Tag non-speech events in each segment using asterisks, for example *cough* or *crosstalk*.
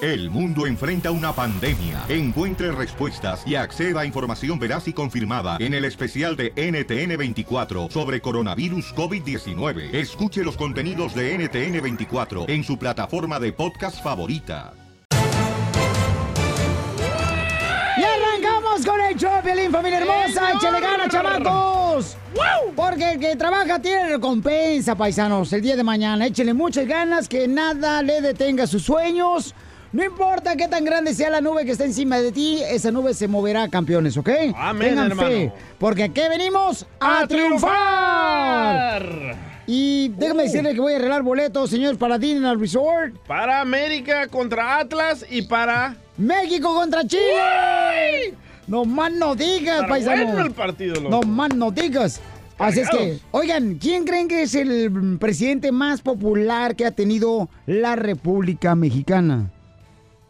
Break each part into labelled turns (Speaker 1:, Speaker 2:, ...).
Speaker 1: El mundo enfrenta una pandemia. Encuentre respuestas y acceda a información veraz y confirmada en el especial de NTN24 sobre coronavirus COVID-19. Escuche los contenidos de NTN24 en su plataforma de podcast favorita.
Speaker 2: Y arrancamos con el show, Piolín, familia hermosa. ¡Échale gana, chamacos! Porque el que trabaja tiene recompensa, paisanos. El día de mañana, échenle muchas ganas, que nada le detenga sus sueños. No importa qué tan grande sea la nube que está encima de ti, esa nube se moverá, campeones, ¿ok?
Speaker 3: Amén, hermano.
Speaker 2: porque aquí venimos a,
Speaker 3: ¡A
Speaker 4: *laughs*
Speaker 2: triunfar.
Speaker 3: triunfar!
Speaker 2: Y déjame
Speaker 3: Oh.
Speaker 2: decirle que voy a arreglar boletos, señores, para Dinner Resort.
Speaker 3: Para América contra Atlas y para.
Speaker 2: México contra Chile. No más no digas,
Speaker 3: Está
Speaker 2: paisano.
Speaker 3: bueno el partido, loco.
Speaker 2: No más no digas. Así es que,
Speaker 3: Cargados.
Speaker 2: oigan, ¿quién creen que es el mm, presidente más popular que ha tenido la República Mexicana?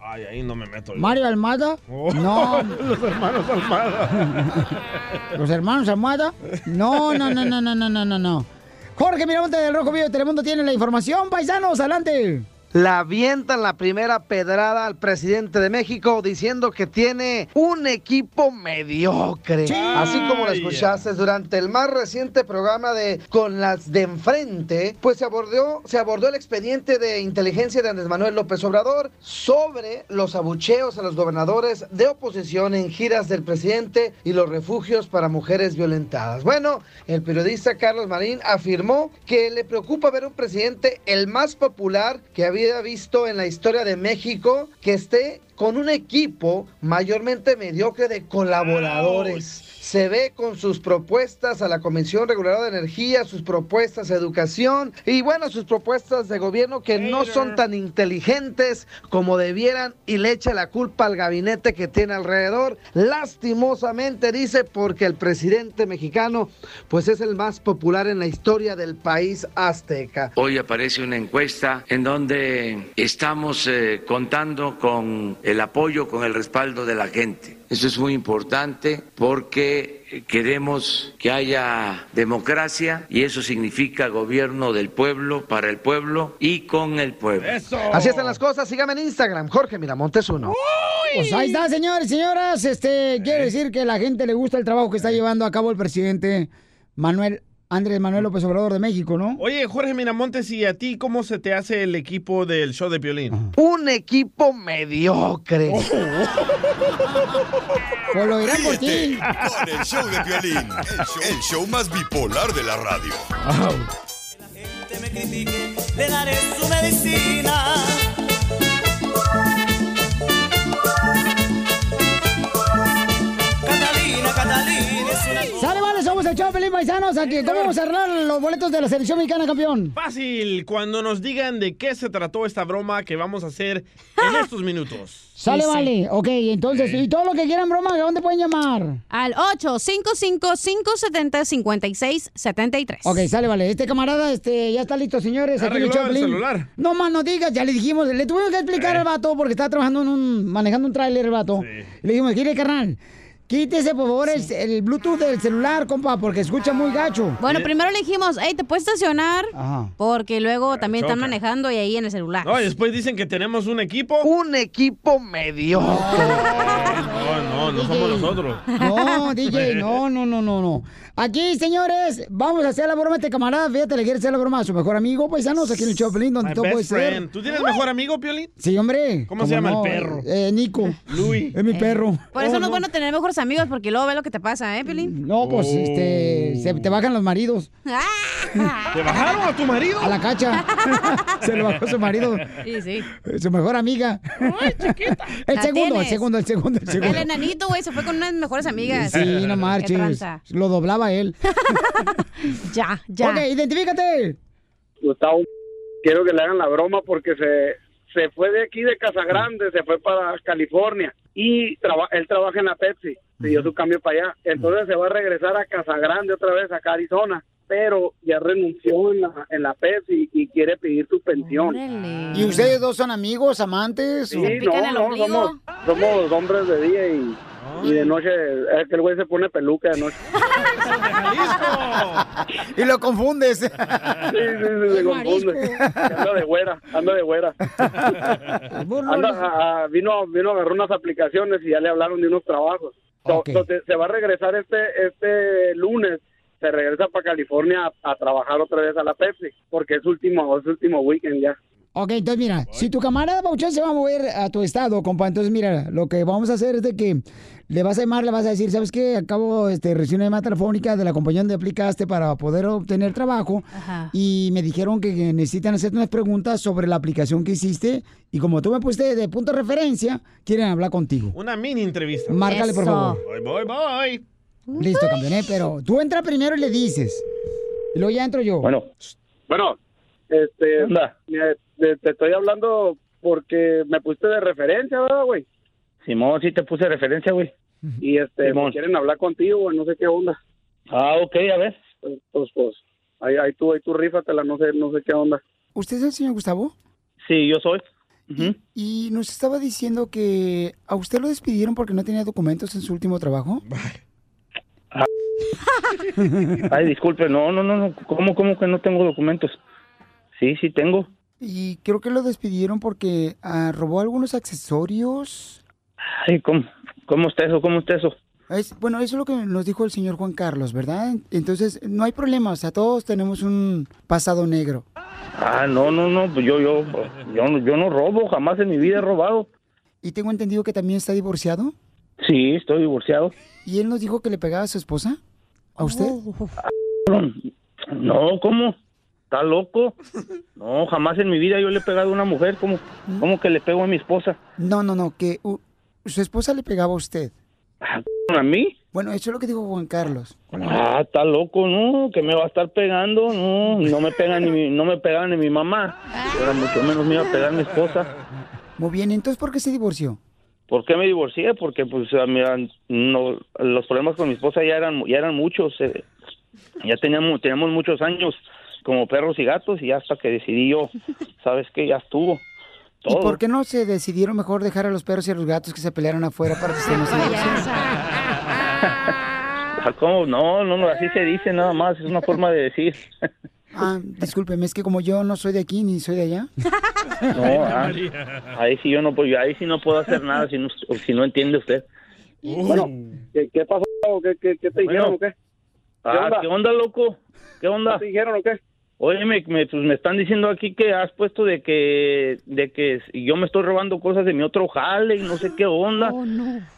Speaker 3: Ay, ahí no me meto. yo.
Speaker 2: ¿Mario
Speaker 3: *laughs*
Speaker 2: Almada?
Speaker 3: Oh,
Speaker 2: No.
Speaker 3: Los hermanos *laughs* Almada.
Speaker 2: *laughs* ¿Los hermanos Almada? No, no, no, no, no, no, no, no, no. Jorge Miramonte del Rojo Vivo de Telemundo tiene la información, paisanos, adelante.
Speaker 5: La avientan la primera pedrada al presidente de México diciendo que tiene un equipo mediocre.
Speaker 2: Sí.
Speaker 5: Así como lo
Speaker 3: Ay,
Speaker 5: escuchaste durante el más reciente programa de Con las de enfrente, pues se abordó, se abordó el expediente de inteligencia de Andrés Manuel López Obrador sobre los abucheos a los gobernadores de oposición en giras del presidente y los refugios para mujeres violentadas. Bueno, el periodista Carlos Marín afirmó que le preocupa ver un presidente el más popular que había visto en la historia de México que esté con un equipo mayormente mediocre de colaboradores. Se ve con sus propuestas a la Comisión Reguladora de Energía, sus propuestas a educación y bueno, sus propuestas de gobierno que no son tan inteligentes como debieran y le echa la culpa al gabinete que tiene alrededor. Lastimosamente dice porque el presidente mexicano pues es el más popular en la historia del país azteca.
Speaker 6: Hoy aparece una encuesta en donde estamos eh, contando con el apoyo, con el respaldo de la gente. Eso es muy importante porque eh, queremos que haya democracia y eso significa gobierno del pueblo, para el pueblo y con el pueblo.
Speaker 3: Eso.
Speaker 5: Así están las cosas, síganme en Instagram, Jorge Miramontes uno.
Speaker 2: Pues ahí está, señores y señoras. Este, quiero decir que a la gente le gusta el trabajo que está llevando a cabo el presidente Manuel Andrés Manuel López Obrador de México, ¿no?
Speaker 3: Oye, Jorge Miramontes, ¿y a ti cómo se te hace el equipo del show de violín?
Speaker 5: un equipo mediocre.
Speaker 2: Pues lo dirá por ti.
Speaker 7: Con el show de violín, el show, el show más bipolar de la radio.
Speaker 8: gente me critique, le daré su medicina. Catalina, Catalina es una
Speaker 2: Sale, vale, somos el show de Pelín Paisanos. Aquí, ¿cómo vamos a arreglar los boletos de la selección mexicana, campeón?
Speaker 3: Fácil, cuando nos digan de qué se trató esta broma que vamos a hacer en estos minutos.
Speaker 2: Sale,
Speaker 9: Sí, sí.
Speaker 2: vale. Ok, entonces, y todo lo que quieran broma, ¿a dónde pueden llamar?
Speaker 9: Al 855-570-5673.
Speaker 2: Ok, sale, vale. Este camarada, este, ya está listo, señores.
Speaker 3: ¿Ya
Speaker 2: aquí en el
Speaker 3: arregló
Speaker 2: show de
Speaker 3: el
Speaker 2: Pelín.
Speaker 3: celular?
Speaker 2: No más no digas, ya le dijimos, le tuvimos que explicar al vato porque estaba trabajando en un, manejando un tráiler el vato. Le dijimos, "Mire, carnal, quítese por favor el- el, Bluetooth del celular, compa, porque escucha muy gacho."
Speaker 9: Bueno, primero le dijimos, hey, te puedes estacionar.
Speaker 2: Ajá.
Speaker 9: Porque luego también están
Speaker 3: choca.
Speaker 9: manejando y ahí en el celular.
Speaker 3: No, y después dicen que tenemos un equipo.
Speaker 5: un equipo mediocre.
Speaker 3: No, no, no somos nosotros.
Speaker 2: No, DJ,
Speaker 3: *laughs*
Speaker 2: no, no, no, no, no. Aquí, señores, vamos a hacer la broma a este camarada. Fíjate, le quiere hacer la broma a su mejor amigo, paisanos, aquí en el show de Pelín, donde
Speaker 3: My
Speaker 2: todo puede
Speaker 3: best
Speaker 2: ser.
Speaker 3: friend. ¿Tú tienes mejor amigo, Piolín?
Speaker 2: Sí, hombre.
Speaker 3: ¿Cómo se llama el perro?
Speaker 2: Eh, Nico.
Speaker 3: *laughs* Luis.
Speaker 2: Es mi perro.
Speaker 9: Eh, Por eso
Speaker 3: Oh,
Speaker 9: no,
Speaker 3: no.
Speaker 9: es bueno tener mejores amigos porque luego ve lo que te pasa, ¿eh, Pelín?
Speaker 2: No, pues,
Speaker 3: Oh.
Speaker 2: este, se te bajan los maridos
Speaker 9: Ah,
Speaker 3: ¿Te bajaron a tu marido?
Speaker 2: a
Speaker 3: *laughs*
Speaker 2: la cacha. se lo bajó su marido,
Speaker 9: Sí, sí.
Speaker 2: eh, su mejor amiga. Ay, chiquita. *laughs* El
Speaker 9: La
Speaker 2: segundo, el
Speaker 9: tienes.
Speaker 2: segundo, el segundo, el
Speaker 9: El
Speaker 2: segundo.
Speaker 9: enanito, güey, se fue con unas mejores amigas.
Speaker 2: Sí, no
Speaker 9: Qué
Speaker 2: marches.
Speaker 9: tranza.
Speaker 2: Lo doblaba él.
Speaker 9: *laughs* Ya, ya.
Speaker 2: Ok, identifícate.
Speaker 10: Gustavo, quiero que le hagan la broma porque se, se fue de aquí de Casa Grande, se fue para California y traba- él trabaja en la Pepsi, se dio su cambio para allá. Entonces se va a regresar a Casa Grande otra vez, acá a Arizona, pero ya renunció en la, en la Pepsi y quiere pedir su pensión.
Speaker 9: Órale.
Speaker 2: ¿Y ustedes dos son amigos, amantes? o-
Speaker 10: Sí,
Speaker 9: pican el
Speaker 10: no, no,
Speaker 9: ombligo?
Speaker 10: somos, Somos hombres de día y, y de noche. Es que el güey se pone peluca de noche.
Speaker 2: Y lo confundes. Sí,
Speaker 10: sí, sí, se confunde. Anda de güera, anda de güera. Anda, ah. a- a- vino, vino, agarró unas aplicaciones y ya le hablaron de unos trabajos. So-
Speaker 2: Ok.
Speaker 10: so te- se va a regresar este, este lunes. Se regresa para California a, a trabajar otra vez a la Pepsi, porque es su último, es su último weekend ya.
Speaker 2: Ok, entonces mira, si tu camarada Pauchón se va a mover a tu estado, compa, entonces mira, lo que vamos a hacer es de que le vas a llamar, le vas a decir, ¿sabes qué? Acabo este, recibir una llamada telefónica de la compañía donde aplicaste para poder obtener trabajo
Speaker 11: Ajá.
Speaker 2: y me dijeron que necesitan hacerte unas preguntas sobre la aplicación que hiciste y como tú me pusiste de punto de referencia, quieren hablar contigo.
Speaker 3: Una mini entrevista.
Speaker 2: Márcale, por Eso. favor.
Speaker 3: Voy, voy, voy.
Speaker 2: Listo, campeón, ¿eh? pero tú entra primero y le dices. Y luego ya entro yo. Bueno.
Speaker 10: Bueno, este, mira, te, te estoy hablando porque me pusiste de referencia, ¿verdad, güey?
Speaker 12: Simón, sí te puse referencia, güey.
Speaker 10: Y este,
Speaker 12: Simón.
Speaker 10: me quieren hablar contigo, güey, no sé qué onda.
Speaker 12: Ah, ok, a ver.
Speaker 10: Pues, pues, pues, ahí, ahí tú, ahí tú rífatela, no sé, no sé qué onda.
Speaker 2: ¿Usted es el señor Gustavo?
Speaker 12: Sí, yo soy.
Speaker 2: Y nos estaba diciendo que a usted lo despidieron porque no tenía documentos en su
Speaker 12: *laughs*
Speaker 2: último trabajo.
Speaker 12: Ay, disculpe, no, no, no, no. ¿Cómo, cómo que no tengo documentos? Sí, sí tengo.
Speaker 2: Y creo que lo despidieron porque ah, robó algunos accesorios.
Speaker 12: Ay, ¿cómo, cómo está eso? ¿Cómo está eso?
Speaker 2: Es- bueno, eso es lo que nos dijo el señor Juan Carlos, ¿verdad? Entonces, no hay problema, o sea, todos tenemos un pasado negro.
Speaker 12: Ah, no, no, no, pues yo, yo, yo, no- yo no robo, jamás en mi vida he robado.
Speaker 2: Y tengo entendido que también está divorciado.
Speaker 12: Sí, estoy divorciado.
Speaker 2: Y él nos dijo que le pegaba a su esposa. ¿A usted?
Speaker 12: No, ¿cómo? ¿Está loco? No, jamás en mi vida yo le he pegado a una mujer. ¿Cómo, cómo que le pego a mi esposa?
Speaker 2: No, no, no, que u- su esposa le pegaba a usted.
Speaker 12: ¿A mí?
Speaker 2: Bueno, eso es lo que dijo Juan Carlos.
Speaker 12: Ah, está loco, no, que me va a estar pegando, no, no me pega ni mi, no me pegaba ni mi mamá, ahora mucho menos me iba a pegar mi esposa.
Speaker 2: Muy bien, entonces, ¿por qué se divorció?
Speaker 12: ¿Por qué me divorcié? Porque pues a mí, a- no, los problemas con mi esposa ya eran ya eran muchos, eh, ya teníamos teníamos muchos años como perros y gatos y hasta que decidí yo, sabes qué, ya estuvo
Speaker 2: ¿Y
Speaker 12: todo.
Speaker 2: por qué no se decidieron mejor dejar a los perros y a los gatos que se pelearon afuera para que se no se
Speaker 12: Ah, ¿Cómo? No, no, no, así se dice nada más, es una forma de decir.
Speaker 2: Ah, discúlpeme, es que como yo no soy de aquí ni soy de allá.
Speaker 12: No, ah, ahí sí yo no puedo, ahí sí no puedo hacer nada si no, si no entiende usted.
Speaker 10: ¿Qué, qué pasó? ¿Qué, qué, qué te dijeron o qué?
Speaker 12: Ah,
Speaker 10: onda?
Speaker 12: ¿qué onda, loco? ¿Qué onda?
Speaker 10: ¿Qué te dijeron o qué?
Speaker 12: Oye, me, me- pues me están diciendo aquí que has puesto de que, de que si yo me estoy robando cosas de mi otro jale y no sé qué onda.
Speaker 2: Oh,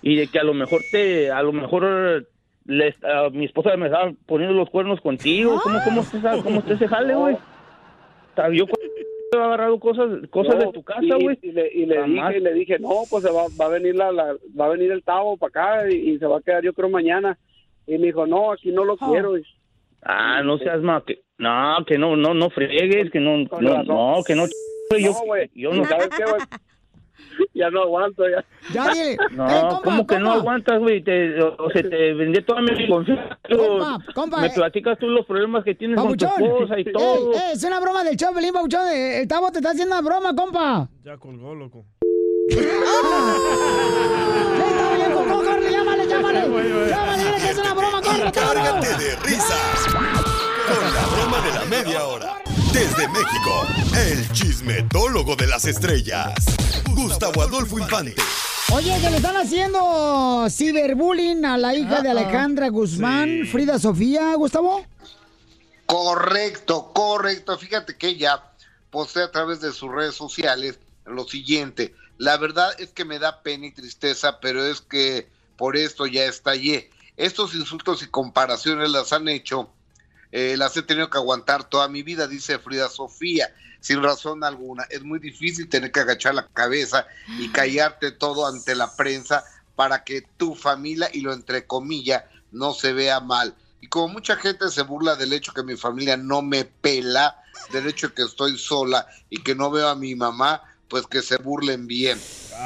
Speaker 12: Y de que a lo mejor te, a lo mejor le- a mi esposa me estaba poniendo los cuernos contigo. ¿Cómo, cómo, está, esa- cómo está ese jale, güey? Ta- Yo cuando he agarrado cosas, cosas
Speaker 10: No,
Speaker 12: de tu
Speaker 10: y-
Speaker 12: casa, güey.
Speaker 10: Y, le, y le
Speaker 12: Jamás.
Speaker 10: dije, y le dije, no, pues se va, va a venir la, la- va a venir el Tavo para acá y, y se va a quedar yo creo mañana. Y me dijo, no, aquí no lo quiero. Y
Speaker 12: Ah, no seas más que, no, que no, no, no fregues, que no,
Speaker 10: Con
Speaker 12: no,
Speaker 10: razón.
Speaker 12: no, que no, güey, yo,
Speaker 10: No, güey.
Speaker 12: yo no,
Speaker 10: ¿Sabes qué, *laughs* güey? ya no aguanto, ya.
Speaker 2: Ya
Speaker 10: *laughs*
Speaker 2: dile.
Speaker 12: No,
Speaker 2: eh, compa,
Speaker 12: ¿cómo que no
Speaker 2: compa,
Speaker 12: aguantas, güey? Te, o, o se te vendió toda mi confianza.
Speaker 2: Compa, compa,
Speaker 12: me
Speaker 2: eh.
Speaker 12: platicas tú los problemas que tienes con tu
Speaker 2: Papuchón.
Speaker 12: esposa y
Speaker 2: Ey,
Speaker 12: todo.
Speaker 2: ey, es una broma del show, Pelín Papuchón. eh, El Tavo te está haciendo una broma, compa.
Speaker 3: Ya colgó, loco.
Speaker 4: Ah.
Speaker 2: Ey, Tavo, ya colgó, corre, llámale, llámale. Llámale, dile que es una broma, corre, Tavo.
Speaker 7: Cárgate de risas con la broma de la media hora. Desde México, el chismetólogo de las estrellas, Gustavo Adolfo Infante.
Speaker 2: Oye, que le están haciendo ciberbullying a la hija de Alejandra Guzmán, Frida Sofía, Gustavo.
Speaker 13: Correcto, correcto. Fíjate que ella posee a través de sus redes sociales lo siguiente. La verdad es que me da pena y tristeza, pero es que por esto ya estallé. Estos insultos y comparaciones las han hecho, eh, las he tenido que aguantar toda mi vida, dice Frida Sofía, sin razón alguna. Es muy difícil tener que agachar la cabeza y callarte todo ante la prensa para que tu familia, y lo entre comillas, no se vea mal. Y como mucha gente se burla del hecho que mi familia no me pela, del hecho que estoy sola y que no veo a mi mamá, pues que se burlen bien.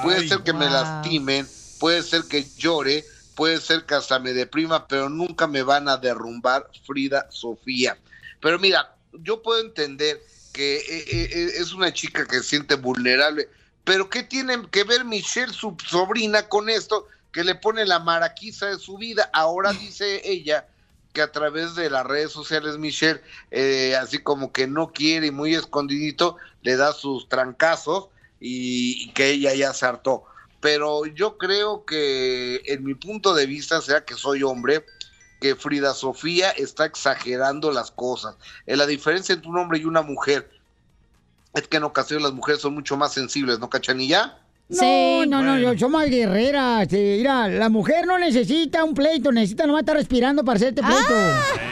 Speaker 13: Puede ser que me
Speaker 14: wow.
Speaker 13: lastimen, puede ser que llore, puede ser que hasta me deprima, pero nunca me van a derrumbar Frida Sofía. Pero mira, yo puedo entender que eh, eh, eh, es una chica que se siente vulnerable, Pero ¿qué tiene que ver Michelle, su sobrina, con esto que le pone la maraquiza de su vida? Ahora dice ella que a través de las redes sociales Michelle, eh, así como que no quiere y muy escondidito, le da sus trancazos y, y que ella ya se hartó. Pero yo creo que en mi punto de vista, sea que soy hombre, que Frida Sofía está exagerando las cosas. Eh, la diferencia entre un hombre y una mujer es que en ocasiones las mujeres son mucho más sensibles, ¿no, Cachanilla?
Speaker 2: No, no, no, yo soy más guerrera. este, mira, la mujer no necesita un pleito, necesita nomás estar respirando para hacerte pleito.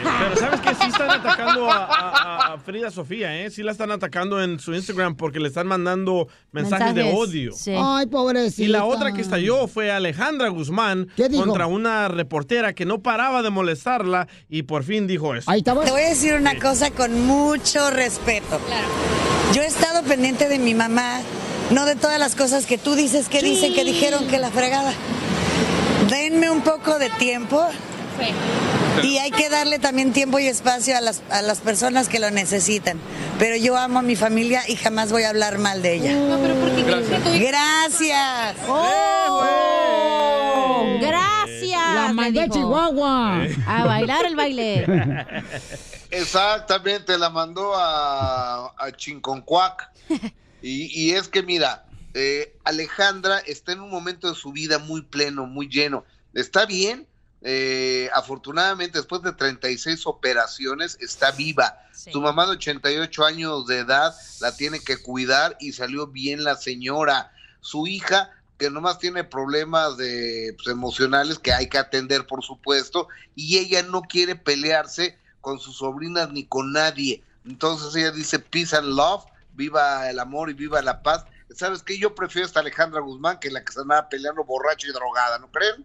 Speaker 3: Pero sabes que sí están atacando a, a- a Frida Sofía, ¿eh? Sí la están atacando en su Instagram porque le están mandando mensajes, de odio.
Speaker 2: Ay, pobrecita.
Speaker 3: Y la otra que estalló fue Alejandra Guzmán
Speaker 2: dijo?
Speaker 3: contra una reportera que no paraba de molestarla y por fin dijo eso.
Speaker 15: Te voy a decir una cosa con mucho respeto. Yo he estado pendiente de mi mamá, no de todas las cosas que tú dices que dicen que dijeron que la fregada. Denme un poco de tiempo. Y hay que darle también tiempo y espacio a las, a las personas que lo necesitan. Pero yo amo a mi familia y jamás voy a hablar mal de ella. No, pero ¿por qué Gracias.
Speaker 9: Oh. Gracias.
Speaker 2: Eh, La
Speaker 9: le
Speaker 2: mandé a
Speaker 9: dijo.
Speaker 2: Chihuahua.
Speaker 9: A bailar el baile.
Speaker 13: *laughs* Exactamente, la mandó a, a Chinconcuac. Y, y es que, mira, eh, Alejandra está en un momento de su vida muy pleno, muy lleno. Está bien, eh, afortunadamente, después de 36 operaciones, está viva. Su mamá de 88 años de edad la tiene que cuidar y salió bien la señora. Su hija que nomás tiene problemas de, pues, emocionales que hay que atender, por supuesto, y ella no quiere pelearse con sus sobrinas ni con nadie. Entonces ella dice, peace and love, viva el amor y viva la paz. ¿Sabes qué? Yo prefiero esta Alejandra Guzmán que la que se andaba peleando borracho y drogada, ¿no creen?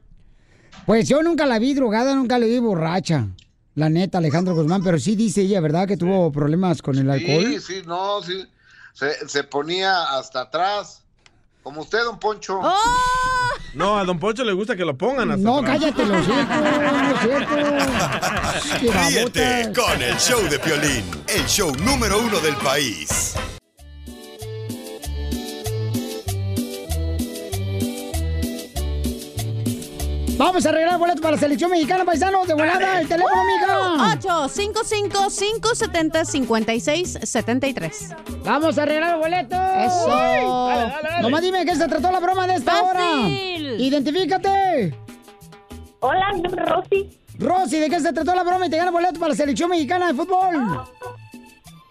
Speaker 2: Pues yo nunca la vi drogada, nunca la vi borracha. La neta, Alejandro Guzmán, pero sí dice ella, ¿verdad? Que tuvo problemas con el alcohol.
Speaker 13: Sí, sí, no, sí. Se, se ponía hasta atrás. Como usted, don Poncho.
Speaker 5: ¡Oh!
Speaker 3: No, a Don Pocho le gusta que lo pongan hasta
Speaker 13: No,
Speaker 3: atrás.
Speaker 13: cállate los hijos, no es
Speaker 7: Ríete con el show de Piolín, el show número uno del país.
Speaker 2: Vamos a arreglar boleto para la selección mexicana, paisanos, de volada, el teléfono,
Speaker 9: ¡Uh!
Speaker 2: amiga.
Speaker 9: 855-570-5673.
Speaker 2: Vamos a arreglar boletos.
Speaker 9: Eso.
Speaker 2: Nomás dime de qué se trató la broma de esta
Speaker 9: Fácil.
Speaker 2: hora. Identifícate. Hola, Rosy. Rosy, ¿de qué se trató la broma y te gana boleto para la selección mexicana de fútbol?
Speaker 16: Ah,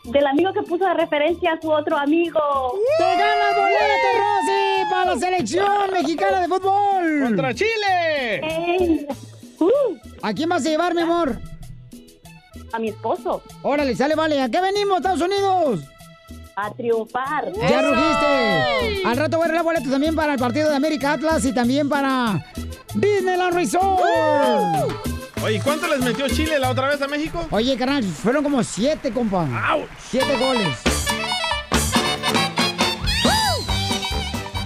Speaker 16: Del amigo que puso de referencia a su otro amigo.
Speaker 2: ¡Te gana el boleto, Rosy, para la selección mexicana de fútbol!
Speaker 16: ¡Contra
Speaker 3: Chile!
Speaker 16: Eh,
Speaker 2: ¿A quién vas a llevar, mi amor?
Speaker 16: uh. A mi esposo.
Speaker 2: Órale, sale, vale. ¿A qué venimos, Estados Unidos?
Speaker 16: A triunfar.
Speaker 2: ¡Ya rugiste! Al rato voy a arreglar boletos también para el partido de América Atlas y también para Disneyland Resort.
Speaker 3: Oye, ¿cuánto les metió Chile la otra vez a México?
Speaker 2: Oye, carnal, fueron como siete, compa. Siete goles.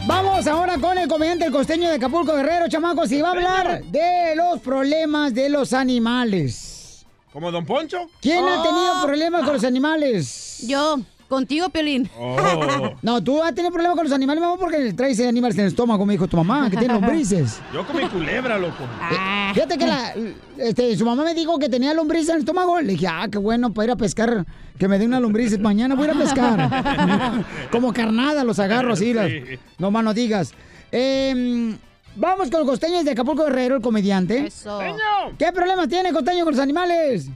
Speaker 2: Vamos ahora con el comediante el costeño de Acapulco Guerrero, chamacos, y va a hablar de los problemas de los animales.
Speaker 3: ¿Como Don Poncho?
Speaker 2: ¿Quién ha tenido problemas con los animales?
Speaker 9: Oh. Yo, contigo, Piolín.
Speaker 2: *laughs* No, tú has tenido problemas con los animales, mamá, porque traes animales en el estómago, me dijo tu mamá, que tiene *laughs* lombrices.
Speaker 3: Yo comí culebra, loco.
Speaker 2: Fíjate que la, este, su mamá me dijo que tenía lombrices en el estómago. Le dije, ah, qué bueno, para ir a pescar, que me dé una lombriz. Mañana voy a ir a pescar. Como carnada los agarro así. las-
Speaker 17: Sí.
Speaker 2: no más no digas. Eh, vamos con los costeños de Acapulco Guerrero, el comediante.
Speaker 9: Eso.
Speaker 2: *laughs* ¿Qué problema tiene costeño con los animales?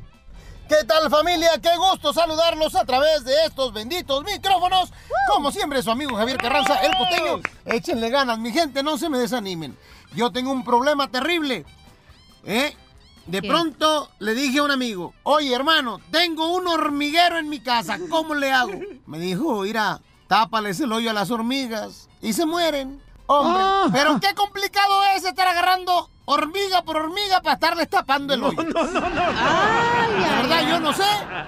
Speaker 4: ¿Qué tal familia? Qué gusto saludarlos a través de estos benditos micrófonos. Como siempre, su amigo Javier Carranza, el costeño. Échenle ganas, mi gente, no se me desanimen. Yo tengo un problema terrible. ¿Eh? De
Speaker 18: ¿Qué?
Speaker 4: pronto le dije a un amigo, oye hermano, tengo un hormiguero en mi casa, ¿cómo le hago? Me dijo, mira, tápales el hoyo a las hormigas y se mueren. Hombre,
Speaker 18: Ah.
Speaker 4: pero qué complicado es estar agarrando hormiga por hormiga para estarles tapando el hoyo. No, no, no, no. La verdad, yo no sé,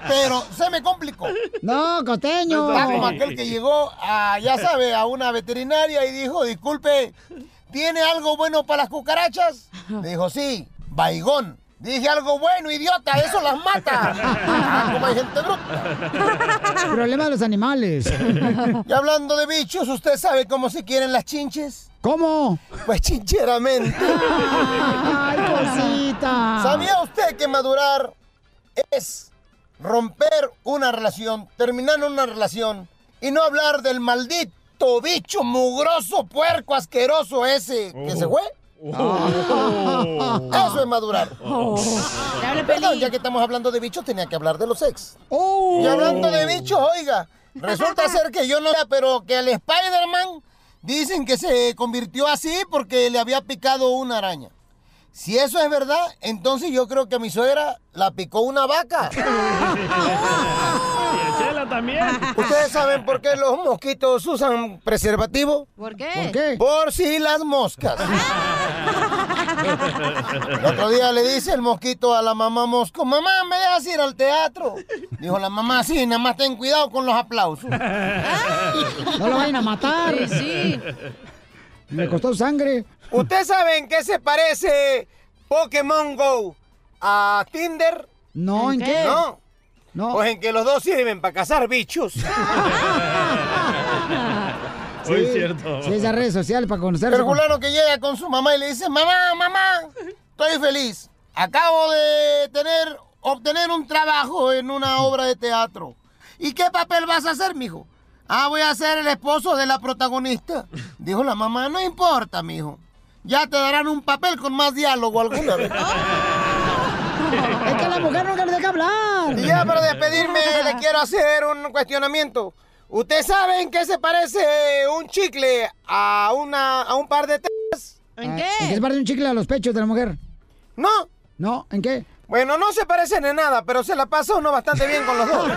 Speaker 4: pero se me complicó.
Speaker 2: No, costeño.
Speaker 4: Está como aquel que llegó a, ya sabe, a una veterinaria y dijo, disculpe, ¿tiene algo bueno para las cucarachas? Me dijo, sí, baigón. Dije algo bueno, idiota, eso las mata.
Speaker 2: *laughs*
Speaker 4: Ah, como hay gente bruta.
Speaker 2: Problema de
Speaker 4: *laughs*
Speaker 2: los animales.
Speaker 4: Y hablando de bichos, ¿usted sabe cómo se quieren las chinches?
Speaker 2: ¿Cómo?
Speaker 4: Pues chincheramente.
Speaker 2: Ay, cosita.
Speaker 4: ¿Sabía usted que madurar es romper una relación, terminar una relación y no hablar del maldito bicho mugroso, puerco, asqueroso ese que se fue? Eso es madurar. Perdón, ya que estamos hablando de bichos, tenía que hablar de los ex. Y hablando de bichos, oiga,
Speaker 9: *laughs*
Speaker 4: resulta ser que yo no era, pero que el Spider-Man dicen que se convirtió así porque le había picado una araña. Si eso es verdad, entonces yo creo que a mi suegra la picó una *laughs* vaca.
Speaker 3: también.
Speaker 4: ¿Ustedes saben por qué los mosquitos usan preservativo?
Speaker 9: ¿Por
Speaker 4: ¿Por
Speaker 9: qué?
Speaker 4: qué? Por si las moscas. El otro día le dice el mosquito a la mamá mosco, mamá, ¿me dejas ir al teatro? Dijo la mamá, sí, nada más ten cuidado con los *laughs* aplausos.
Speaker 2: *laughs* No lo vayan a matar. Sí, sí. Me costó sangre.
Speaker 4: ¿Ustedes saben qué se parece Pokémon Go a Tinder?
Speaker 2: No, ¿en ¿En qué? qué?
Speaker 4: *laughs* No.
Speaker 2: No.
Speaker 4: Pues en que los dos sirven para cazar
Speaker 2: *laughs*
Speaker 4: bichos.
Speaker 2: Sí,
Speaker 4: Muy cierto.
Speaker 2: Sí, esa red social para conocerse.
Speaker 4: El fulano que llega con su mamá y le dice, mamá, mamá, estoy feliz. Acabo de tener, obtener un trabajo en una obra de teatro. ¿Y qué papel vas a hacer, mijo? Ah, voy a ser el esposo de la protagonista. Dijo la mamá, no importa, mijo. Ya te darán un papel con más diálogo alguna vez.
Speaker 2: *laughs* Es que la mujer nunca me deja hablar.
Speaker 4: Y ya para despedirme le quiero hacer un cuestionamiento. ¿Ustedes saben qué se parece un chicle a una a un par de tetas?
Speaker 2: Ah, ¿En qué se parte un chicle a los pechos de la mujer?
Speaker 4: No.
Speaker 2: No, ¿en qué?
Speaker 4: Bueno, no se parecen en nada, pero se la pasa uno
Speaker 2: *laughs*
Speaker 4: bastante bien con los dos.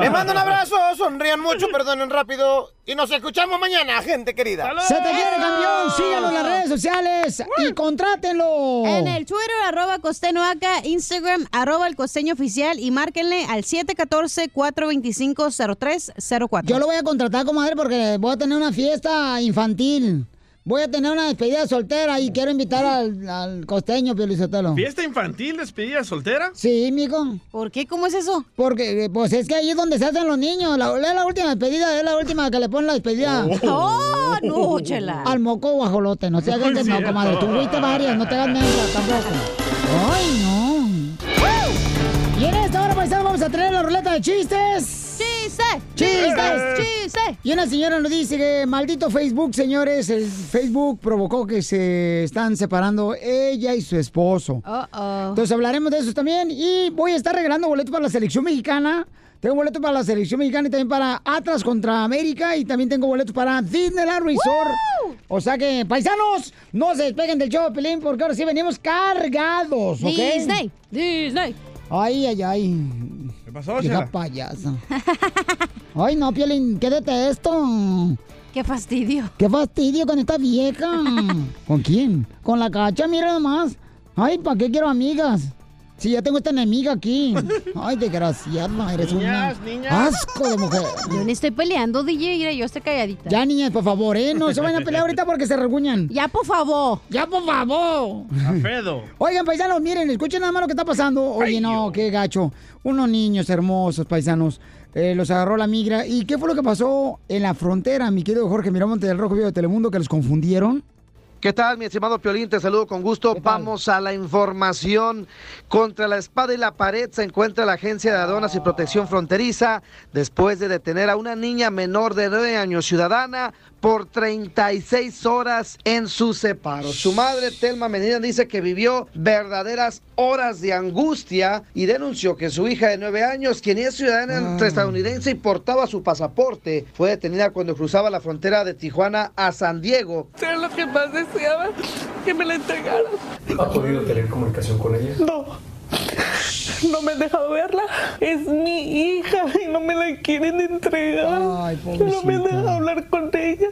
Speaker 4: Les mando un abrazo, sonrían mucho, perdonen rápido y nos escuchamos mañana, gente querida.
Speaker 2: Se te quiere, campeón. Síganlo en las redes sociales y contrátenlo.
Speaker 9: En el Twitter, arroba costeño acá, Instagram, arroba el costeño oficial y márquenle al 714-425-0304.
Speaker 2: Yo lo voy a contratar, comadre, porque voy a tener una fiesta infantil. Voy a tener una despedida soltera y quiero invitar al, al costeño, Pio Lizotelo.
Speaker 3: ¿Fiesta infantil, despedida soltera?
Speaker 2: Sí, mijo.
Speaker 9: ¿Por qué? ¿Cómo es eso?
Speaker 2: Porque, eh, pues es que ahí es donde se hacen los niños. La, es la última despedida, es la última que le ponen la despedida.
Speaker 9: Oh, no, chela.
Speaker 2: Al moco guajolote, no se hagan
Speaker 9: Muy
Speaker 2: de no,
Speaker 9: cierto.
Speaker 2: comadre. Tú fuiste varias, no te hagas mensa tampoco. Ay, no. Y en esta hora, paisano, vamos a tener la ruleta de chistes.
Speaker 9: ¡Chiste!
Speaker 2: ¡Chistes!
Speaker 9: ¡Chiste!
Speaker 2: Y una señora nos dice que maldito Facebook, señores, el Facebook provocó que se están separando ella y su esposo.
Speaker 9: Uh-oh.
Speaker 2: Entonces hablaremos de eso también. Y voy a estar regalando boletos para la selección mexicana. Tengo boletos para la selección mexicana y también para Atlas contra América. Y también tengo boletos para Disneyland Resort. O sea que, paisanos, no se despeguen del show, de Pelín, porque ahora sí venimos cargados, ¿ok?
Speaker 9: Disney, Disney.
Speaker 2: Ay, ay, ay. ¿Qué
Speaker 3: pasó,
Speaker 2: Vieja
Speaker 3: Chela?
Speaker 2: payasa. *laughs* Ay, no, Piolín, qué detesto.
Speaker 9: Qué fastidio.
Speaker 2: Qué fastidio con esta vieja.
Speaker 9: *laughs*
Speaker 2: ¿Con quién? Con la cacha, mira nomás. Ay, ¿para qué quiero amigas? Si ya tengo esta enemiga aquí. Ay, desgraciada, eres
Speaker 9: Niñas,
Speaker 2: una...
Speaker 9: niñas.
Speaker 2: Asco de mujer.
Speaker 9: Yo ni estoy peleando, DJ. Mira, yo estoy calladita.
Speaker 2: Ya, niñas, por favor, ¿eh? No se vayan a pelear ahorita porque se reguñan.
Speaker 9: Ya, por favor.
Speaker 2: Ya, por favor.
Speaker 3: Alfredo.
Speaker 2: Oigan, paisanos, miren, escuchen nada más lo que está pasando. Oye, no, qué gacho. Unos niños hermosos, paisanos. eh, los agarró la migra. ¿Y qué fue lo que pasó en la frontera, mi querido Jorge Miramonte del Rojo Vivo de Telemundo, que los confundieron?
Speaker 5: ¿Qué tal, mi estimado Piolín? Te saludo con gusto. Vamos a la información. Contra la espada y la pared se encuentra la Agencia de Aduanas y Protección Fronteriza después de detener a una niña menor de 9 años ciudadana por 36 horas en su separo. Su madre, Telma Medina, dice que vivió verdaderas horas de angustia y denunció que su hija de 9 años, quien es ciudadana estadounidense y portaba su pasaporte, fue detenida cuando cruzaba la frontera de Tijuana a San Diego.
Speaker 18: Era lo que más deseaba, que me la entregaran.
Speaker 19: ¿Ha podido tener comunicación con ella?
Speaker 18: No. No me han dejado verla. Es mi hija y no me la quieren entregar. no me han dejado hablar con ella.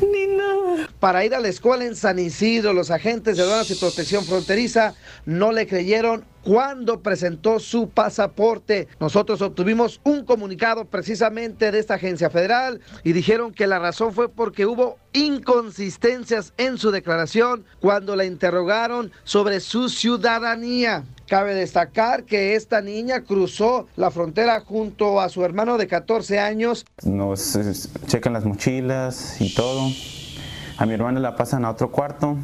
Speaker 18: Ni nada.
Speaker 5: para ir a la escuela en San Isidro. Los agentes de aduanas y protección fronteriza no le creyeron cuando presentó su pasaporte. Nosotros obtuvimos un comunicado precisamente de esta agencia federal y dijeron que la razón fue porque hubo inconsistencias en su declaración cuando la interrogaron sobre su ciudadanía. Cabe destacar que esta niña cruzó la frontera junto a su hermano de 14 años.
Speaker 20: Nos eh, checan las mochilas y todo. A mi hermana la pasan a otro cuarto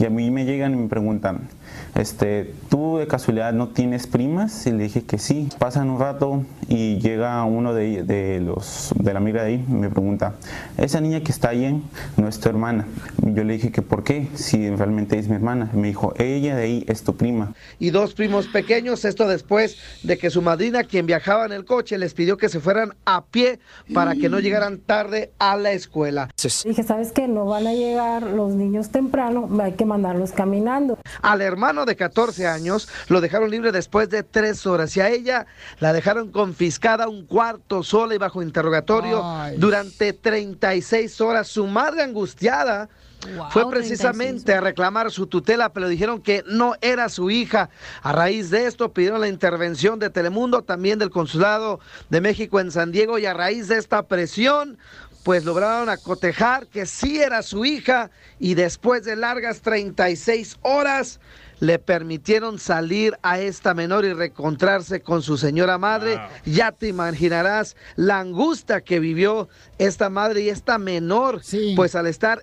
Speaker 20: y a mí me llegan y me preguntan, este, ¿tú de casualidad no tienes primas? Y le dije que sí. Pasan un rato y llega uno de, de los, de la amiga de ahí y me pregunta, esa niña que está ahí ¿eh? no es tu hermana. Yo le dije que por qué, si realmente es mi hermana. Me dijo, ella de ahí es tu prima.
Speaker 5: y dos primos pequeños, esto después de que su madrina, quien viajaba en el coche, les pidió que se fueran a pie para que no llegaran tarde a la escuela.
Speaker 21: Dije, ¿sabes qué? No van a llegar los niños temprano, hay que mandarlos caminando.
Speaker 5: Al hermano de 14 años lo dejaron libre después de tres horas y a ella la dejaron confiscada un cuarto sola y bajo interrogatorio
Speaker 22: Ay.
Speaker 5: durante 36 horas. Su madre angustiada
Speaker 22: Wow,
Speaker 5: fue precisamente a reclamar su tutela, pero dijeron que no era su hija. A raíz de esto pidieron la intervención de Telemundo, también del Consulado de México en San Diego, y a raíz de esta presión, pues lograron acotejar que sí era su hija, y después de largas 36 horas, le permitieron salir a esta menor y reencontrarse con su señora madre. Ya te imaginarás la angustia que vivió esta madre y esta menor, pues al estar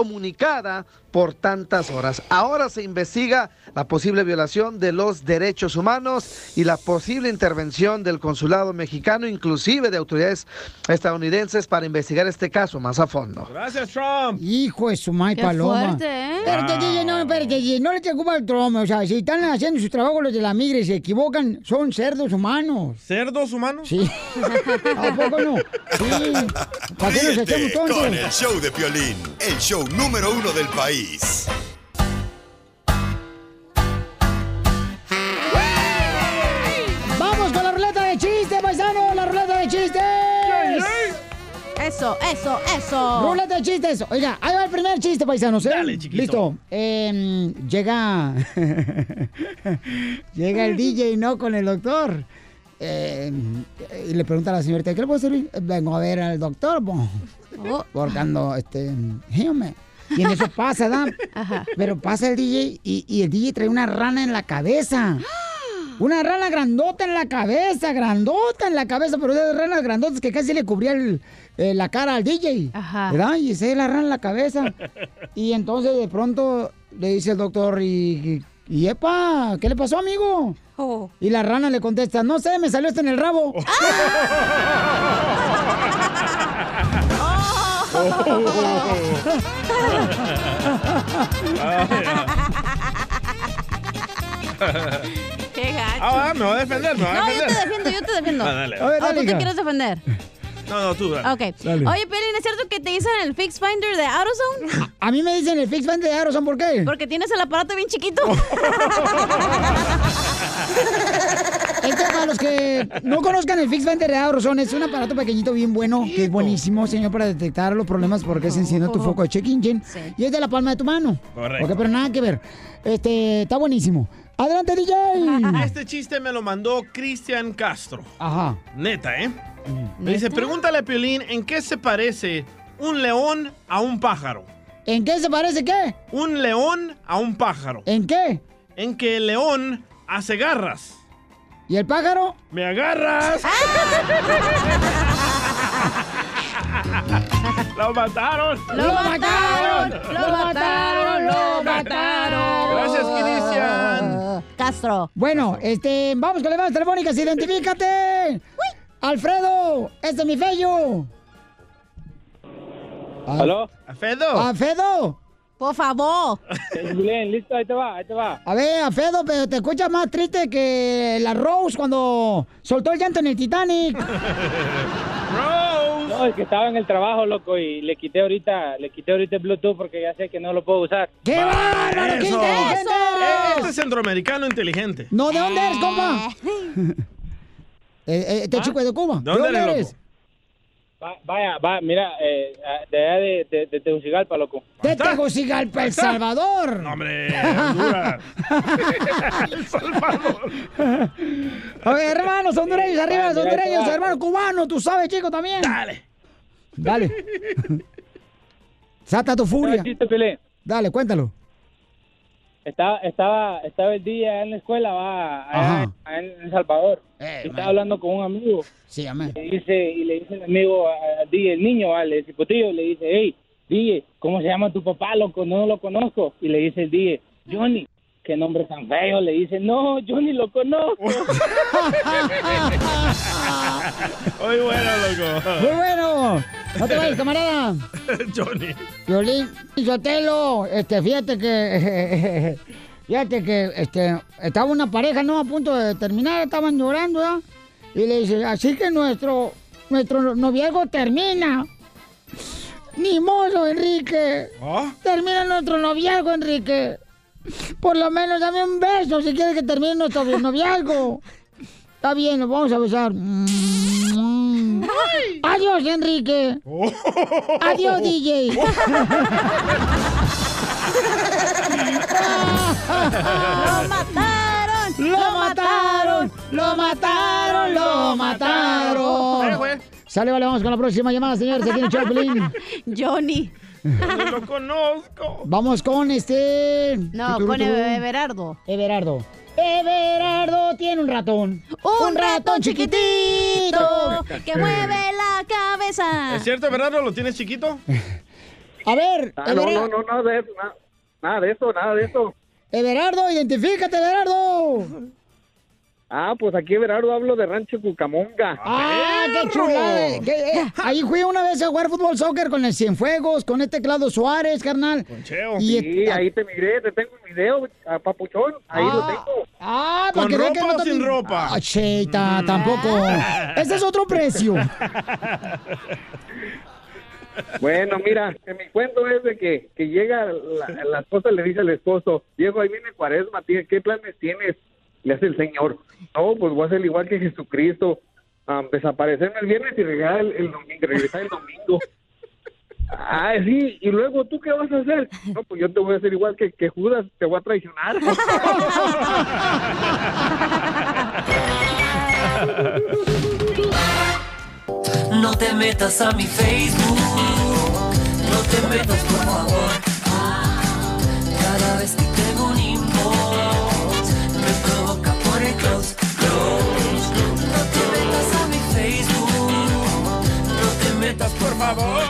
Speaker 5: incomunicada por tantas horas. Ahora se investiga la posible violación de los derechos humanos y la posible intervención del consulado mexicano, inclusive de autoridades estadounidenses, para investigar este caso más a fondo.
Speaker 2: Gracias, Trump. Hijo de su may
Speaker 5: Qué
Speaker 2: paloma.
Speaker 5: fuerte, ¿eh?
Speaker 2: Espérate,
Speaker 5: Wow.
Speaker 2: DJ, no, espérate, DJ, no le eche culpa al Trump. O sea, si están haciendo su trabajo los de la migra y se equivocan, son cerdos humanos.
Speaker 3: ¿Cerdos humanos? *laughs*
Speaker 2: Sí. ¿A poco no? Sí. ¿Para qué nos hacemos
Speaker 7: Ríete con
Speaker 2: tontos?
Speaker 7: el show de Piolín, el show número uno del país.
Speaker 2: ¡Vamos con la ruleta de chistes, paisano! ¡La ruleta de chistes!
Speaker 9: Eso, eso, eso.
Speaker 2: Ruleta de chistes. Oiga, ahí va el primer chiste, paisanos. ¿eh?
Speaker 9: Dale, chiquito.
Speaker 2: Listo. Eh, llega. *laughs* llega el DJ, ¿no? Con el doctor. Eh, y le pregunta a la señorita, ¿qué le puedo servir? "Eh, Vengo a ver al doctor, po.
Speaker 9: Oh. *laughs*
Speaker 2: Porque ando, este. dígame. Y en eso pasa, ¿da? Pero pasa el DJ y, y el DJ trae una rana en la cabeza. Una rana grandota en la cabeza, grandota en la cabeza, pero de esas ranas grandotas que casi le cubría el- eh, la cara al DJ. ¿Verdad? Y se la rana en la cabeza. Y entonces de pronto le dice el doctor, y, y, y, epa, ¿qué le pasó, amigo?
Speaker 9: Oh,
Speaker 2: Y la rana le contesta, no sé, me salió hasta en el rabo.
Speaker 9: Qué gacho.
Speaker 3: Ah, va, me va a defender, me va a
Speaker 9: No, yo
Speaker 3: defender.
Speaker 9: te defiendo, yo te defiendo.
Speaker 3: *laughs* Ah, dale.
Speaker 9: ¿O
Speaker 3: A ver, dale,
Speaker 9: tú te
Speaker 3: hija.
Speaker 9: quieres defender?
Speaker 3: No, no, tú. dale.
Speaker 9: Ok. Oye, Pelín, ¿es cierto que te dicen el Fix Finder de AutoZone?
Speaker 2: A mí me dicen el Fix Finder de AutoZone, ¿por qué?
Speaker 9: Porque tienes el aparato bien
Speaker 2: *laughs*
Speaker 9: chiquito.
Speaker 2: Este para los que no conozcan el Fix Finder de AutoZone, es un aparato pequeñito bien bueno, que es buenísimo, señor, para detectar los problemas porque se enciende tu foco de check engine y es de la palma de tu mano.
Speaker 3: Correcto.
Speaker 2: Ok, pero nada que ver. Este, está buenísimo. Adelante, DJ.
Speaker 3: Este chiste me lo mandó Cristian Castro.
Speaker 2: Ajá. Mm.
Speaker 3: Neta, ¿eh? Me dice, pregúntale a Piolín en qué se parece un león a un pájaro.
Speaker 2: ¿En qué se parece qué?
Speaker 3: Un león a un pájaro.
Speaker 2: ¿En qué?
Speaker 3: En que el león hace garras.
Speaker 2: ¿Y el pájaro?
Speaker 3: ¡Me agarras! ¡Lo mataron!
Speaker 22: ¡Lo mataron! ¡Lo mataron! ¡Lo mataron!
Speaker 3: Gracias, Cristian.
Speaker 9: Castro.
Speaker 2: Bueno, este, vamos con las llamadas telefónicas, identifícate. Alfredo, este es mi fello.
Speaker 3: Ah,
Speaker 10: ¿Aló?
Speaker 3: Alfredo.
Speaker 2: Alfredo.
Speaker 9: Por favor.
Speaker 10: Bien, Eh, listo, ahí te va, ahí te va.
Speaker 2: A ver, Alfredo, pero te escuchas más triste que la Rose cuando soltó el llanto en
Speaker 9: *laughs*
Speaker 2: el Titanic.
Speaker 10: No, es que estaba en el trabajo, loco, y le quité ahorita, le quité ahorita el Bluetooth porque ya sé que no lo puedo usar.
Speaker 2: ¡Qué bárbaro!
Speaker 3: ¡Eso! Eh, Este es centroamericano inteligente.
Speaker 2: No, ¿de dónde eres, compa? Eh, eh, este chico es de Cuba.
Speaker 3: ¿De dónde eres, loco?
Speaker 10: Va- vaya, va, mira, eh, ah, de allá de, de, de Tegucigalpa, loco.
Speaker 2: De Tegucigalpa, El Salvador.
Speaker 10: hombre,
Speaker 2: *laughs*
Speaker 3: Honduras.
Speaker 2: A ver, hermanos hondureños, arriba los
Speaker 22: Mira, ahí te
Speaker 2: hondureños,
Speaker 22: va.
Speaker 2: hermano cubano, tú sabes, chico, también. Dale. Dale. Sata tu furia. Dale, cuéntalo.
Speaker 10: Estaba, estaba, estaba el día en la escuela, va, allá en- allá en El Salvador. y estaba hablando con un amigo.
Speaker 2: Eh, Sí, amén.
Speaker 10: Le dice, y le dice el amigo a- a DJ, el niño, va, le dice, "Potrillo", le dice, hey, DJ, ¿cómo se llama tu papá, loco? No lo conozco. Y le dice el DJ, Johnny, qué nombre tan feo. Le dice, no, Johnny lo conozco.
Speaker 2: *laughs*
Speaker 3: Muy bueno, loco.
Speaker 2: Muy bueno. No te vayas, camarada.
Speaker 3: *laughs* Johnny.
Speaker 2: Violín, Sotelo, este, fíjate que. *laughs* Fíjate que este, estaba una pareja, ¿no? A punto de terminar, estaban llorando, ¿ah? Y le dice, así que nuestro, nuestro noviazgo termina. Ni modo, Enrique. Termina nuestro noviazgo, Enrique. Por lo menos dame un beso si quieres que termine *laughs* nuestro noviazgo. Está bien, nos vamos a besar. Adiós, Enrique. Adiós, DJ.
Speaker 22: *laughs*
Speaker 2: *laughs*
Speaker 22: ¡Lo mataron!
Speaker 2: ¡Lo mataron! ¡Lo mataron! ¡Lo
Speaker 22: Ahí
Speaker 2: mataron!
Speaker 22: fue.
Speaker 2: Sale, vale, vamos con la próxima llamada, señores. Aquí en *laughs* el Choplin. Johnny.
Speaker 3: No lo conozco.
Speaker 2: Vamos con este.
Speaker 9: No,
Speaker 2: Tuturutú.
Speaker 9: con Everardo.
Speaker 2: Everardo. Everardo tiene un ratón.
Speaker 9: Un, ratón chiquitito que mueve
Speaker 3: Ah.
Speaker 9: la cabeza.
Speaker 3: ¿Es cierto, Bernardo? ¿Lo tienes
Speaker 2: *laughs*
Speaker 3: chiquito?
Speaker 2: A ver,
Speaker 3: Ah, no,
Speaker 2: Everardo.
Speaker 3: no, no,
Speaker 10: nada de, nada, de eso, nada de eso.
Speaker 2: Everardo, identifícate, Everardo.
Speaker 10: Ah, pues aquí Verardo hablo de Rancho Cucamonga.
Speaker 2: ¡Ah, qué chulada! eh, que,
Speaker 9: *laughs*
Speaker 2: eh, ahí fui una vez a jugar fútbol soccer con el Cienfuegos, con este Claudio Suárez, carnal. Con
Speaker 10: Sí,
Speaker 2: este, ah.
Speaker 10: ahí te miré, te tengo un video, a Papuchón, ahí lo tengo.
Speaker 2: Ah,
Speaker 10: ¿Con
Speaker 2: porque ve
Speaker 10: ropa
Speaker 2: no
Speaker 10: o
Speaker 2: te-
Speaker 10: sin ropa? Mm.
Speaker 2: Ah, cheta, tampoco. Ese es otro precio.
Speaker 10: *laughs* Bueno, mira, que mi cuento es de que, que llega la, la esposa, le dice al esposo, Diego, ahí viene cuaresma, tía, ¿qué planes tienes? Le hace el Señor, no, pues voy a ser igual que Jesucristo, ah, desaparecerme el viernes y regresar el, el domingo, regresar el domingo. Ah, sí, y luego, ¿tú qué vas a hacer? No, pues yo te voy a hacer igual que, que Judas, te voy a traicionar.
Speaker 22: No te metas a mi Facebook. No te metas, por favor. Cada vez que tengo un inbox, me provoca por el close, close. No te metas a mi Facebook. No te metas, por favor.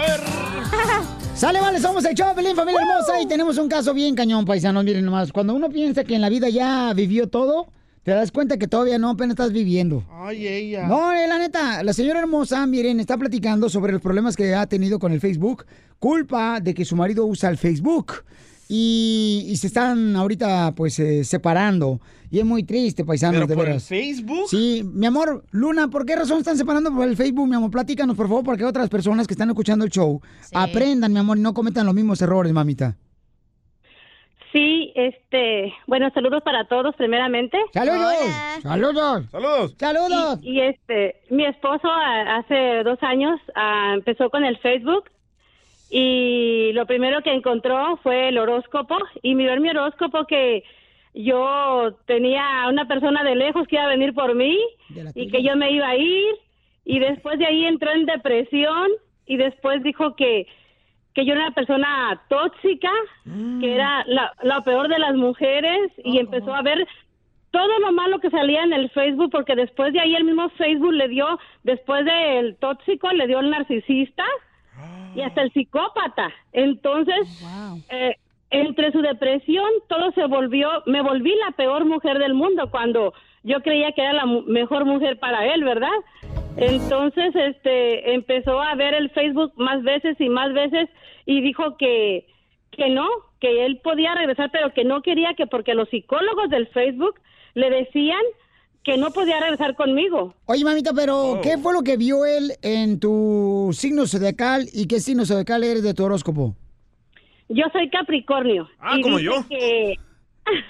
Speaker 2: Sale, vale, somos el Choplin, familia hermosa, y tenemos un caso bien cañón, paisanos. Miren nomás, cuando uno piensa que en la vida ya vivió todo, te das cuenta que todavía no, apenas estás viviendo.
Speaker 3: Ay, ella.
Speaker 2: No, eh, la neta, la señora hermosa, miren, está platicando sobre los problemas que ha tenido con el Facebook, culpa de que su marido usa el Facebook. Y, y se están ahorita, pues, eh, separando. Y es muy triste, paisanos,
Speaker 3: ¿Pero
Speaker 2: de
Speaker 3: por el
Speaker 2: veras.
Speaker 3: Facebook?
Speaker 2: Sí, mi amor, Luna, ¿por qué razón están separando por el Facebook, mi amor? Platícanos, por favor, para que otras personas que están escuchando el show aprendan, mi amor, y no cometan los mismos errores, mamita.
Speaker 16: Sí, este, bueno, saludos para todos primeramente.
Speaker 2: ¡Saludos! ¡Saludos!
Speaker 3: ¡Saludos!
Speaker 2: ¡Saludos!
Speaker 16: Y, y, este, mi esposo ah, hace dos años ah, empezó con el Facebook y lo primero que encontró fue el horóscopo y miró en mi horóscopo que yo tenía a una persona de lejos que iba a venir por mí y que yo me iba a ir y después de ahí entró en depresión y después dijo que que yo era una persona tóxica, que era la, la peor de las mujeres y empezó a ver todo lo malo que salía en el Facebook porque después de ahí el mismo Facebook le dio, después del tóxico, le dio el narcisista y hasta el psicópata. Entonces, eh, entre su depresión, todo se volvió, me volví la peor mujer del mundo cuando yo creía que era la mu- mejor mujer para él, ¿verdad? Entonces, este, empezó a ver el Facebook más veces y más veces y dijo que, que no, que él podía regresar, pero que no quería que porque los psicólogos del Facebook le decían que no podía regresar conmigo.
Speaker 2: Oye, mamita, pero
Speaker 3: Oh.
Speaker 2: ¿qué fue lo que vio él en tu signo zodiacal y qué signo zodiacal eres de tu horóscopo?
Speaker 16: Yo soy Capricornio.
Speaker 2: Ah,
Speaker 16: y
Speaker 2: como
Speaker 16: dice
Speaker 2: yo.
Speaker 16: que-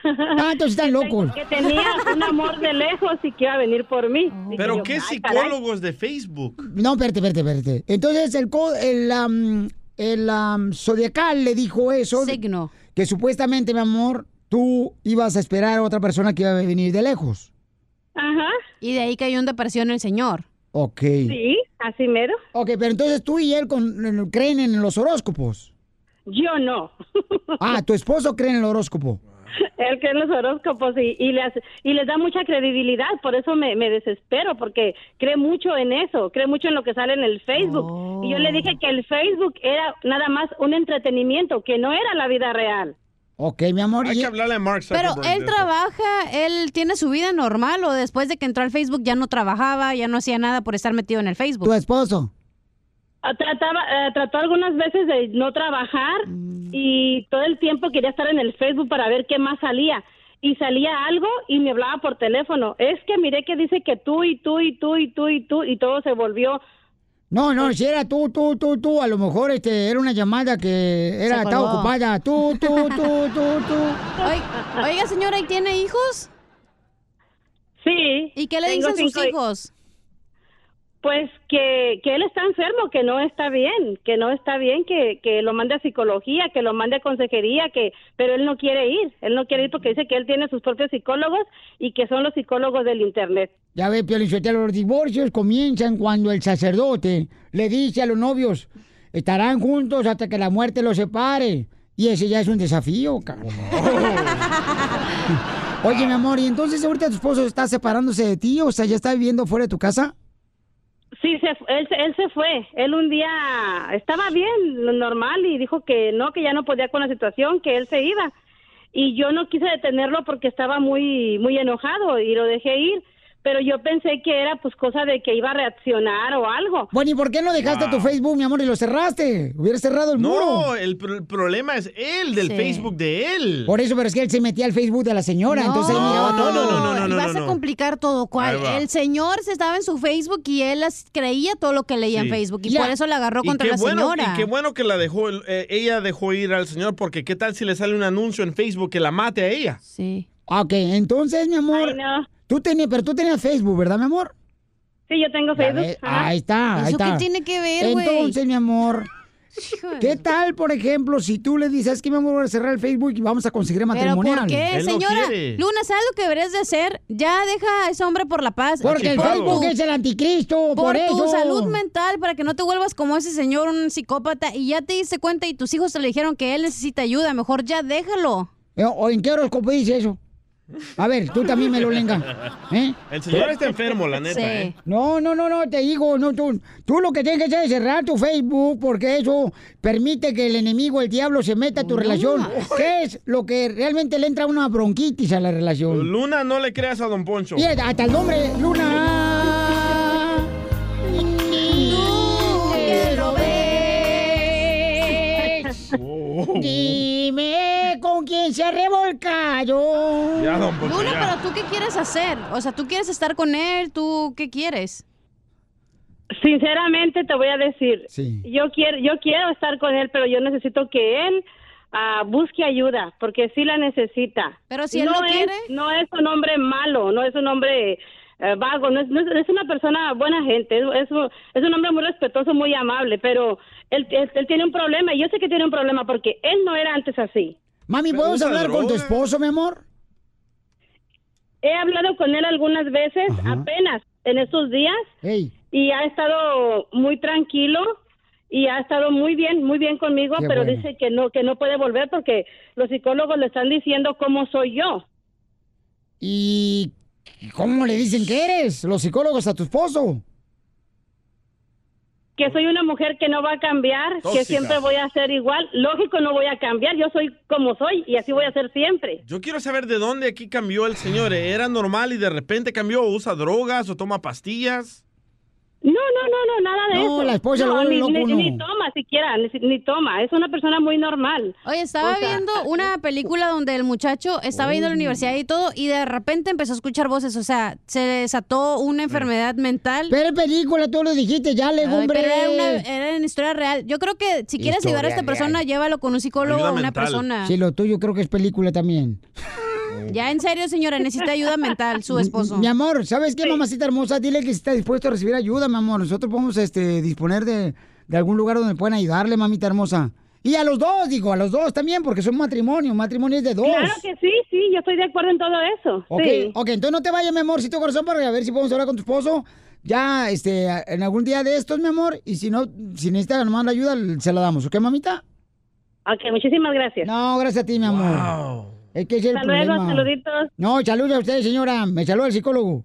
Speaker 2: Ah,
Speaker 16: *laughs*
Speaker 2: entonces están locos.
Speaker 16: Que tenía un amor de lejos y que iba a venir por mí. Dije
Speaker 3: Pero
Speaker 16: yo,
Speaker 3: qué
Speaker 16: "Ay, caray".
Speaker 3: psicólogos de Facebook.
Speaker 2: No, espérate, espérate, espérate. Entonces el, co- el, am, el am, zodiacal le dijo eso. Signo. Que supuestamente, mi amor, tú ibas a esperar a otra persona que iba a venir de lejos.
Speaker 16: Ajá.
Speaker 9: Y de ahí cayó en depresión el señor.
Speaker 2: Ok.
Speaker 16: Sí, así mero.
Speaker 2: Ok, pero entonces tú y él con- en- creen en los horóscopos.
Speaker 16: Yo no.
Speaker 2: Ah,
Speaker 16: *laughs*
Speaker 2: tu esposo cree en el horóscopo.
Speaker 16: Él cree en los horóscopos y, y, les, y les da mucha credibilidad, por eso me, me desespero, porque cree mucho en eso, cree mucho en lo que sale en el Facebook. Y yo le dije que el Facebook era nada más un entretenimiento, que no era la vida real.
Speaker 2: Ok, mi amor.
Speaker 3: Hay que hablarle a Mark
Speaker 9: Pero
Speaker 3: Zuckerberg.
Speaker 9: él
Speaker 3: de eso.
Speaker 9: trabaja, él tiene su vida normal o después de que entró al Facebook ya no trabajaba, ya no hacía nada por estar metido en el Facebook.
Speaker 2: Tu esposo.
Speaker 16: Ah, Trataba, eh, trató algunas veces de no trabajar y todo el tiempo quería estar en el Facebook para ver qué más salía. Y salía algo y me hablaba por teléfono. Es que miré que dice que tú y tú y tú y tú y tú y todo se volvió
Speaker 2: No, no, si era tú, tú, tú, tú, a lo mejor este era una llamada que era,
Speaker 9: Se
Speaker 2: estaba
Speaker 9: colgó.
Speaker 2: ocupada. Tú, tú, tú, tú, tú.
Speaker 9: Oiga, oiga, señora, ¿y tiene hijos?
Speaker 16: Sí.
Speaker 9: ¿Y qué le
Speaker 16: Tengo
Speaker 9: dicen sus
Speaker 16: cinco hi-
Speaker 9: hijos?
Speaker 16: Pues que, que él está enfermo, que no está bien, que no está bien, que, que lo mande a psicología, que lo mande a consejería, que, pero él no quiere ir, él no quiere ir porque dice que él tiene sus propios psicólogos y que son los psicólogos del internet.
Speaker 2: Ya ve, Pio Linsotelo, los divorcios comienzan cuando el sacerdote le dice a los novios, estarán juntos hasta que la muerte los separe. Y ese ya es un desafío,
Speaker 3: *laughs*
Speaker 2: cabrón. Oye, mi amor, ¿y entonces ahorita tu esposo está separándose de ti? O sea, ¿ya está viviendo fuera de tu casa?
Speaker 16: Sí, se, fu- él, se- él se fue, él un día estaba bien, lo normal, y dijo que no, que ya no podía con la situación, que él se iba. Y yo no quise detenerlo porque estaba muy, muy enojado y lo dejé ir. Pero yo pensé que era pues cosa de que iba a reaccionar o algo. Ah.
Speaker 2: Bueno, ¿y por qué no dejaste tu Facebook, mi amor, y lo cerraste? Hubieras cerrado el muro.
Speaker 3: Ah. No, el, pr- el problema es él, del
Speaker 2: Sí.
Speaker 3: Facebook de él.
Speaker 2: Por eso, pero es que él se metía al Facebook de la señora, entonces él miraba
Speaker 3: no,
Speaker 2: todo.
Speaker 3: no, no, no, no,
Speaker 9: Y
Speaker 3: no,
Speaker 9: vas
Speaker 3: no.
Speaker 9: a complicar todo. ¿Cuál?
Speaker 3: Ahí va.
Speaker 9: El señor se estaba en su Facebook y él las- creía todo lo que leía en
Speaker 3: Sí.
Speaker 9: Facebook y
Speaker 3: Ya.
Speaker 9: por eso la agarró
Speaker 3: Y
Speaker 9: contra
Speaker 3: qué
Speaker 9: la
Speaker 3: bueno-
Speaker 9: señora.
Speaker 3: Y qué bueno que la dejó, el- eh, ella dejó ir al señor, porque qué tal si le sale un anuncio en Facebook que la mate a ella.
Speaker 9: Sí.
Speaker 2: Ah, Ok, entonces, mi amor, tú tenías, pero tú tenías Facebook, ¿verdad, mi amor?
Speaker 16: Sí, yo tengo
Speaker 2: Ya
Speaker 16: Facebook.
Speaker 2: ves, Ahí está, ahí está. Entonces, mi amor, ¿qué tal, por ejemplo, si tú le dices "Es que mi amor voy a cerrar el Facebook y vamos a conseguir
Speaker 9: Pero
Speaker 2: matrimonial?
Speaker 9: ¿por qué, señora? Luna, ¿sabes lo que deberías de hacer? Ya deja a ese hombre por la paz.
Speaker 2: Porque el Facebook es el anticristo, por,
Speaker 9: por tu
Speaker 2: eso.
Speaker 9: salud mental, para que no te vuelvas como ese señor, un psicópata, y ya te diste cuenta y tus hijos te le dijeron que él necesita ayuda, mejor ya déjalo.
Speaker 2: Eh, ¿O en qué horóscopo dice eso? A ver, tú también me lo lenga. ¿eh?
Speaker 3: El señor está enfermo, la neta, ¿eh?
Speaker 2: No, no, no, no, te digo, no, tú, tú lo que tienes que hacer es cerrar tu Facebook porque eso permite que el enemigo, el diablo, se meta a
Speaker 9: Oh,
Speaker 2: tu relación. ¿Qué es lo que realmente le entra una bronquitis a la relación?
Speaker 3: Luna, no le creas a Don Poncho.
Speaker 2: Y hasta el nombre, Luna.
Speaker 22: que lo
Speaker 2: ves. Oh. Dime con quién se ha revolcado.
Speaker 3: Ya, don Poncho,
Speaker 9: Luna,
Speaker 3: ya.
Speaker 9: pero ¿tú qué quieres hacer? O sea, ¿tú quieres estar con él? ¿Tú qué quieres?
Speaker 16: Sinceramente te voy a decir,
Speaker 2: Sí.
Speaker 16: yo quiero, yo quiero estar con él, pero yo necesito que él ah, busque ayuda, porque sí la necesita.
Speaker 9: Pero si él no
Speaker 16: es,
Speaker 9: quiere.
Speaker 16: no es un hombre malo, no es un hombre eh, vago, no es, no es- es una persona buena gente, es, es un- es un hombre muy respetuoso, muy amable, pero él, él- él tiene un problema, y yo sé que tiene un problema porque él no era antes así. Oh,
Speaker 2: Mami, ¿podemos hablar con tu esposo, mi amor?
Speaker 16: He hablado con él algunas veces, apenas en estos días, y ha estado muy tranquilo y ha estado muy bien, muy bien conmigo,
Speaker 2: Qué
Speaker 16: pero
Speaker 2: bueno.
Speaker 16: dice que no, que no puede volver porque los psicólogos le están diciendo cómo soy yo.
Speaker 2: ¿Y cómo le dicen que eres? Los psicólogos a tu esposo.
Speaker 16: que soy una mujer que no va a cambiar,
Speaker 2: Tóxica.
Speaker 16: que siempre voy a ser igual. Lógico, no voy a cambiar, yo soy como soy y así voy a ser siempre.
Speaker 3: Yo quiero saber de dónde aquí cambió el señor. ¿eh? ¿Era normal y de repente cambió? ¿O ¿Usa drogas o toma pastillas?
Speaker 16: No, no, no, no, nada de
Speaker 3: No,
Speaker 16: eso.
Speaker 3: la esposa lo vuelve
Speaker 16: ni,
Speaker 3: loco
Speaker 16: ni-
Speaker 3: uno.
Speaker 16: ni toma siquiera, ni, ni toma. Es una persona muy normal.
Speaker 9: Oye, estaba
Speaker 16: O sea,
Speaker 9: viendo
Speaker 2: *laughs*
Speaker 9: una película donde el muchacho estaba
Speaker 2: Oh.
Speaker 9: yendo a la universidad y todo, y de repente empezó a escuchar voces, o sea, se desató una enfermedad mental.
Speaker 2: Pero en película tú lo dijiste, ya le
Speaker 9: Ay,
Speaker 2: hombre.
Speaker 9: pero era, una, era en historia real. Yo creo que si quieres ayudar a
Speaker 2: Historia
Speaker 9: esta persona, llévalo con un psicólogo o una persona.
Speaker 2: Sí, lo tuyo creo que es película también.
Speaker 9: Ya en serio, señora, necesita ayuda mental su esposo.
Speaker 2: Mi amor, ¿sabes qué, mamacita hermosa? Dile que está dispuesto a recibir ayuda, mi amor. Nosotros podemos este, disponer de, de algún lugar donde puedan ayudarle, mamita hermosa. Y a los dos, digo, a los dos también, porque son matrimonio, matrimonio es de dos.
Speaker 16: Claro que sí, sí, yo estoy de acuerdo en todo eso.
Speaker 2: Ok,
Speaker 16: sí.
Speaker 2: ok, entonces no te vayas, mi amor, si tu corazón, para ver si podemos hablar con tu esposo. Ya, este, en algún día de estos, mi amor, y si no, si necesita nomás la ayuda, se la damos, ¿ok, mamita?
Speaker 16: Ok, muchísimas gracias.
Speaker 2: No, gracias a ti, mi amor. Es que ese es el
Speaker 16: Hasta luego,
Speaker 2: problema.
Speaker 16: saluditos.
Speaker 2: No, saludos a usted, señora. Me saluda el psicólogo.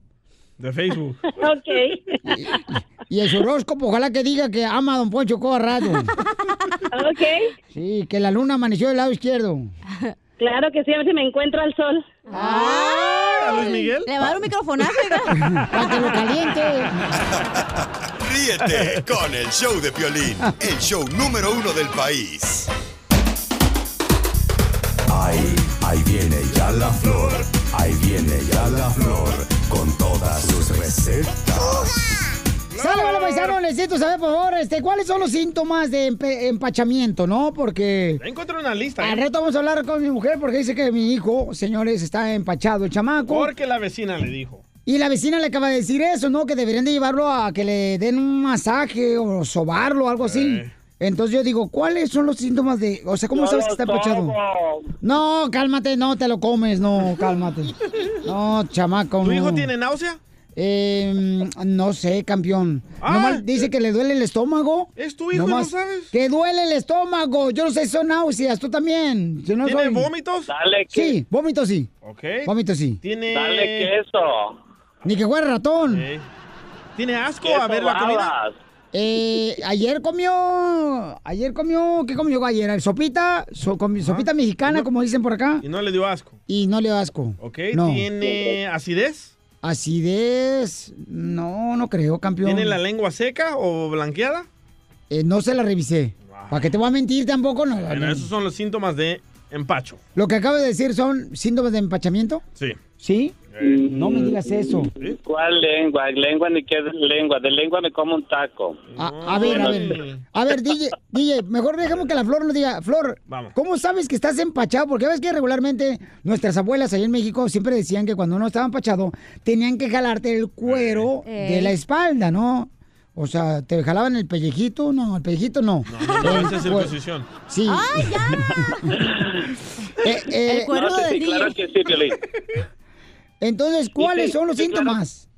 Speaker 3: De Facebook.
Speaker 16: *laughs* ok.
Speaker 2: Y el horóscopo, ojalá que diga que ama a Don Poncho Corrado.
Speaker 16: *laughs* ok.
Speaker 2: Sí, que la luna amaneció del lado izquierdo.
Speaker 16: Claro que sí, a ver si me encuentro al sol.
Speaker 9: ¿A Luis Miguel? Le va a dar un microfonazo, oiga.
Speaker 2: *laughs* Para que lo
Speaker 9: *laughs*
Speaker 2: caliente.
Speaker 7: Ríete con el show de Piolín, el show número uno del país.
Speaker 11: Ahí, ahí viene ya la flor, ahí viene ya la flor, con todas sus recetas.
Speaker 2: Sale, vale, paisano, necesito saber, por favor, este, ¿cuáles son los síntomas de empe- empachamiento, no? Porque...
Speaker 3: *laughs* Encontré una lista.
Speaker 2: Al
Speaker 3: ¿eh?
Speaker 2: rato vamos a hablar con mi mujer porque dice que mi hijo, señores, está empachado el chamaco.
Speaker 3: Porque la vecina le dijo.
Speaker 2: Y la vecina le acaba de decir eso, ¿no? Que deberían de llevarlo a que le den un masaje o sobarlo, algo así.
Speaker 3: Eh.
Speaker 2: Entonces yo digo, ¿cuáles son los síntomas de...? O sea, ¿cómo
Speaker 22: Yo
Speaker 2: sabes que
Speaker 22: lo
Speaker 2: está empachado?
Speaker 22: sobo.
Speaker 2: No, cálmate, no te lo comes, no,
Speaker 3: *laughs*
Speaker 2: cálmate. No, chamaco,
Speaker 3: ¿Tu
Speaker 2: no.
Speaker 3: hijo tiene náusea? Ah.
Speaker 2: Eh, no sé, campeón. Nomás dice que le duele el estómago.
Speaker 3: Es tu hijo, ¿no sabes?
Speaker 2: Que duele el estómago. Yo no sé, son náuseas, tú también. Yo no
Speaker 3: ¿Tiene
Speaker 2: soy-
Speaker 3: vómitos? Dale que-
Speaker 2: Sí, vómitos sí.
Speaker 3: Ok.
Speaker 2: Vómitos sí.
Speaker 3: Tiene...
Speaker 2: Dale
Speaker 3: queso.
Speaker 2: Ni que fuera ratón.
Speaker 3: ¿Tiene asco a ver la comida?
Speaker 2: Eh, ayer comió, ayer comió, ¿qué comió ayer? El Sopita, so- comi- sopita mexicana, como dicen por acá,
Speaker 3: Ah. Y no le dio asco.
Speaker 2: y no le da asco.
Speaker 3: Ok,
Speaker 2: No.
Speaker 3: ¿tiene acidez?
Speaker 2: Acidez, no, no creo, campeón.
Speaker 3: ¿Tiene la lengua seca o blanqueada?
Speaker 2: Eh, no se la revisé. ¿Para qué te voy a mentir tampoco? No,
Speaker 3: Bueno,
Speaker 2: no.
Speaker 3: esos son los síntomas de empacho.
Speaker 2: Lo que acabo de decir son síntomas de empachamiento.
Speaker 3: Sí.
Speaker 2: ¿Sí? No me digas eso.
Speaker 23: ¿Cuál lengua? ¿Lengua ni qué lengua? De lengua me como un taco.
Speaker 3: Ah,
Speaker 2: A ver, a ver. A ver, DJ, DJ, mejor dejemos que la Flor nos diga, Flor, ¿cómo sabes que estás empachado? Porque ves que regularmente nuestras abuelas allá en México siempre decían que cuando uno estaba empachado tenían que jalarte el cuero
Speaker 22: Eh.
Speaker 2: de la espalda, ¿no? O sea, te jalaban el pellejito, no, el pellejito no.
Speaker 3: No, no, esa es
Speaker 2: El cuero.
Speaker 3: circuncisión.
Speaker 2: Pues, Sí. Eh, ¡Ay, *laughs* ya!
Speaker 23: El cuerno No, sí, del sí, DJ. claro Ah, que sí, Piolín.
Speaker 2: Entonces, ¿cuáles son los síntomas?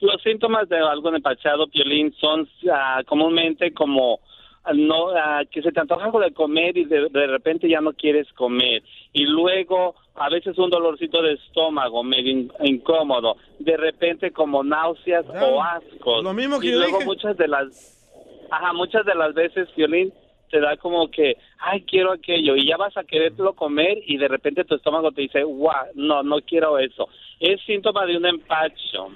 Speaker 23: Los síntomas de algo empachado, Piolín, son ah, comúnmente como ah, no ah, que se te antoja algo de comer y de, de repente ya no quieres comer. Y luego a veces un dolorcito de estómago medio in- incómodo. De repente como náuseas o ascos.
Speaker 3: lo mismo que
Speaker 23: y
Speaker 3: yo
Speaker 23: luego
Speaker 3: dije.
Speaker 23: muchas de las ajá, muchas de las veces, Piolín, te da como que, ay, quiero aquello, y ya vas a quererlo comer y de repente tu estómago te dice, guau, no, no quiero eso. Es síntoma de un empacho.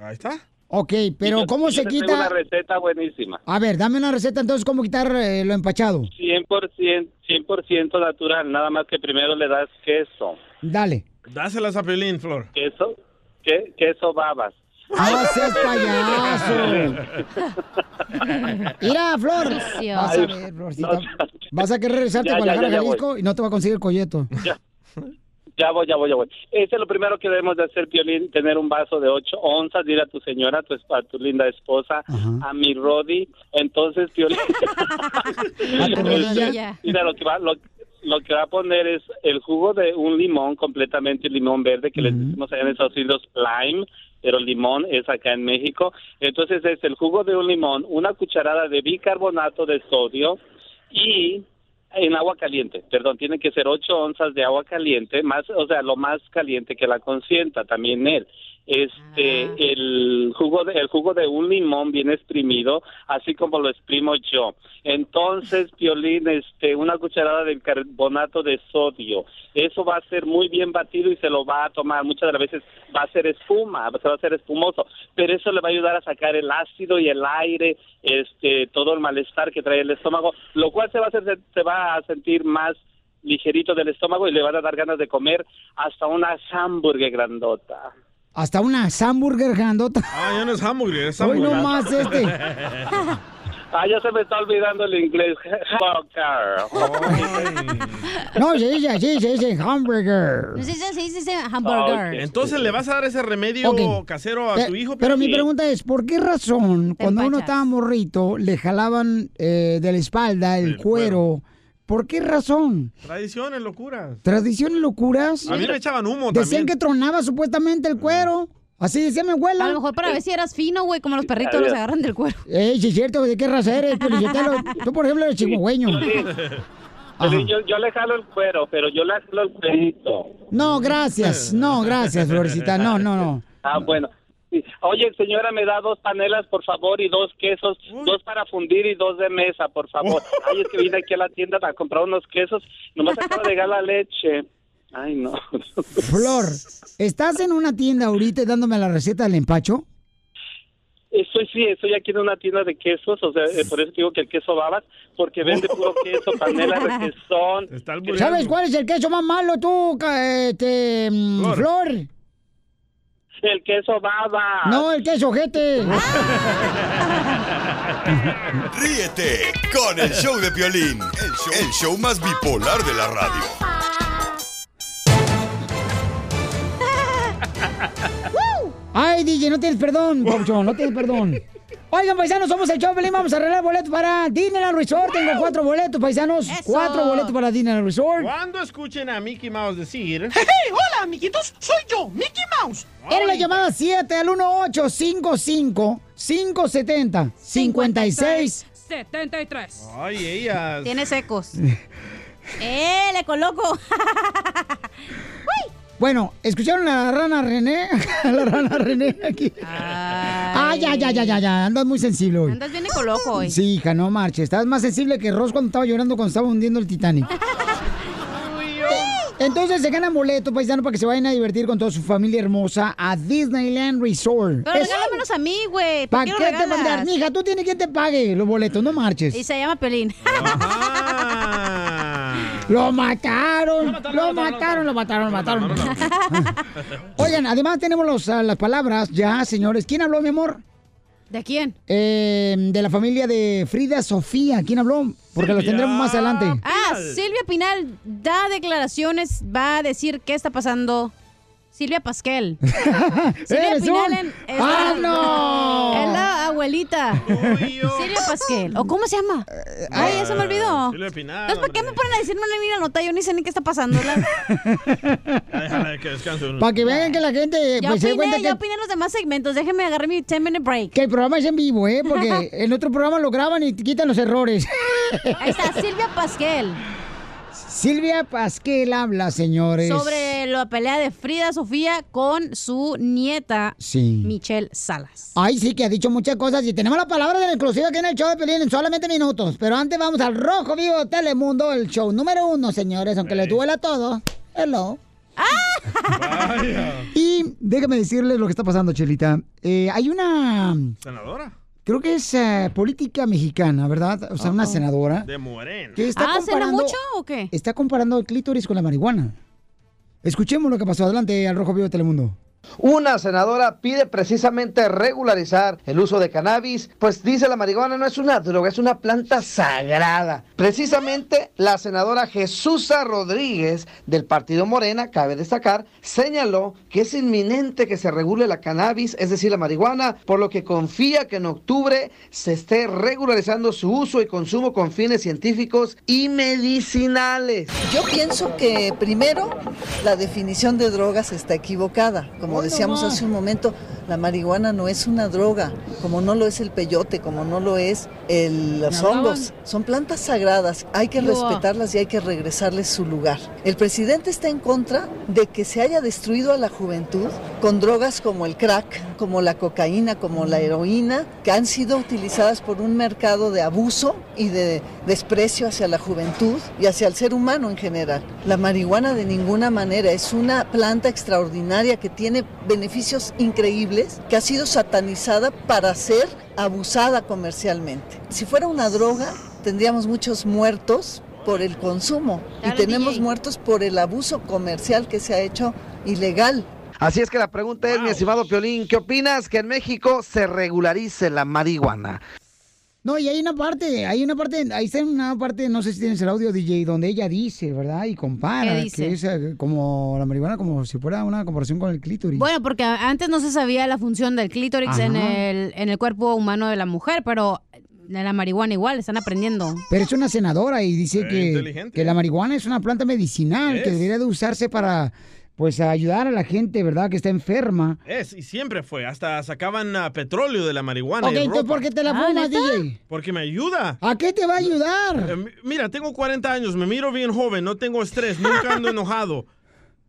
Speaker 3: Ahí está.
Speaker 2: Ok, pero ¿cómo se
Speaker 23: Tengo una
Speaker 2: quita?
Speaker 23: receta buenísima.
Speaker 2: A ver, dame una receta entonces, ¿cómo quitar eh, lo empachado?
Speaker 23: 100%, 100 natural, nada más que primero le das queso.
Speaker 2: Dale.
Speaker 3: Dáselas a Piolín, Flor.
Speaker 23: ¿Queso? ¿Qué? Queso babas.
Speaker 2: ¡Ah, seas
Speaker 23: *laughs*
Speaker 2: payaso! Mira, Flor.
Speaker 23: Delicioso.
Speaker 2: Vas a ver, Florcita. Vas a querer regresarte
Speaker 23: Ya,
Speaker 2: a
Speaker 23: ya,
Speaker 2: Guadalajara,
Speaker 23: ya, ya
Speaker 2: Jalisco y no te va a conseguir el colleto.
Speaker 23: Ya voy, ya voy, ya voy. Este es lo primero que debemos de hacer, Piolín, tener un vaso de 8 onzas, dile a tu señora, a tu, esp- a tu linda esposa, a mi Rodi. Entonces, Piolín...
Speaker 22: rodilla.
Speaker 23: *laughs* Mira, lo que va... Lo, lo que va a poner es el jugo de un limón, completamente limón verde, que les decimos allá en Estados Unidos lime, pero limón es acá en México. Entonces es el jugo de un limón, una cucharada de bicarbonato de sodio y en agua caliente, perdón, tiene que ser 8 onzas de agua caliente, más, o sea, lo más caliente que la consienta, también él. Este, el jugo de, el jugo de un limón bien exprimido, así como lo exprimo yo. Entonces, violín, este, una cucharada de carbonato de sodio. Eso va a ser muy bien batido y se lo va a tomar. Muchas de las veces va a ser espuma, se va a hacer espumoso, pero eso le va a ayudar a sacar el ácido y el aire, este, todo el malestar que trae el estómago, lo cual se va a hacer, se va a sentir más ligerito del estómago y le van a dar ganas de comer hasta una hamburguesa grandota.
Speaker 2: Hasta una hamburger grandota.
Speaker 3: Ah, ya no es hamburger, es
Speaker 2: Hoy
Speaker 3: hamburger.
Speaker 2: no más este.
Speaker 23: *laughs* Ah, ya se me está olvidando el inglés. *laughs*
Speaker 10: Oh,
Speaker 23: Hamburger.
Speaker 2: No, se dice así, se dice hamburger.
Speaker 9: No sé si se dice hamburger.
Speaker 3: Ah, Entonces, ¿le vas a dar ese remedio
Speaker 2: Ok.
Speaker 3: casero a
Speaker 2: Pe-
Speaker 3: tu hijo?
Speaker 2: pero mi
Speaker 3: Piolín?
Speaker 2: pregunta es, ¿por qué razón cuando uno
Speaker 3: empachas.
Speaker 2: estaba morrito le jalaban eh, de la espalda el, cuero? ¿Por qué razón?
Speaker 3: Tradiciones, locuras.
Speaker 2: ¿Tradiciones locuras?
Speaker 3: A mí me echaban humo
Speaker 2: Decían
Speaker 3: también. Mm.
Speaker 2: que tronaba supuestamente el cuero. Así decía mi abuela.
Speaker 9: A lo mejor para ver si eras fino, güey, como los perritos los agarran del cuero.
Speaker 2: Eh, sí es cierto, ¿de qué raza eres, Piolichotelo? Tú, por ejemplo, eres chihuahueño.
Speaker 23: Piolín, yo, yo le jalo el cuero, pero yo le jalo el cuerito.
Speaker 2: No, gracias. No, gracias, Florecita. No, no, no.
Speaker 23: Ah, bueno. Sí. Oye, señora, me da dos panelas, por favor, y dos quesos, dos para fundir y dos de mesa, por favor. Ay, es que vine aquí a la tienda para comprar unos quesos, nomás acabo de llegar la leche. Ay, no.
Speaker 2: Flor, ¿estás en una tienda ahorita y dándome la receta del empacho?
Speaker 23: Estoy, sí, estoy aquí en una tienda de quesos, o sea, eh, por eso te digo que el queso babas, porque vende puro queso, panela de quesón.
Speaker 2: ¿Sabes cuál es el queso más malo tú, ca- este, mm,
Speaker 23: Flor.
Speaker 2: Flor?
Speaker 23: El queso baba.
Speaker 2: No, el queso
Speaker 3: *laughs*
Speaker 2: jete.
Speaker 7: Ríete con el show de Piolín, el show, el show más bipolar de la radio.
Speaker 2: Ay, DJ, no tienes perdón, Pauchón, no tienes perdón. Oigan, paisanos, somos el Choplin, vamos a arreglar boletos para Disneyland Resort. Tengo cuatro boletos, paisanos. Cuatro boletos para Disneyland Resort.
Speaker 3: Cuando escuchen a Mickey Mouse decir...
Speaker 2: hola, amiguitos, soy yo, Mickey Mouse. Era la llamada 7 al 1855 570 56
Speaker 9: 73.
Speaker 3: Ay, ellas.
Speaker 9: Tiene secos. ¡Eh, le coloco! *laughs*
Speaker 2: Bueno, ¿escucharon la rana René? *laughs* la rana René aquí. Ah, Ay, ay, ay, ay, ay, ay, andas muy sensible hoy.
Speaker 9: Andas bien de coloco hoy.
Speaker 2: Sí, hija, no marches. Estás más sensible que Ross cuando estaba llorando cuando estaba hundiendo el
Speaker 9: *laughs*
Speaker 2: Titanic. Entonces se ganan boletos, paisano, para que se vayan a divertir con toda su familia hermosa a Disneyland Resort.
Speaker 9: Pero
Speaker 2: Es-
Speaker 9: regálamelos a mí, güey. ¿Para
Speaker 2: ¿Para
Speaker 9: qué
Speaker 2: qué
Speaker 9: los
Speaker 2: te
Speaker 9: regalas?
Speaker 2: mandar? Mija, tú tienes quien te pague los boletos, no marches.
Speaker 9: Y se llama Pelín.
Speaker 2: Lo mataron, lo mataron, lo mataron, lo mataron. *laughs* Oigan, además tenemos los, ah, las palabras ya, señores. ¿Quién habló, mi amor? Eh,
Speaker 9: ¿De quién?
Speaker 2: de la familia de Frida Sofía. ¿Quién habló? Porque los tendremos más adelante.
Speaker 9: Ah, Silvia Pinal da declaraciones, va a decir qué está pasando. Silvia
Speaker 2: *laughs*
Speaker 9: Pasquel. Silvia
Speaker 2: Eres
Speaker 9: Pinal
Speaker 2: un ¡Ah,
Speaker 9: en- es la-
Speaker 2: ¡Hazlo!
Speaker 9: Es la abuelita. Silvia Pasquel. ¿O cómo se llama?
Speaker 2: Eh,
Speaker 9: Ay, eso me olvidó.
Speaker 3: Ah, Silvia Pinal,
Speaker 9: Entonces, ¿por qué me ponen a decirme una mira nota? Yo ni sé ni qué está pasando.
Speaker 3: Ya déjala que descanse.
Speaker 2: Para que vean que la gente
Speaker 9: Ya
Speaker 2: pues, se dé
Speaker 9: opiné,
Speaker 2: cuenta
Speaker 9: ya
Speaker 2: que,
Speaker 9: opiné en los demás segmentos. Déjenme agarrar mi 10 minute break.
Speaker 2: que el programa es en vivo, ¿eh?
Speaker 9: *laughs*
Speaker 2: Porque en otro programa lo graban y quitan los errores.
Speaker 9: Ahí está Silvia Pasquel.
Speaker 2: Silvia Pasquel habla, señores.
Speaker 9: Sobre la pelea de Frida Sofía con su nieta
Speaker 2: Sí. Ah,
Speaker 9: Michelle Salas.
Speaker 2: Ay, sí, que ha dicho muchas cosas. Y tenemos la palabra de la exclusiva que en el show de Pelín en solamente minutos. Pero antes vamos al Rojo Vivo de Telemundo, el show número uno, señores, aunque les duela todo. Hello.
Speaker 9: Ah.
Speaker 2: Y déjame decirles lo que está pasando, Chelita. Eh, hay una,
Speaker 3: ¿Senadora?
Speaker 2: creo que es eh, política mexicana, ¿verdad? O sea, una senadora.
Speaker 3: Ah, De Morena.
Speaker 2: que está
Speaker 9: oh. ah, ¿cena
Speaker 2: comparando-
Speaker 9: mucho o qué?
Speaker 2: Está comparando el clítoris con la marihuana. Escuchemos lo que pasó. Adelante, al Rojo Vivo de Telemundo.
Speaker 5: Una senadora pide precisamente regularizar el uso de cannabis, pues dice la marihuana no es una droga, es una planta sagrada. Precisamente la senadora Jesusa Rodríguez del Partido Morena, cabe destacar, señaló que es inminente que se regule la cannabis, es decir, la marihuana, por lo que confía que en octubre se esté regularizando su uso y consumo con fines científicos y medicinales.
Speaker 15: Yo pienso que primero la definición de drogas está equivocada. Como
Speaker 5: Hoy
Speaker 15: decíamos
Speaker 5: nomás.
Speaker 15: hace un momento, la marihuana no es una droga, como no lo es el peyote, como no lo es el- los
Speaker 24: Me hablaban.
Speaker 15: hongos. Son plantas sagradas, hay que
Speaker 24: Yo.
Speaker 15: respetarlas y hay que regresarles su lugar. El presidente está en contra de que se haya destruido a la juventud con drogas como el crack, como la cocaína, como la heroína, que han sido utilizadas por un mercado de abuso y de desprecio hacia la juventud y hacia el ser humano en general. La marihuana de ninguna manera es una planta extraordinaria que tiene beneficios increíbles, que ha sido satanizada para ser abusada comercialmente. Si fuera una droga, tendríamos muchos muertos por el consumo y tenemos muertos por el abuso comercial que se ha hecho ilegal.
Speaker 5: Así es que la pregunta es, mi estimado Piolín, ¿qué opinas que en México se regularice la marihuana?
Speaker 2: No, y hay una parte, hay una parte, ahí está una parte, no sé si tienes el audio, DJ, donde ella dice, ¿verdad? Y compara,
Speaker 9: ¿Qué dice?
Speaker 2: que es eh, como la marihuana, como si fuera una comparación con el clítoris.
Speaker 9: Bueno, porque a- antes no se sabía la función del clítoris en
Speaker 2: Ajá.
Speaker 9: el, en el cuerpo humano de la mujer, pero de la marihuana igual, están aprendiendo.
Speaker 2: Pero es una senadora y dice
Speaker 9: Eh,
Speaker 2: que,
Speaker 9: inteligente.
Speaker 2: que la marihuana es una planta medicinal que
Speaker 3: Es.
Speaker 2: debería de usarse para, pues, ayudar a la gente, ¿verdad? Que está enferma.
Speaker 3: Es, y siempre fue. Hasta sacaban ah, petróleo de la marihuana.
Speaker 2: Ok,
Speaker 3: y
Speaker 2: entonces,
Speaker 3: ropa.
Speaker 2: ¿por qué te la
Speaker 9: Ah,
Speaker 2: fumas, DJ?
Speaker 3: Porque me ayuda.
Speaker 2: ¿A qué te va a ayudar?
Speaker 3: Eh, mi- mira, tengo 40 años, me miro bien joven, no tengo estrés, nunca
Speaker 2: *laughs*
Speaker 3: ando enojado.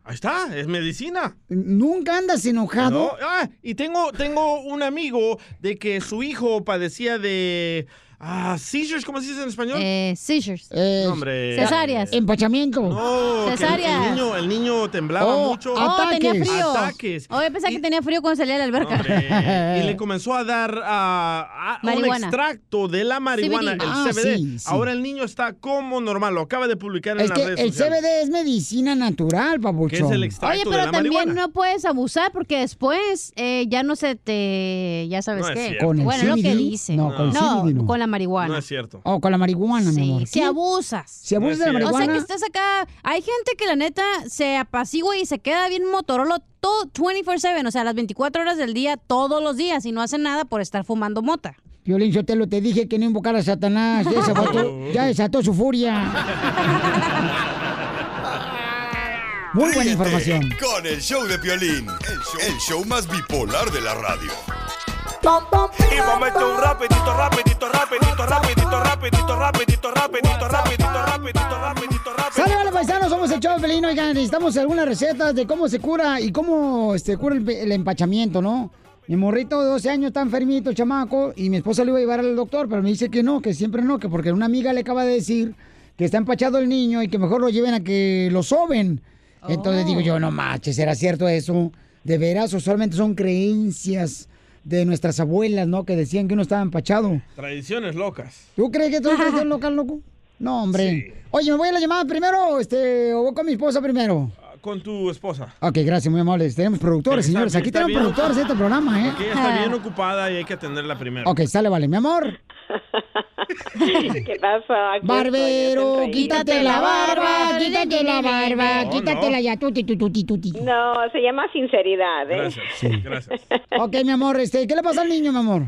Speaker 3: Ahí está, es medicina.
Speaker 2: ¿Nunca andas enojado?
Speaker 3: No, ah, y tengo, tengo un amigo de que su hijo padecía de ah, seizures, ¿cómo se dice en español?
Speaker 9: Eh, seizures.
Speaker 3: No, hombre.
Speaker 9: Cesáreas.
Speaker 2: Eh, Empachamiento.
Speaker 3: No, que el-
Speaker 9: Cesáreas.
Speaker 3: El, niño, el niño temblaba
Speaker 9: Oh,
Speaker 3: mucho.
Speaker 9: oh, tenía frío.
Speaker 3: Ataques.
Speaker 9: Oh, yo pensaba que tenía frío cuando salía de la alberca.
Speaker 3: Eh, Y
Speaker 2: *laughs*
Speaker 3: le comenzó a dar ah, a- un
Speaker 9: Marihuana.
Speaker 3: extracto de la marihuana,
Speaker 9: CBD.
Speaker 3: el
Speaker 9: Ah,
Speaker 3: CBD.
Speaker 9: sí, sí.
Speaker 3: Ahora el niño está como normal, lo acaba de publicar en
Speaker 2: Es
Speaker 3: las
Speaker 2: que
Speaker 3: redes
Speaker 2: el
Speaker 3: sociales.
Speaker 2: CBD es medicina natural,
Speaker 3: Que
Speaker 2: papuchón.
Speaker 3: es el extracto
Speaker 9: Oye,
Speaker 3: de
Speaker 9: pero
Speaker 3: la
Speaker 9: también
Speaker 3: marihuana.
Speaker 9: no puedes abusar porque después eh, ya no se te... ya sabes
Speaker 3: No es
Speaker 9: qué.
Speaker 3: cierto. Con el
Speaker 9: bueno, lo que
Speaker 3: CBD,
Speaker 9: dice.
Speaker 2: no, con el CBD no.
Speaker 9: con la marihuana.
Speaker 3: No es cierto.
Speaker 2: O con la marihuana, mi amor.
Speaker 9: Si abusas.
Speaker 2: Si abusas de la
Speaker 9: O sea
Speaker 2: marihuana.
Speaker 9: que estás acá. Hay gente que la neta se apacigua y se queda bien motorolo todo 24-7, o sea, las 24 horas del día, todos los días, y no hace nada por estar fumando mota.
Speaker 2: Violín Sotelo, te dije que no invocara a Satanás. Ya desató,
Speaker 7: *laughs*
Speaker 9: Oh.
Speaker 2: ya desató su furia. Muy buena
Speaker 7: Ríete
Speaker 2: información.
Speaker 7: Con el show de Piolín, el show, el show más bipolar de la radio.
Speaker 24: Y vamos a meter un rapidito, rapidito, rapidito, rapidito, rapidito, rapidito, rapidito, rapidito, rapidito, rapidito,
Speaker 2: Sale, vale, paisanos, somos el show de Pelín. Oigan, necesitamos algunas recetas de cómo se cura y cómo este, cura el, pe- el empachamiento, ¿no? Mi morrito de 12 años está enfermito, el chamaco, y mi esposa lo iba a llevar al doctor, pero me dice que no, que siempre no, que porque una amiga le acaba de decir que está empachado el niño y que mejor lo lleven a que lo soben. Entonces digo yo, no manches, ¿será cierto eso? De veras, o solamente son creencias de nuestras abuelas, ¿no? Que decían que uno estaba empachado.
Speaker 3: Tradiciones locas.
Speaker 2: ¿Tú crees que todo es un local, loco? No, hombre. Oye, me voy a la llamada primero, este, o voy con mi esposa primero.
Speaker 3: Ah, Con tu esposa.
Speaker 2: Ok, gracias, muy amables. Tenemos productores,
Speaker 3: Está-
Speaker 2: señores. Aquí
Speaker 3: está
Speaker 2: tenemos
Speaker 3: bien.
Speaker 2: productores de este programa, ¿eh?
Speaker 3: Porque ella está bien ocupada y hay que atenderla primero.
Speaker 2: Ok, sale, vale, mi amor.
Speaker 25: *laughs*
Speaker 26: ¿Qué pasa? Aquí
Speaker 2: Barbero,
Speaker 26: estoy,
Speaker 2: quítate la barba, quítate la barba,
Speaker 26: No,
Speaker 2: quítatela
Speaker 26: no.
Speaker 2: ya, tuti, tuti, tuti.
Speaker 26: estoy- No, se llama sinceridad, ¿eh?
Speaker 3: gracias.
Speaker 2: Ok, mi amor, este, ¿qué le pasa al niño, mi amor?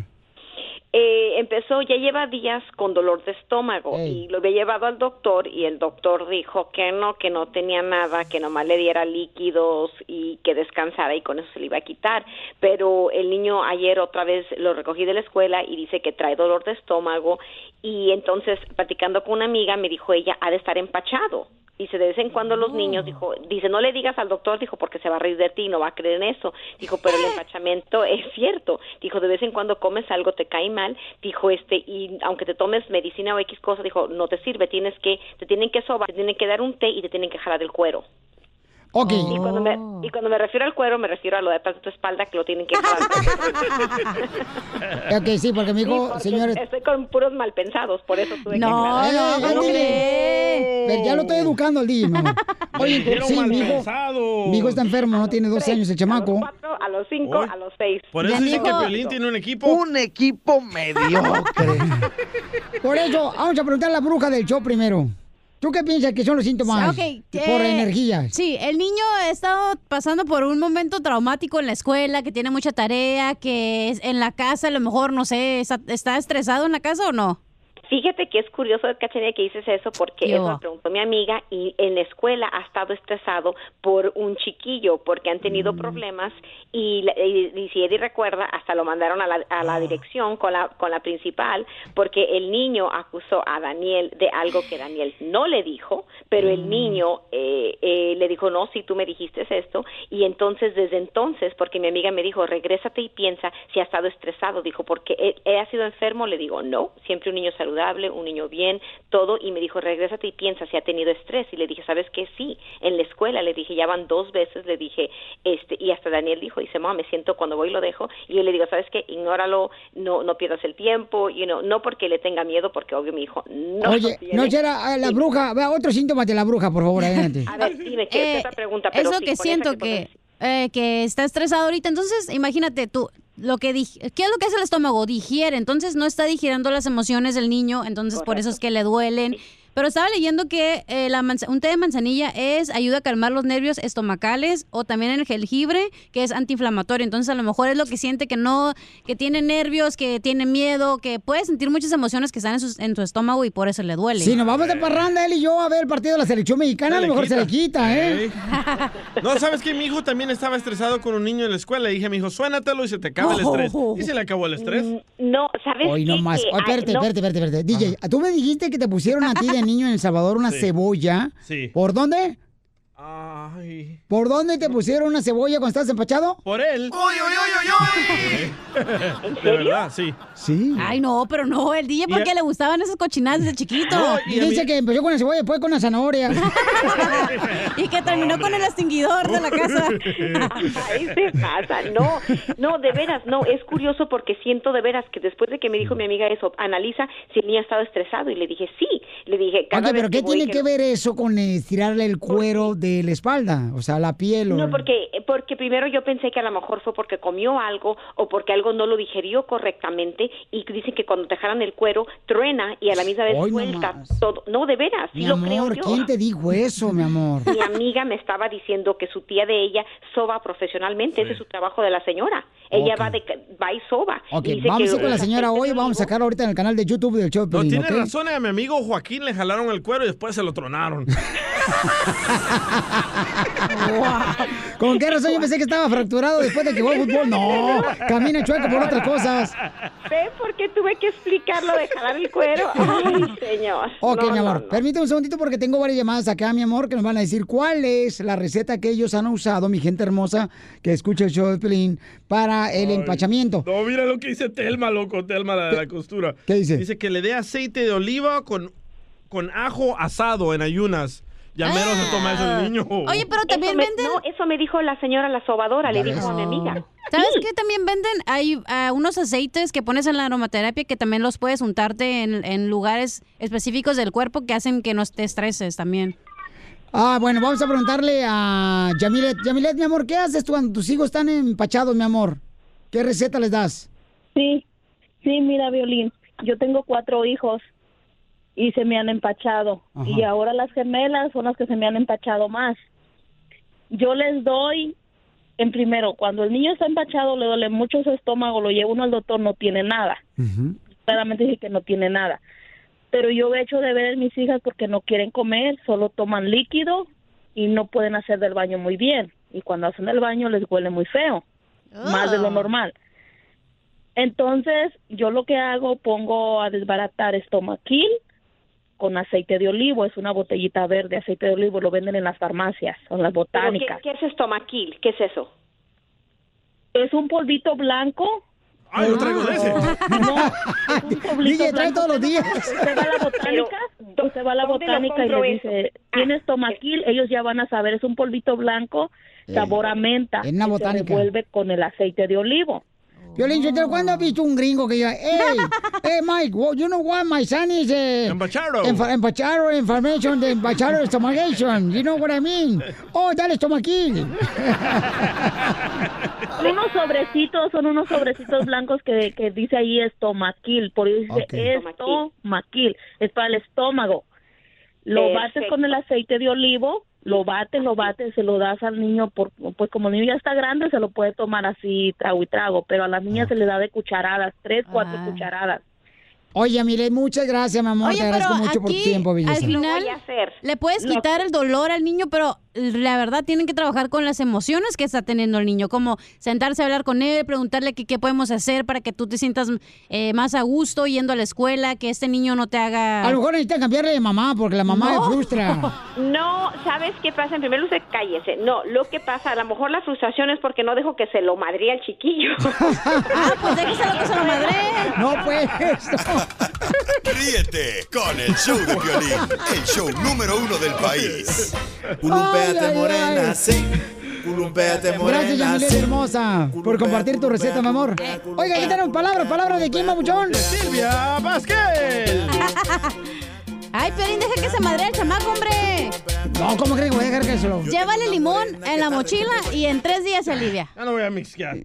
Speaker 26: Eh, empezó, ya lleva días con dolor de estómago y lo había llevado al doctor y el doctor dijo que no, que no tenía nada, que nomás le diera líquidos y que descansara y con eso se le iba a quitar. Pero el niño ayer otra vez lo recogí de la escuela y dice que trae dolor de estómago y entonces platicando con una amiga me dijo ella ha de estar empachado. Y se de vez en cuando los niños, dijo, dice, no le digas al doctor, dijo, porque se va a reír de ti, no va a creer en eso. Dijo, pero el empachamiento es cierto. Dijo, de vez en cuando comes algo, te cae mal. Dijo, este, y aunque te tomes medicina o X cosa, dijo, no te sirve, tienes que, te tienen que sobar, te tienen que dar un té y te tienen que jalar el cuero.
Speaker 2: Ok.
Speaker 26: Y, cuando
Speaker 2: Oh.
Speaker 26: me, y cuando me refiero al cuero, me refiero a lo de atrás de tu espalda que lo tienen que jalar.
Speaker 2: *laughs* Ok, sí, porque me
Speaker 26: Sí,
Speaker 2: dijo,
Speaker 26: porque
Speaker 2: señores.
Speaker 26: Estoy con puros malpensados, por eso tuve
Speaker 2: No,
Speaker 26: Pues que aclarar.
Speaker 2: no, no, Eh, Pero ya lo estoy educando al DJ, mi amor. Oye, pero
Speaker 26: dijeron
Speaker 2: sí,
Speaker 26: mal
Speaker 2: mi hijo.
Speaker 26: pensado.
Speaker 2: Mi hijo está enfermo, no tiene 12 años el chamaco.
Speaker 26: cuatro, a los cinco,
Speaker 2: Hoy.
Speaker 26: a los seis.
Speaker 3: Por eso dicen que Piolín tiene un equipo.
Speaker 5: Un equipo mediocre.
Speaker 2: *laughs* Por
Speaker 11: *laughs*
Speaker 2: eso, vamos a preguntar a la bruja del show primero. ¿Tú qué piensas que son los síntomas?
Speaker 9: Ok, eh,
Speaker 2: Por energía.
Speaker 9: Sí, el niño ha estado pasando por un momento traumático en la escuela, que tiene mucha tarea, que es- en la casa a lo mejor, no sé, está, está estresado en la casa o no.
Speaker 26: Fíjate que es curioso, Cachanilla, que dices eso porque
Speaker 9: Yo.
Speaker 26: eso me preguntó mi amiga y en la escuela ha estado estresado por un chiquillo porque han tenido
Speaker 2: Mm.
Speaker 26: problemas y, la- y- y si Eddie recuerda, hasta lo mandaron a la, a la dirección con la, con la principal porque el niño acusó a Daniel de algo que Daniel no le dijo, pero el niño eh, eh, le dijo, no, si tú me dijiste esto y entonces desde entonces, porque mi amiga me dijo, regrésate y piensa si ha estado estresado, dijo, porque he, he sido enfermo, le digo, no, siempre un niño saludable, un niño bien, todo, y me dijo, regrésate y piensa si ha tenido estrés, y le dije, ¿sabes qué? Sí, en la escuela, le dije, ya van dos veces, le dije, este, y hasta Daniel dijo, dice, mamá, me siento cuando voy y lo dejo, y yo le digo, ¿sabes qué? Ignóralo, no, no pierdas el tiempo, you know, no porque le tenga miedo, porque obvio mi hijo no lo
Speaker 2: Oye,
Speaker 26: tiene.
Speaker 2: no será ah, la bruja. Vea, otros síntomas de la bruja, por favor, adelante.
Speaker 9: *laughs*
Speaker 26: A ver, dime, ¿qué
Speaker 9: Eh,
Speaker 26: esa pregunta? Pero
Speaker 9: es lo que
Speaker 26: sí, con esa
Speaker 9: siento
Speaker 26: pones-
Speaker 9: que, eh, que está estresado ahorita. Entonces, imagínate tú, lo que dig- ¿qué es lo que hace el estómago? Digiere, entonces no está digiriendo las emociones del niño, entonces por eso es que le duelen. Pero estaba leyendo que eh, la manza- un té de manzanilla es ayuda a calmar los nervios estomacales o también el jengibre, que es antiinflamatorio. Entonces a lo mejor es lo que siente que no, que tiene nervios, que tiene miedo, que puede sentir muchas emociones que están en sus- en su, estómago y por eso le duele.
Speaker 2: Si nos vamos
Speaker 9: *laughs*
Speaker 2: de parranda él y yo a ver el partido de la selección mexicana, a lo mejor se le quita, ¿eh?
Speaker 3: No, ¿sabes qué? Mi hijo también estaba estresado con un niño en la escuela. Le dije a mi hijo, suénatelo y se te acaba el estrés. Y se le acabó el estrés.
Speaker 26: Mm, No, ¿sabes
Speaker 2: Hoy no
Speaker 26: qué?
Speaker 2: más.
Speaker 26: Que-
Speaker 2: Oye,
Speaker 26: ay,
Speaker 2: espérate,
Speaker 26: no.
Speaker 2: espérate, espérate, espérate. DJ, tú me dijiste que te pusieron a ti de niño en El Salvador una
Speaker 3: Sí.
Speaker 2: cebolla.
Speaker 3: Sí.
Speaker 2: ¿Por dónde?
Speaker 3: Ay.
Speaker 2: ¿Por dónde te pusieron una cebolla cuando estabas empachado?
Speaker 3: Por él.
Speaker 2: ¡Uy,
Speaker 3: uy, uy, uy! *laughs* De verdad, sí.
Speaker 2: Sí.
Speaker 26: Ah,
Speaker 9: Ay, no, pero no, el DJ porque
Speaker 3: Y-
Speaker 9: le gustaban esas cochinadas desde chiquito.
Speaker 2: y dice que empezó con la cebolla, después con la zanahoria.
Speaker 9: *laughs* y que terminó con el extinguidor de la
Speaker 27: *laughs*
Speaker 9: casa.
Speaker 26: Ahí se pasa, no, no, de veras, no, es curioso porque siento de veras que después de que me dijo mi amiga eso, analiza si el niño ha estado estresado y le dije sí, le dije, cada
Speaker 2: Oye,
Speaker 26: vez
Speaker 2: pero ¿qué
Speaker 26: voy,
Speaker 2: tiene que
Speaker 26: no-
Speaker 2: ver eso con estirarle el cuero de la espalda? O sea, la piel o...
Speaker 26: No, porque, porque primero yo pensé que a lo mejor fue porque comió algo o porque algo no lo digerió correctamente y dicen que cuando te jalan el cuero truena y a la misma vez
Speaker 2: Hoy no
Speaker 26: suelta todo. No, de veras, sí
Speaker 2: Mi
Speaker 26: lo creo
Speaker 2: amor,
Speaker 26: yo.
Speaker 2: ¿quién te dijo eso, mi
Speaker 26: *laughs*
Speaker 2: amor?
Speaker 26: Mi amiga me estaba diciendo que su tía de ella soba profesionalmente, ese es su trabajo de la señora. Ella
Speaker 2: Ok.
Speaker 26: va de va y soba.
Speaker 2: Ok,
Speaker 26: Y dice
Speaker 2: vamos a ir
Speaker 26: que-
Speaker 2: con
Speaker 26: *laughs*
Speaker 2: la señora hoy, vamos a sacarlo ahorita en el canal de YouTube del show. de
Speaker 3: No,
Speaker 2: Piolín,
Speaker 3: tiene
Speaker 2: ¿ok?
Speaker 3: razón, a mi amigo Joaquín le jalaron el cuero y después se lo tronaron.
Speaker 2: *laughs* ¿Con qué razón yo pensé que estaba fracturado después de que jugó fútbol? No, camina chueco por otras cosas.
Speaker 26: ¿Ve por qué tuve que explicarlo de jalar el
Speaker 2: *laughs*
Speaker 26: cuero? Ay, señor.
Speaker 2: Ok,
Speaker 26: No,
Speaker 2: mi
Speaker 26: no,
Speaker 2: amor, permíteme un segundito porque tengo varias llamadas acá, mi amor, que nos van a decir cuál es la receta que ellos han usado, mi gente hermosa que escucha el show de Pelín, para el empachamiento.
Speaker 3: *laughs* No, mira lo que dice Telma, loco, Telma, la de la costura.
Speaker 2: ¿Qué dice?
Speaker 3: Dice que le dé aceite de oliva con, con ajo asado en ayunas. Ya mero se toma eso el niño.
Speaker 26: Eso me- No, eso me dijo la señora la sobadora, le dijo a mi amiga.
Speaker 9: ¿Sabes qué también venden? Hay ah, unos aceites que pones en la aromaterapia que también los puedes untarte en, en lugares específicos del cuerpo que hacen que no te estreses también.
Speaker 2: Ah, bueno, vamos a preguntarle a Yamilet. Yamilet, mi amor, ¿qué haces tú cuando tus hijos están empachados, mi amor? ¿Qué receta les das?
Speaker 27: Sí, sí, mira, Violín, yo tengo cuatro hijos y se me han empachado.
Speaker 2: Ajá.
Speaker 27: Y ahora las gemelas son las que se me han empachado más. Yo les doy, en primero, cuando el niño está empachado, le duele mucho su estómago, lo lleva uno al doctor, no tiene nada. Claramente dije que no tiene nada. Pero yo hecho de ver a mis hijas porque no quieren comer, solo toman líquido y no pueden hacer del baño muy bien. Y cuando hacen el baño les huele muy feo, más de lo
Speaker 28: Oh.
Speaker 27: normal. Entonces, yo lo que hago, pongo a desbaratar estomaquil con aceite de olivo, es una botellita verde, aceite de olivo, lo venden en las farmacias, son las
Speaker 26: Pero, ¿qué,
Speaker 27: botánicas.
Speaker 26: ¿Qué es estomaquil? ¿Qué es eso?
Speaker 27: Es un polvito blanco.
Speaker 3: Ay, lo traigo de ese.
Speaker 27: DJ,
Speaker 2: trae todos los días.
Speaker 27: Usted va a la botánica, usted va a la
Speaker 26: ¿dónde lo
Speaker 27: botánica y
Speaker 26: compro
Speaker 27: le
Speaker 26: eso? Ah,
Speaker 27: dice, tiene estomaquil, ellos ya van a saber, es un polvito blanco, sabor a menta, en una botánica. se revuelve con el aceite de olivo.
Speaker 2: Violín, Sotelo, ¿cuándo has visto un gringo que diga, hey, hey Mike, well, you know what, my son is... eh,
Speaker 3: Empachado.
Speaker 2: enfa- empachado, information, de empachado, estomagation, you know what I mean? Oh, dale estomaquil.
Speaker 27: Son unos sobrecitos, son unos sobrecitos blancos que, que dice ahí estomaquil, por eso dice
Speaker 28: Ok.
Speaker 27: estomaquil, es para el estómago. Lo bates
Speaker 28: Perfecto.
Speaker 27: con el aceite de olivo, lo bates, lo bates, se lo das al niño, por, pues como el niño ya está grande se lo puede tomar así trago y trago, pero a las niñas se le da de cucharadas, tres, cuatro cucharadas.
Speaker 2: Oye, mire, muchas gracias, mi amor,
Speaker 27: Oye,
Speaker 2: te agradezco
Speaker 27: pero
Speaker 2: mucho por tu
Speaker 27: aquí,
Speaker 2: tiempo,
Speaker 9: Al
Speaker 2: belleza.
Speaker 9: final, le puedes
Speaker 27: Lo-
Speaker 9: quitar el dolor al niño, pero la verdad tienen que trabajar con las emociones que está teniendo el niño, como sentarse a hablar con él, preguntarle que qué podemos hacer para que tú te sientas eh, más a gusto yendo a la escuela, que este niño no te haga...
Speaker 2: A lo mejor necesitan cambiarle de mamá porque la
Speaker 9: *laughs* No.
Speaker 2: mamá le frustra.
Speaker 26: No, ¿sabes qué pasa? En primer lugar, cállese. No, lo que pasa, a lo mejor la frustración es porque no dejo que se lo madría al chiquillo. ah,
Speaker 9: pues déjese que se lo madre.
Speaker 2: No, pues.
Speaker 7: Ríete con el show de Piolín, el show número uno del país.
Speaker 2: Ay, ay, ay. morena,
Speaker 25: sí.
Speaker 2: Gracias, Yamilet, hermosa, por compartir tu receta, mi amor. Oiga, ¿qué tenemos palabras? ¿Palabras de quién, mamuchón?
Speaker 3: Silvia Vázquez.
Speaker 9: *laughs* Ay, Pelín, deja que se madre el chamaco, hombre.
Speaker 2: No, ¿cómo crees que voy a dejar que se lo...
Speaker 9: Llévale limón en la mochila y en tres días se alivia.
Speaker 3: Ya no voy a mixear.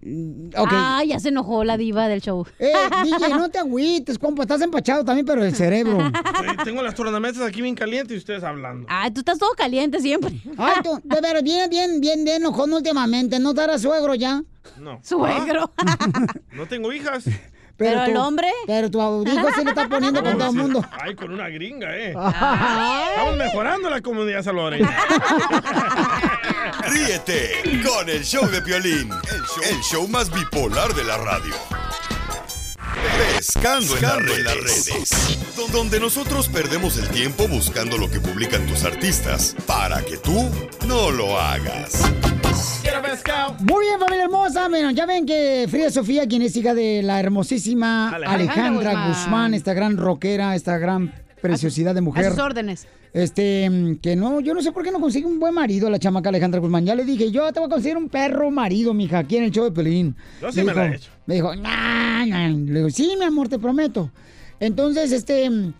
Speaker 9: Ah, ya se enojó la diva del show.
Speaker 2: Mm, Eh, DJ, no te agüites, compa. Estás empachado también, pero el
Speaker 9: *laughs*
Speaker 2: cerebro.
Speaker 3: Oye, Tengo las tornamesas aquí bien calientes y ustedes hablando.
Speaker 9: Ah, tú estás todo caliente siempre.
Speaker 2: Ay, tú, de veras, bien, bien, bien, bien enojón últimamente. ¿No te harás suegro ya?
Speaker 9: *laughs*
Speaker 3: No. Ah,
Speaker 9: Suegro.
Speaker 3: No tengo hijas.
Speaker 9: *laughs* Pero el hombre.
Speaker 2: Pero tu audífono se le está
Speaker 3: *laughs*
Speaker 2: poniendo con todo
Speaker 9: *laughs*
Speaker 2: el mundo.
Speaker 3: Ay, con una gringa, eh.
Speaker 2: Ay.
Speaker 3: Estamos mejorando la comunidad
Speaker 9: *laughs*
Speaker 3: salvadoreña.
Speaker 7: Ríete con el show de Piolín, el show, el show más bipolar de la radio. Pescando en las redes, donde nosotros perdemos el tiempo buscando lo que publican tus artistas para que tú no lo hagas.
Speaker 3: Quiero pescado.
Speaker 2: Muy bien, familia hermosa. Bueno, ya ven que Frida Sofía, quien es hija de la hermosísima
Speaker 9: Alejandra
Speaker 2: Alejandra,
Speaker 9: Guzmán.
Speaker 2: Guzmán. esta gran rockera, esta gran preciosidad de
Speaker 9: A
Speaker 2: mujer.
Speaker 9: sus órdenes.
Speaker 2: Este, mm, que no, yo no sé por qué no consigue un buen marido la chamaca Alejandra Guzmán. Ya le dije, yo te voy a conseguir un perro marido, mija, aquí en el show de Pelín.
Speaker 3: Yo sí me la he hecho.
Speaker 2: Me dijo, nah, nah". Le digo, sí, mi amor, te prometo. Entonces, este, mm,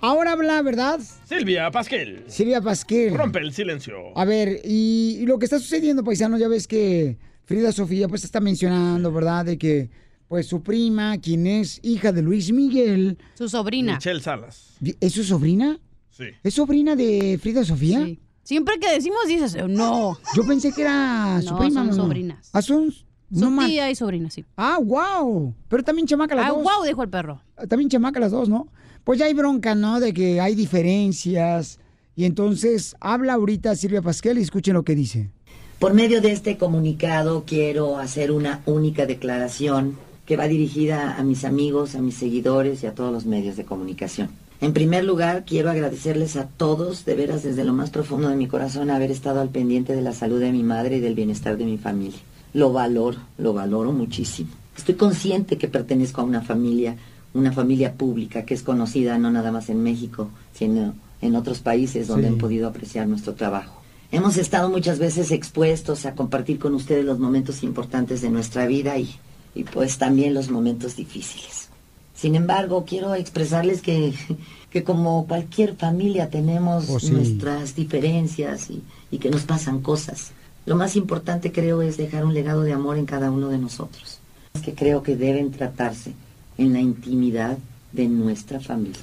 Speaker 2: ahora habla, ¿verdad?
Speaker 3: Silvia Pasquel.
Speaker 2: Silvia Pasquel.
Speaker 3: Rompe el silencio.
Speaker 2: A ver, y, y lo que está sucediendo, paisano, ya ves que Frida Sofía pues está mencionando, ¿verdad? De que pues su prima, quien es hija de Luis Miguel,
Speaker 9: Su sobrina.
Speaker 3: Michelle Salas.
Speaker 2: ¿es su sobrina?
Speaker 3: Sí.
Speaker 2: ¿Es sobrina de Frida Sofía?
Speaker 9: Siempre que decimos dices, "Eh, no.
Speaker 2: *laughs* Yo pensé que era su
Speaker 9: No,
Speaker 2: prima.
Speaker 9: son
Speaker 2: mamá.
Speaker 9: sobrinas.
Speaker 2: Ah, son no más.
Speaker 9: Tía y sobrina, sí.
Speaker 2: Ah, wow. Pero también chamaca las
Speaker 9: Ah,
Speaker 2: dos. Ah,
Speaker 9: wow, dijo el perro.
Speaker 2: También chamaca las dos, ¿no? Pues ya hay bronca, ¿no? De que hay diferencias. Y entonces habla ahorita Silvia Pasquel y escuchen lo que dice.
Speaker 28: Por medio de este comunicado quiero hacer una única declaración que va dirigida a mis amigos, a mis seguidores y a todos los medios de comunicación. En primer lugar, quiero agradecerles a todos, de veras desde lo más profundo de mi corazón, haber estado al pendiente de la salud de mi madre y del bienestar de mi familia. Lo valoro, lo valoro muchísimo. Estoy consciente que pertenezco a una familia, una familia pública que es conocida no nada más en México, sino en otros países donde
Speaker 13: Sí.
Speaker 28: han podido apreciar nuestro trabajo. Hemos estado muchas veces expuestos a compartir con ustedes los momentos importantes de nuestra vida y, y pues también los momentos difíciles. Sin embargo, quiero expresarles que, que como cualquier familia tenemos
Speaker 13: Oh, sí.
Speaker 28: nuestras diferencias y, y que nos pasan cosas. Lo más importante creo es dejar un legado de amor en cada uno de nosotros, que creo que deben tratarse en la intimidad de nuestra familia.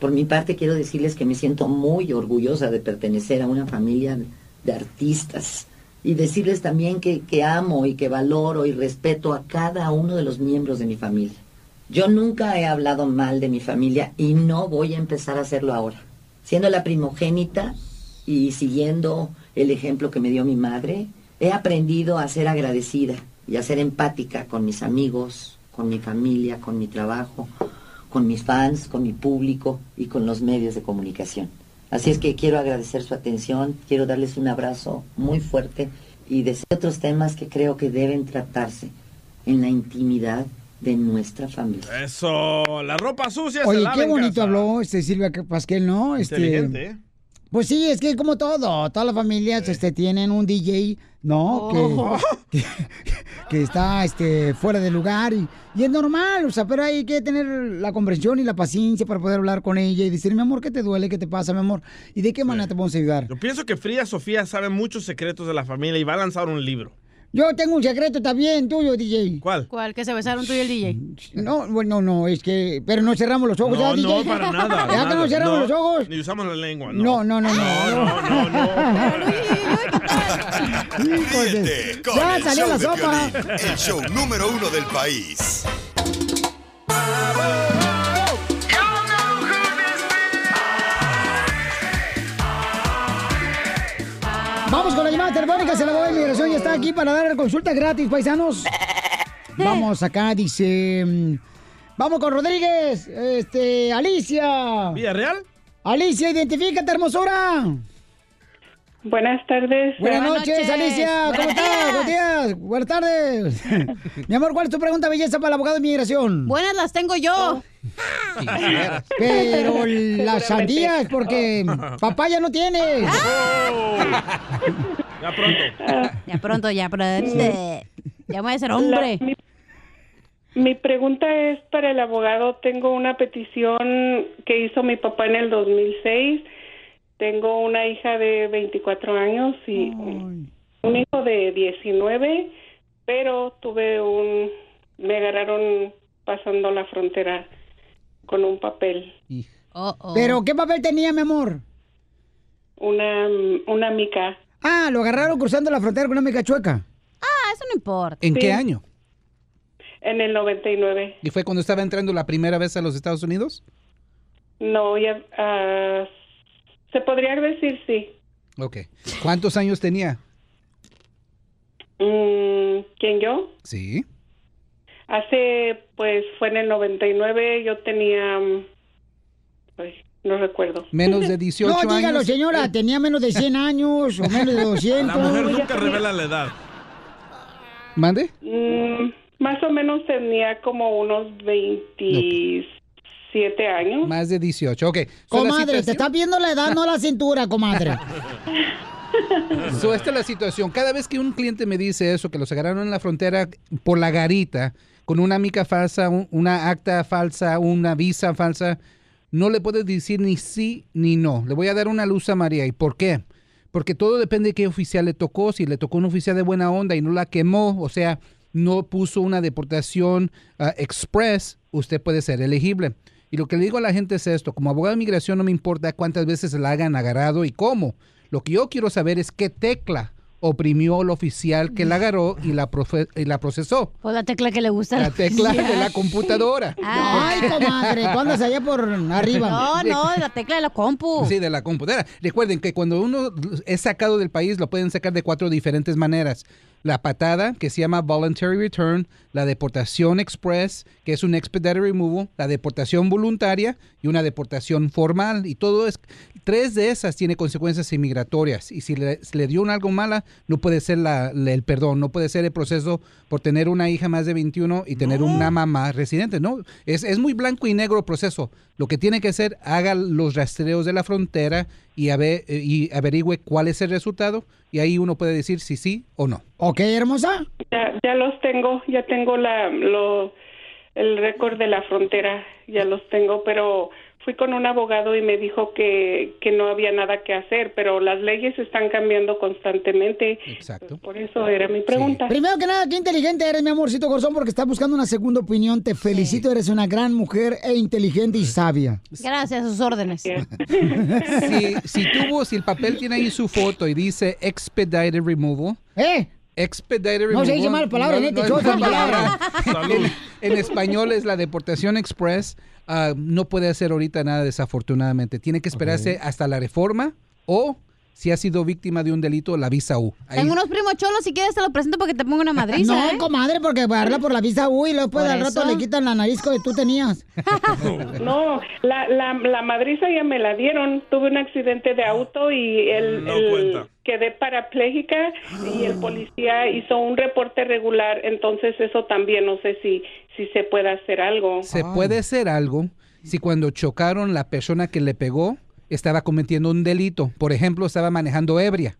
Speaker 28: Por mi parte quiero decirles que me siento muy orgullosa de pertenecer a una familia de artistas y decirles también que, que amo y que valoro y respeto a cada uno de los miembros de mi familia. Yo nunca he hablado mal de mi familia y no voy a empezar a hacerlo ahora. Siendo la primogénita y siguiendo el ejemplo que me dio mi madre, he aprendido a ser agradecida y a ser empática con mis amigos, con mi familia, con mi trabajo, con mis fans, con mi público y con los medios de comunicación. Así es que quiero agradecer su atención, quiero darles un abrazo muy fuerte y deseo otros temas que creo que deben tratarse en la intimidad de nuestra familia.
Speaker 3: Eso. La ropa sucia se
Speaker 2: Oye,
Speaker 3: lava
Speaker 2: qué
Speaker 3: en
Speaker 2: bonito
Speaker 3: casa.
Speaker 2: habló este Silvia Pasquel, ¿no? Este,
Speaker 3: Inteligente, ¿eh?
Speaker 2: Pues sí, es que como todo, todas las familias este, tienen un DJ, ¿no?
Speaker 3: Oh.
Speaker 2: Que, que- que está este, fuera de lugar y, y es normal, o sea, pero hay que tener la comprensión y la paciencia para poder hablar con ella y decir, mi amor, ¿qué te duele? ¿Qué te pasa, mi amor? ¿Y de qué manera te podemos ayudar?
Speaker 3: Yo pienso que Frida Sofía sabe muchos secretos de la familia y va a lanzar un libro.
Speaker 2: Yo tengo un secreto también tuyo, DJ.
Speaker 3: ¿Cuál?
Speaker 9: ¿Cuál? Que se besaron tú y el DJ.
Speaker 2: No, bueno, no, es que, pero no cerramos los ojos,
Speaker 3: No,
Speaker 2: ya,
Speaker 3: no,
Speaker 2: DJ.
Speaker 3: para nada.
Speaker 2: *laughs* Ya que
Speaker 3: nada.
Speaker 2: no cerramos los ojos.
Speaker 3: Ni usamos la lengua, no.
Speaker 2: No, no, no, no.
Speaker 3: no,
Speaker 7: Ríete con
Speaker 2: Ya
Speaker 7: el
Speaker 2: salió
Speaker 7: show
Speaker 2: la
Speaker 7: de
Speaker 2: sopa.
Speaker 7: Piolín, el show número uno del país.
Speaker 2: Vamos con la llamada telefónica, se la doy, migración ya está aquí para dar consulta gratis, paisanos. Vamos acá, dice... mm, Vamos con Rodríguez, este, Alicia.
Speaker 3: ¿Villarreal?
Speaker 2: Alicia, identifícate, hermosura.
Speaker 25: Buenas tardes.
Speaker 2: Buenas
Speaker 25: Buenas
Speaker 2: noches,
Speaker 25: noches.
Speaker 2: Alicia. ¿Cómo
Speaker 25: Buenos
Speaker 2: estás? Buenos días. Buenas tardes. Mi amor, ¿cuál es tu pregunta, belleza, para el abogado de inmigración?
Speaker 9: Buenas las tengo yo.
Speaker 11: *laughs*
Speaker 2: Pero las sandías, porque papaya no tienes.
Speaker 9: Ah.
Speaker 17: *laughs*
Speaker 3: Ya pronto.
Speaker 9: Ya pronto, ya pronto. Ya voy a ser hombre.
Speaker 25: La- mi, mi pregunta es para el abogado. Tengo una petición que hizo mi papá en el 2006 Tengo una hija de 24 años y un hijo de 19, pero tuve un... Me agarraron pasando la frontera con un papel.
Speaker 2: ¿Pero qué papel tenía, mi amor?
Speaker 25: Una, una mica.
Speaker 2: Ah, lo agarraron cruzando la frontera con una mica chueca.
Speaker 9: Ah, eso no importa.
Speaker 17: ¿En qué año?
Speaker 25: En el 99.
Speaker 17: ¿Y fue cuando estaba entrando la primera vez a los Estados Unidos?
Speaker 25: No, ya... ah, se podría decir sí.
Speaker 17: Ok. ¿Cuántos años tenía?
Speaker 25: Mm, ¿Quién yo?
Speaker 17: Sí.
Speaker 25: Hace, pues fue en el 99, yo tenía... mm, ay, no recuerdo.
Speaker 17: Menos de 18
Speaker 2: No, dígalo,
Speaker 17: años.
Speaker 2: señora, tenía menos de 100 años
Speaker 25: *laughs*
Speaker 2: o menos de 200.
Speaker 25: La mujer nunca
Speaker 3: Revela la edad.
Speaker 17: ¿Mande?
Speaker 25: Mm, más o menos tenía como unos 27 años.
Speaker 17: Más de 18. Ok. So, la
Speaker 2: Comadre,
Speaker 17: situación-
Speaker 2: te está viendo la edad, no la cintura, comadre.
Speaker 17: *laughs* So, esta es la situación. Cada vez que un cliente me dice eso, que los agarraron en la frontera por la garita, con una mica falsa, un- una acta falsa, una visa falsa, no le puedes decir ni sí ni no. Le voy a dar una luz a María. ¿Y por qué? Porque todo depende de qué oficial le tocó. Si le tocó un oficial de buena onda y no la quemó, o sea, no puso una deportación ah, express, usted puede ser elegible. Y lo que le digo a la gente es esto, como abogado de migración no me importa cuántas veces la hayan agarrado y cómo. Lo que yo quiero saber es qué tecla oprimió el oficial que la agarró y la, profe- y la procesó.
Speaker 9: Pues la tecla que le gusta.
Speaker 17: La tecla de
Speaker 9: *laughs*
Speaker 17: la computadora. *laughs*
Speaker 2: Ay, comadre, ¿tú andas allá por arriba?
Speaker 9: No, no, la tecla de la compu.
Speaker 17: Sí, de la computadora. Recuerden que cuando uno es sacado del país, lo pueden sacar de cuatro diferentes maneras. La patada, que se llama Voluntary Return, la deportación express, que es un expedited removal, la deportación voluntaria y una deportación formal. Y todo es, tres de esas tiene consecuencias inmigratorias. Y si le, si le dio un algo mala, no puede ser la- la- el perdón, no puede ser el proceso por tener una hija más de 21 y tener una mamá residente. No, es, es muy blanco y negro el proceso. Lo que tiene que hacer, haga los rastreos de la frontera y, ave- eh, y averigüe cuál es el resultado y ahí uno puede decir si sí o no.
Speaker 2: Ok, hermosa.
Speaker 25: Ya, ya los tengo, ya tengo la, lo, el récord de la frontera, ya los tengo, pero fui con un abogado y me dijo que, que no había nada que hacer, pero las leyes están cambiando constantemente.
Speaker 17: Exacto.
Speaker 25: Por eso era mi pregunta.
Speaker 2: Primero que nada, qué inteligente eres, mi amorcito corazón, porque estás buscando una segunda opinión. Te felicito, eres una gran mujer e inteligente y sabia.
Speaker 9: Gracias a sus órdenes.
Speaker 17: si, si tuvo, si el papel tiene ahí su foto y dice expedited removal.
Speaker 2: ¿Eh?
Speaker 17: Expedited
Speaker 2: No
Speaker 17: removal.
Speaker 2: se dice mala palabra, en este
Speaker 17: es
Speaker 2: show es
Speaker 17: mala
Speaker 2: mala
Speaker 17: palabra. En, en español es la deportación express. Ah, no puede hacer ahorita nada, desafortunadamente. Tiene que esperarse hasta la reforma o si ha sido víctima de un delito, la visa U. Ahí-
Speaker 9: Tengo unos primos cholos, si quieres te lo presento porque te pongo una madriza.
Speaker 2: No,
Speaker 9: ¿eh?
Speaker 2: comadre, porque darla por la visa, uy, luego
Speaker 17: pues,
Speaker 2: después
Speaker 9: Por
Speaker 2: al rato
Speaker 9: eso.
Speaker 2: le quitan la nariz que tú tenías.
Speaker 25: *laughs* No, la, la, la madriza ya me la dieron. Tuve un accidente de auto y el, el- quedé parapléjica y el policía hizo un reporte regular. Entonces eso también no sé si si se puede hacer algo.
Speaker 17: Se puede hacer algo si cuando chocaron la persona que le pegó estaba cometiendo un delito. Por ejemplo, estaba manejando ebria.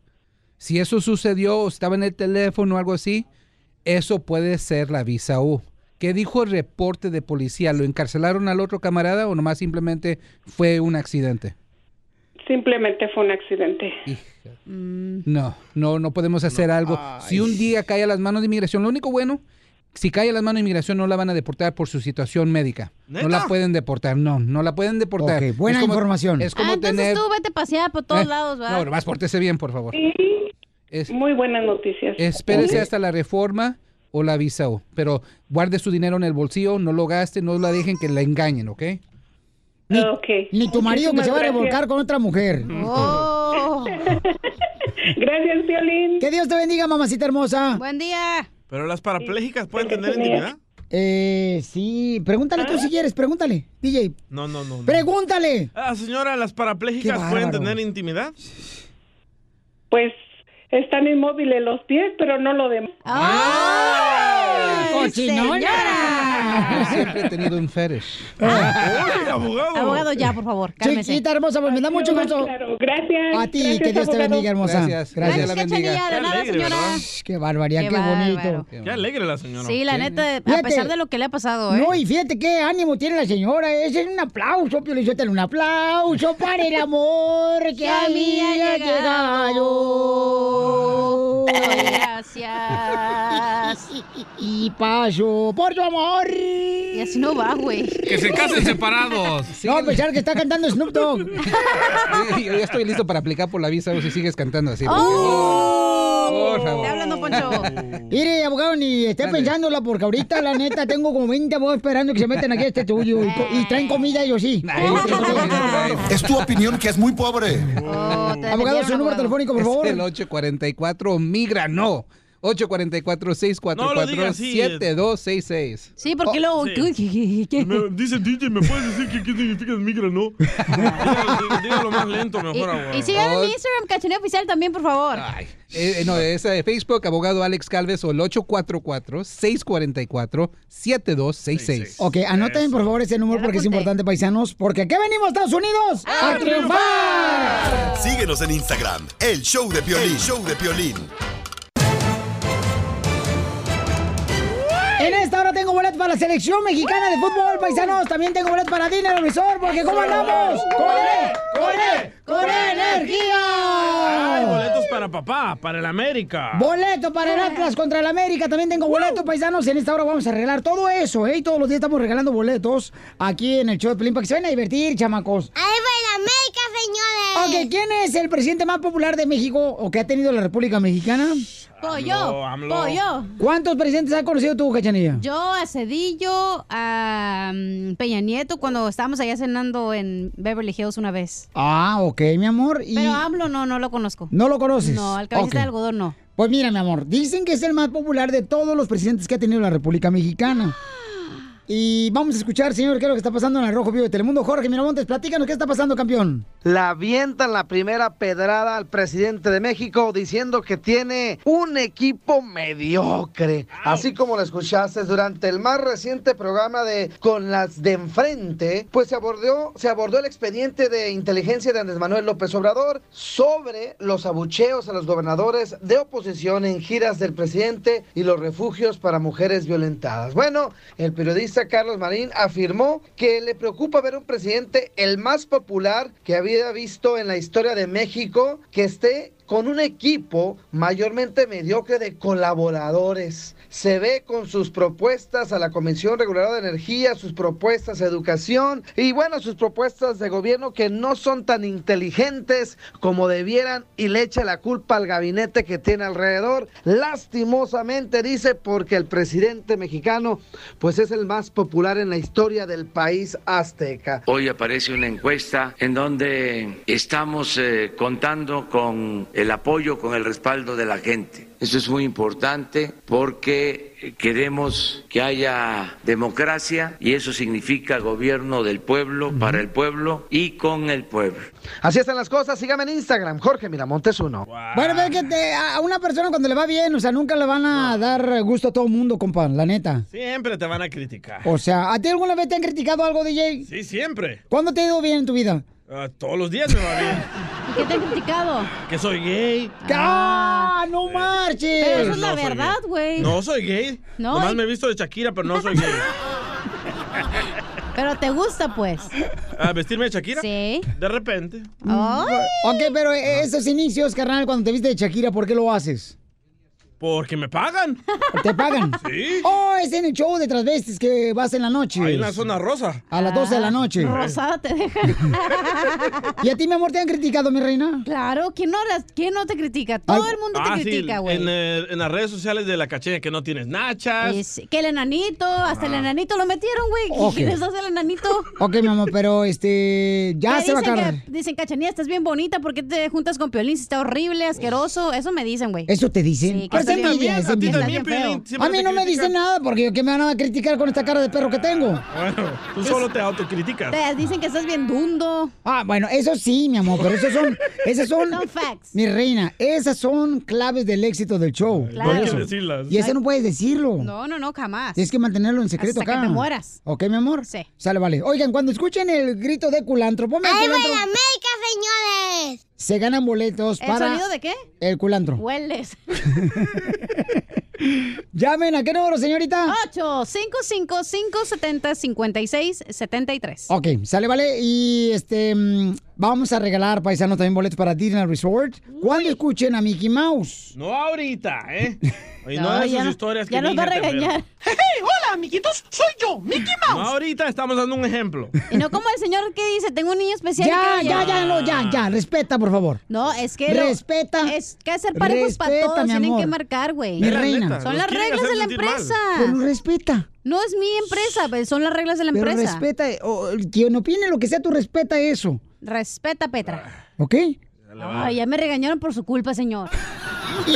Speaker 17: Si eso sucedió o estaba en el teléfono o algo así, eso puede ser la visa U. ¿Qué dijo el reporte de policía? ¿Lo encarcelaron al otro camarada o nomás simplemente fue un accidente?
Speaker 25: Simplemente fue un accidente.
Speaker 17: No, no, no podemos hacer algo. Si un día cae a las manos de inmigración, lo único bueno, si cae a las manos de inmigración no la van a deportar por su situación médica. No la
Speaker 9: ¿Neta?
Speaker 17: pueden deportar, no, no la pueden deportar.
Speaker 2: Ok, buena
Speaker 17: Es como-
Speaker 2: información.
Speaker 17: Es
Speaker 9: ah,
Speaker 17: como
Speaker 9: entonces
Speaker 17: tener...
Speaker 9: tú vete a pasear por todos
Speaker 17: Eh,
Speaker 9: lados, ¿verdad?
Speaker 17: No, nomás pórtese bien, por favor.
Speaker 25: Muy buenas noticias.
Speaker 17: Espérese
Speaker 25: Ok.
Speaker 17: hasta la reforma o la visa O, pero guarde su dinero en el bolsillo, no lo gaste, no la dejen que la engañen, ¿ok?
Speaker 2: Ni tu marido que se va a revolcar con otra mujer. *laughs*
Speaker 25: Gracias, Violín.
Speaker 2: Que Dios te bendiga, mamacita hermosa.
Speaker 9: Buen día.
Speaker 3: Pero las parapléjicas pueden tener
Speaker 2: *laughs*
Speaker 3: intimidad.
Speaker 2: Eh, sí, pregúntale
Speaker 25: Ah.
Speaker 2: tú si quieres, pregúntale. DJ,
Speaker 3: No, no, no. no.
Speaker 2: pregúntale.
Speaker 3: Ah, señora, las
Speaker 2: Qué
Speaker 3: parapléjicas
Speaker 2: bárbaro.
Speaker 3: pueden tener intimidad.
Speaker 2: ¡Ah!
Speaker 25: Pues están inmóviles los pies, pero no lo demás.
Speaker 9: Ah.
Speaker 17: Yo siempre he tenido un fetish.
Speaker 2: abogado!
Speaker 9: Abogado, ya, por favor, cálmese.
Speaker 2: Chiquita hermosa, pues me da mucho gusto.
Speaker 9: gracias.
Speaker 2: A ti,
Speaker 9: Gracias,
Speaker 2: que Dios te
Speaker 9: abogado.
Speaker 2: bendiga, hermosa.
Speaker 17: Gracias,
Speaker 9: Gracias, Cachanilla, de nada, señora.
Speaker 2: Qué barbaridad,
Speaker 9: Qué
Speaker 2: qué,
Speaker 9: bárbaro.
Speaker 2: bonito.
Speaker 3: Qué alegre la señora.
Speaker 9: Sí, la neta, a
Speaker 2: Fíjate.
Speaker 9: pesar de lo que le ha pasado, ¿eh?
Speaker 2: No, y fíjate qué ánimo tiene la señora. Ese es un aplauso, Pio Lizotelo, un aplauso para el amor que a mí ha llegado.
Speaker 9: Gracias.
Speaker 2: Y paso por tu amor. Y
Speaker 9: así no va, güey.
Speaker 13: Que se casen separados.
Speaker 2: No, a pesar que está cantando Snoop Dogg.
Speaker 17: Sí, *laughs* yo ya estoy listo para aplicar por la visa o si sigues cantando así.
Speaker 2: Oh.
Speaker 17: Por favor.
Speaker 2: Mire, abogado, ni esté pensándola porque ahorita, la neta, tengo como 20 abogados esperando que se metan aquí a este tuyo y, co- y traen comida ellos sí.
Speaker 7: Es tu opinión que es muy pobre.
Speaker 26: Oh,
Speaker 2: Abogado, su número telefónico, por favor.
Speaker 17: Es el 844 Migra, no. 844
Speaker 9: No lo diga así.
Speaker 17: 644
Speaker 9: Sí, porque luego...
Speaker 3: dice DJ, ¿me puedes decir que qué significa migra, no?
Speaker 2: *laughs*
Speaker 3: Dígalo más lento,
Speaker 9: Y,
Speaker 3: mejor, abogado.
Speaker 9: y sigan en mi Instagram, Cachanilla Oficial, también, por favor.
Speaker 17: Eh, eh, no, esa de Facebook, abogado Alex Calves o el 844-644-7266.
Speaker 2: Ok, anoten por favor ese número porque es importante, paisanos, porque aquí venimos, Estados Unidos, a triunfar.
Speaker 7: Síguenos en Instagram, el show de Piolín. El show de Piolín.
Speaker 2: En esta hora tengo boletos para la selección mexicana de fútbol, paisanos. También tengo boletos para Dinero Resort, porque ¿cómo andamos? ¡Corre, corre, corre energía!
Speaker 3: Ay, boletos para papá, para el América.
Speaker 2: Boleto para el Atlas contra el América. También tengo boleto, paisanos. En esta hora vamos a arreglar todo eso, ¿eh? Y Todos los días estamos regalando boletos aquí en el show de Pelín para que se vayan a divertir, chamacos. ¡Ahí va el América, señores! Ok, ¿quién es el presidente más popular de México o que ha tenido la República Mexicana?
Speaker 9: Pollo, AMLO. pollo.
Speaker 2: ¿Cuántos presidentes has conocido tú, Cachanilla?
Speaker 9: Yo a Cedillo, a mm, Peña Nieto, cuando estábamos allá cenando en Beverly Hills una vez.
Speaker 2: Ah, ok, mi amor. Y...
Speaker 9: Pero AMLO no, no lo conozco.
Speaker 2: ¿No lo conoces?
Speaker 9: No, al cabecita
Speaker 2: Ok.
Speaker 9: de algodón no.
Speaker 2: Pues mira, mi amor, dicen que es el más popular de todos los presidentes que ha tenido la República
Speaker 9: *gasps*
Speaker 2: Mexicana. Y vamos a escuchar, señor, qué es lo que está pasando en el Rojo Vivo de Telemundo. Jorge Miramontes, platícanos qué está pasando, campeón.
Speaker 5: La avientan la primera pedrada al presidente de México diciendo que tiene un equipo mediocre. Así como lo escuchaste durante el más reciente programa de Con las de enfrente, pues se abordó, se abordó el expediente de inteligencia de Andrés Manuel López Obrador sobre los abucheos a los gobernadores de oposición en giras del presidente y los refugios para mujeres violentadas. Bueno, el periodista Carlos Marín afirmó que le preocupa ver un presidente el más popular que había visto en la historia de México que esté con un equipo mayormente mediocre de colaboradores. Se ve con sus propuestas a la Comisión Reguladora de Energía, sus propuestas a educación y bueno, sus propuestas de gobierno que no son tan inteligentes como debieran y le echa la culpa al gabinete que tiene alrededor. Lastimosamente dice porque el presidente mexicano pues es el más popular en la historia del país azteca.
Speaker 4: Hoy aparece una encuesta en donde estamos eh, contando con el apoyo, con el respaldo de la gente. Eso es muy importante porque queremos que haya democracia y eso significa gobierno del pueblo, para el pueblo y con el pueblo.
Speaker 5: Así están las cosas, sígame en Instagram, Jorge Miramontes uno.
Speaker 2: Bueno, pero es que te- a a una persona cuando le va bien, o sea, nunca le van a dar gusto a todo el mundo, compa, la neta.
Speaker 3: Siempre te van a criticar.
Speaker 2: O sea, ¿a ti alguna vez te han criticado algo, DJ?
Speaker 3: Sí, siempre.
Speaker 2: ¿Cuándo te ha ido bien en tu vida?
Speaker 3: Ah, todos los días me va bien.
Speaker 9: ¿Y qué te han criticado?
Speaker 3: Que soy gay.
Speaker 2: ¡Ah, no marches!
Speaker 9: Pero eso es
Speaker 3: Pues
Speaker 9: la
Speaker 3: No soy
Speaker 9: verdad,
Speaker 3: gay.
Speaker 9: güey.
Speaker 3: No soy gay.
Speaker 9: No,
Speaker 3: No. Nomás
Speaker 9: y-
Speaker 3: me he visto de Shakira, pero no soy
Speaker 9: *laughs*
Speaker 3: gay.
Speaker 9: Pero te gusta, pues.
Speaker 3: ¿A Ah, vestirme de Shakira?
Speaker 9: Sí.
Speaker 3: De repente.
Speaker 2: Ok, pero eh, esos inicios, carnal, cuando te viste de Shakira, ¿por qué lo haces?
Speaker 3: Porque me pagan.
Speaker 2: ¿Te pagan?
Speaker 3: Sí.
Speaker 2: Oh, es en el show de transvestis que vas en la noche.
Speaker 3: Ahí en la zona rosa.
Speaker 2: A las 12 de la noche.
Speaker 9: Ah, Rosada te deja.
Speaker 2: *laughs* ¿Y a ti, mi amor, te han criticado, mi reina?
Speaker 9: Claro, ¿quién no, las- quién no te critica? *laughs* Todo el mundo
Speaker 3: Ah,
Speaker 9: te
Speaker 3: sí,
Speaker 9: critica, güey.
Speaker 3: en, eh, en las redes sociales de la cacheña que no tienes nachas.
Speaker 9: Es- que el enanito, hasta el
Speaker 3: Ah.
Speaker 9: enanito lo metieron, güey. ¿Qué
Speaker 3: Ok.
Speaker 9: *laughs* les hace el enanito?
Speaker 2: Ok, mi amor, pero este. Ya
Speaker 9: Que
Speaker 2: se va a
Speaker 9: dicen
Speaker 2: acabar.
Speaker 9: que- Dicen, Cachanía, estás bien bonita, ¿por qué te juntas con Piolín? Si Está horrible, asqueroso. Eso me dicen, güey.
Speaker 2: ¿Eso te dicen?
Speaker 9: Sí, que
Speaker 2: Pero
Speaker 9: está
Speaker 2: es envidia,
Speaker 3: también,
Speaker 2: es
Speaker 3: a ti
Speaker 2: envidia.
Speaker 3: también, Piolín, siempre
Speaker 2: A mí
Speaker 3: te
Speaker 2: no me
Speaker 3: critican.
Speaker 2: dicen nada porque que me van a criticar con esta cara de perro que tengo.
Speaker 3: Bueno, tú solo te autocriticas.
Speaker 2: Te dicen que estás bien dundo. Ah, bueno, eso sí, mi amor, pero esos son, esas son, mi reina, esas son claves del éxito del show.
Speaker 9: Claro.
Speaker 2: Por
Speaker 9: hay que
Speaker 2: eso.
Speaker 9: decirlas.
Speaker 2: Y eso no puedes decirlo.
Speaker 9: No, no, no, jamás.
Speaker 2: Tienes que mantenerlo en secreto
Speaker 9: Hasta que
Speaker 2: acá.
Speaker 9: te mueras.
Speaker 2: ¿Ok, mi amor? Sí. Sale, vale. Oigan, cuando escuchen el grito de culantro, ponme el
Speaker 18: ¡Ahí va
Speaker 2: culantro.
Speaker 18: la América, señores!
Speaker 2: Se ganan boletos
Speaker 18: ¿El
Speaker 2: Pues para...
Speaker 18: sonido de qué?
Speaker 2: El culantro.
Speaker 9: Hueles.
Speaker 2: *laughs* Llamen, ¿a qué número, señorita?
Speaker 9: 8 55 570 56 73.
Speaker 2: Ok, sale, vale. Y este, mm, vamos a regalar, paisano, también boletos para Disney Resort. Cuando escuchen a Mickey Mouse.
Speaker 3: No ahorita,
Speaker 9: *laughs*
Speaker 3: ¿eh? Y no,
Speaker 2: No,
Speaker 3: hagas
Speaker 2: ya
Speaker 3: sus
Speaker 2: no-
Speaker 3: historias
Speaker 2: ya
Speaker 3: que
Speaker 2: nos
Speaker 3: mi
Speaker 2: va a
Speaker 3: hija te
Speaker 2: regañar.
Speaker 9: hola, amiguitos, soy yo, Mickey
Speaker 3: No ahorita, estamos dando un ejemplo.
Speaker 9: Y no como el señor que dice, tengo un niño especial.
Speaker 2: Ya,
Speaker 9: que-
Speaker 2: ya, ya, no, ya, ya. Respeta, por favor.
Speaker 9: No, es que. lo-
Speaker 2: Respeta.
Speaker 9: es que hacer parejos para
Speaker 2: Respeta,
Speaker 9: todos.
Speaker 2: mi
Speaker 9: Tienen
Speaker 2: amor.
Speaker 9: que marcar, güey.
Speaker 2: Mi Es la reina. neta,
Speaker 9: Son
Speaker 2: los
Speaker 9: las
Speaker 2: quieren
Speaker 9: reglas de
Speaker 2: hacer
Speaker 9: la
Speaker 2: sentir mal.
Speaker 9: empresa.
Speaker 2: Pero respeta.
Speaker 9: No es mi empresa, pues, son las reglas de la
Speaker 2: Pero
Speaker 9: empresa.
Speaker 2: respeta, o, quien opine lo que sea, tú respeta eso.
Speaker 9: Respeta, Petra.
Speaker 2: ¿Ok?
Speaker 9: Ay, ya me regañaron por su culpa,
Speaker 2: *laughs*
Speaker 9: señor.
Speaker 7: *laughs*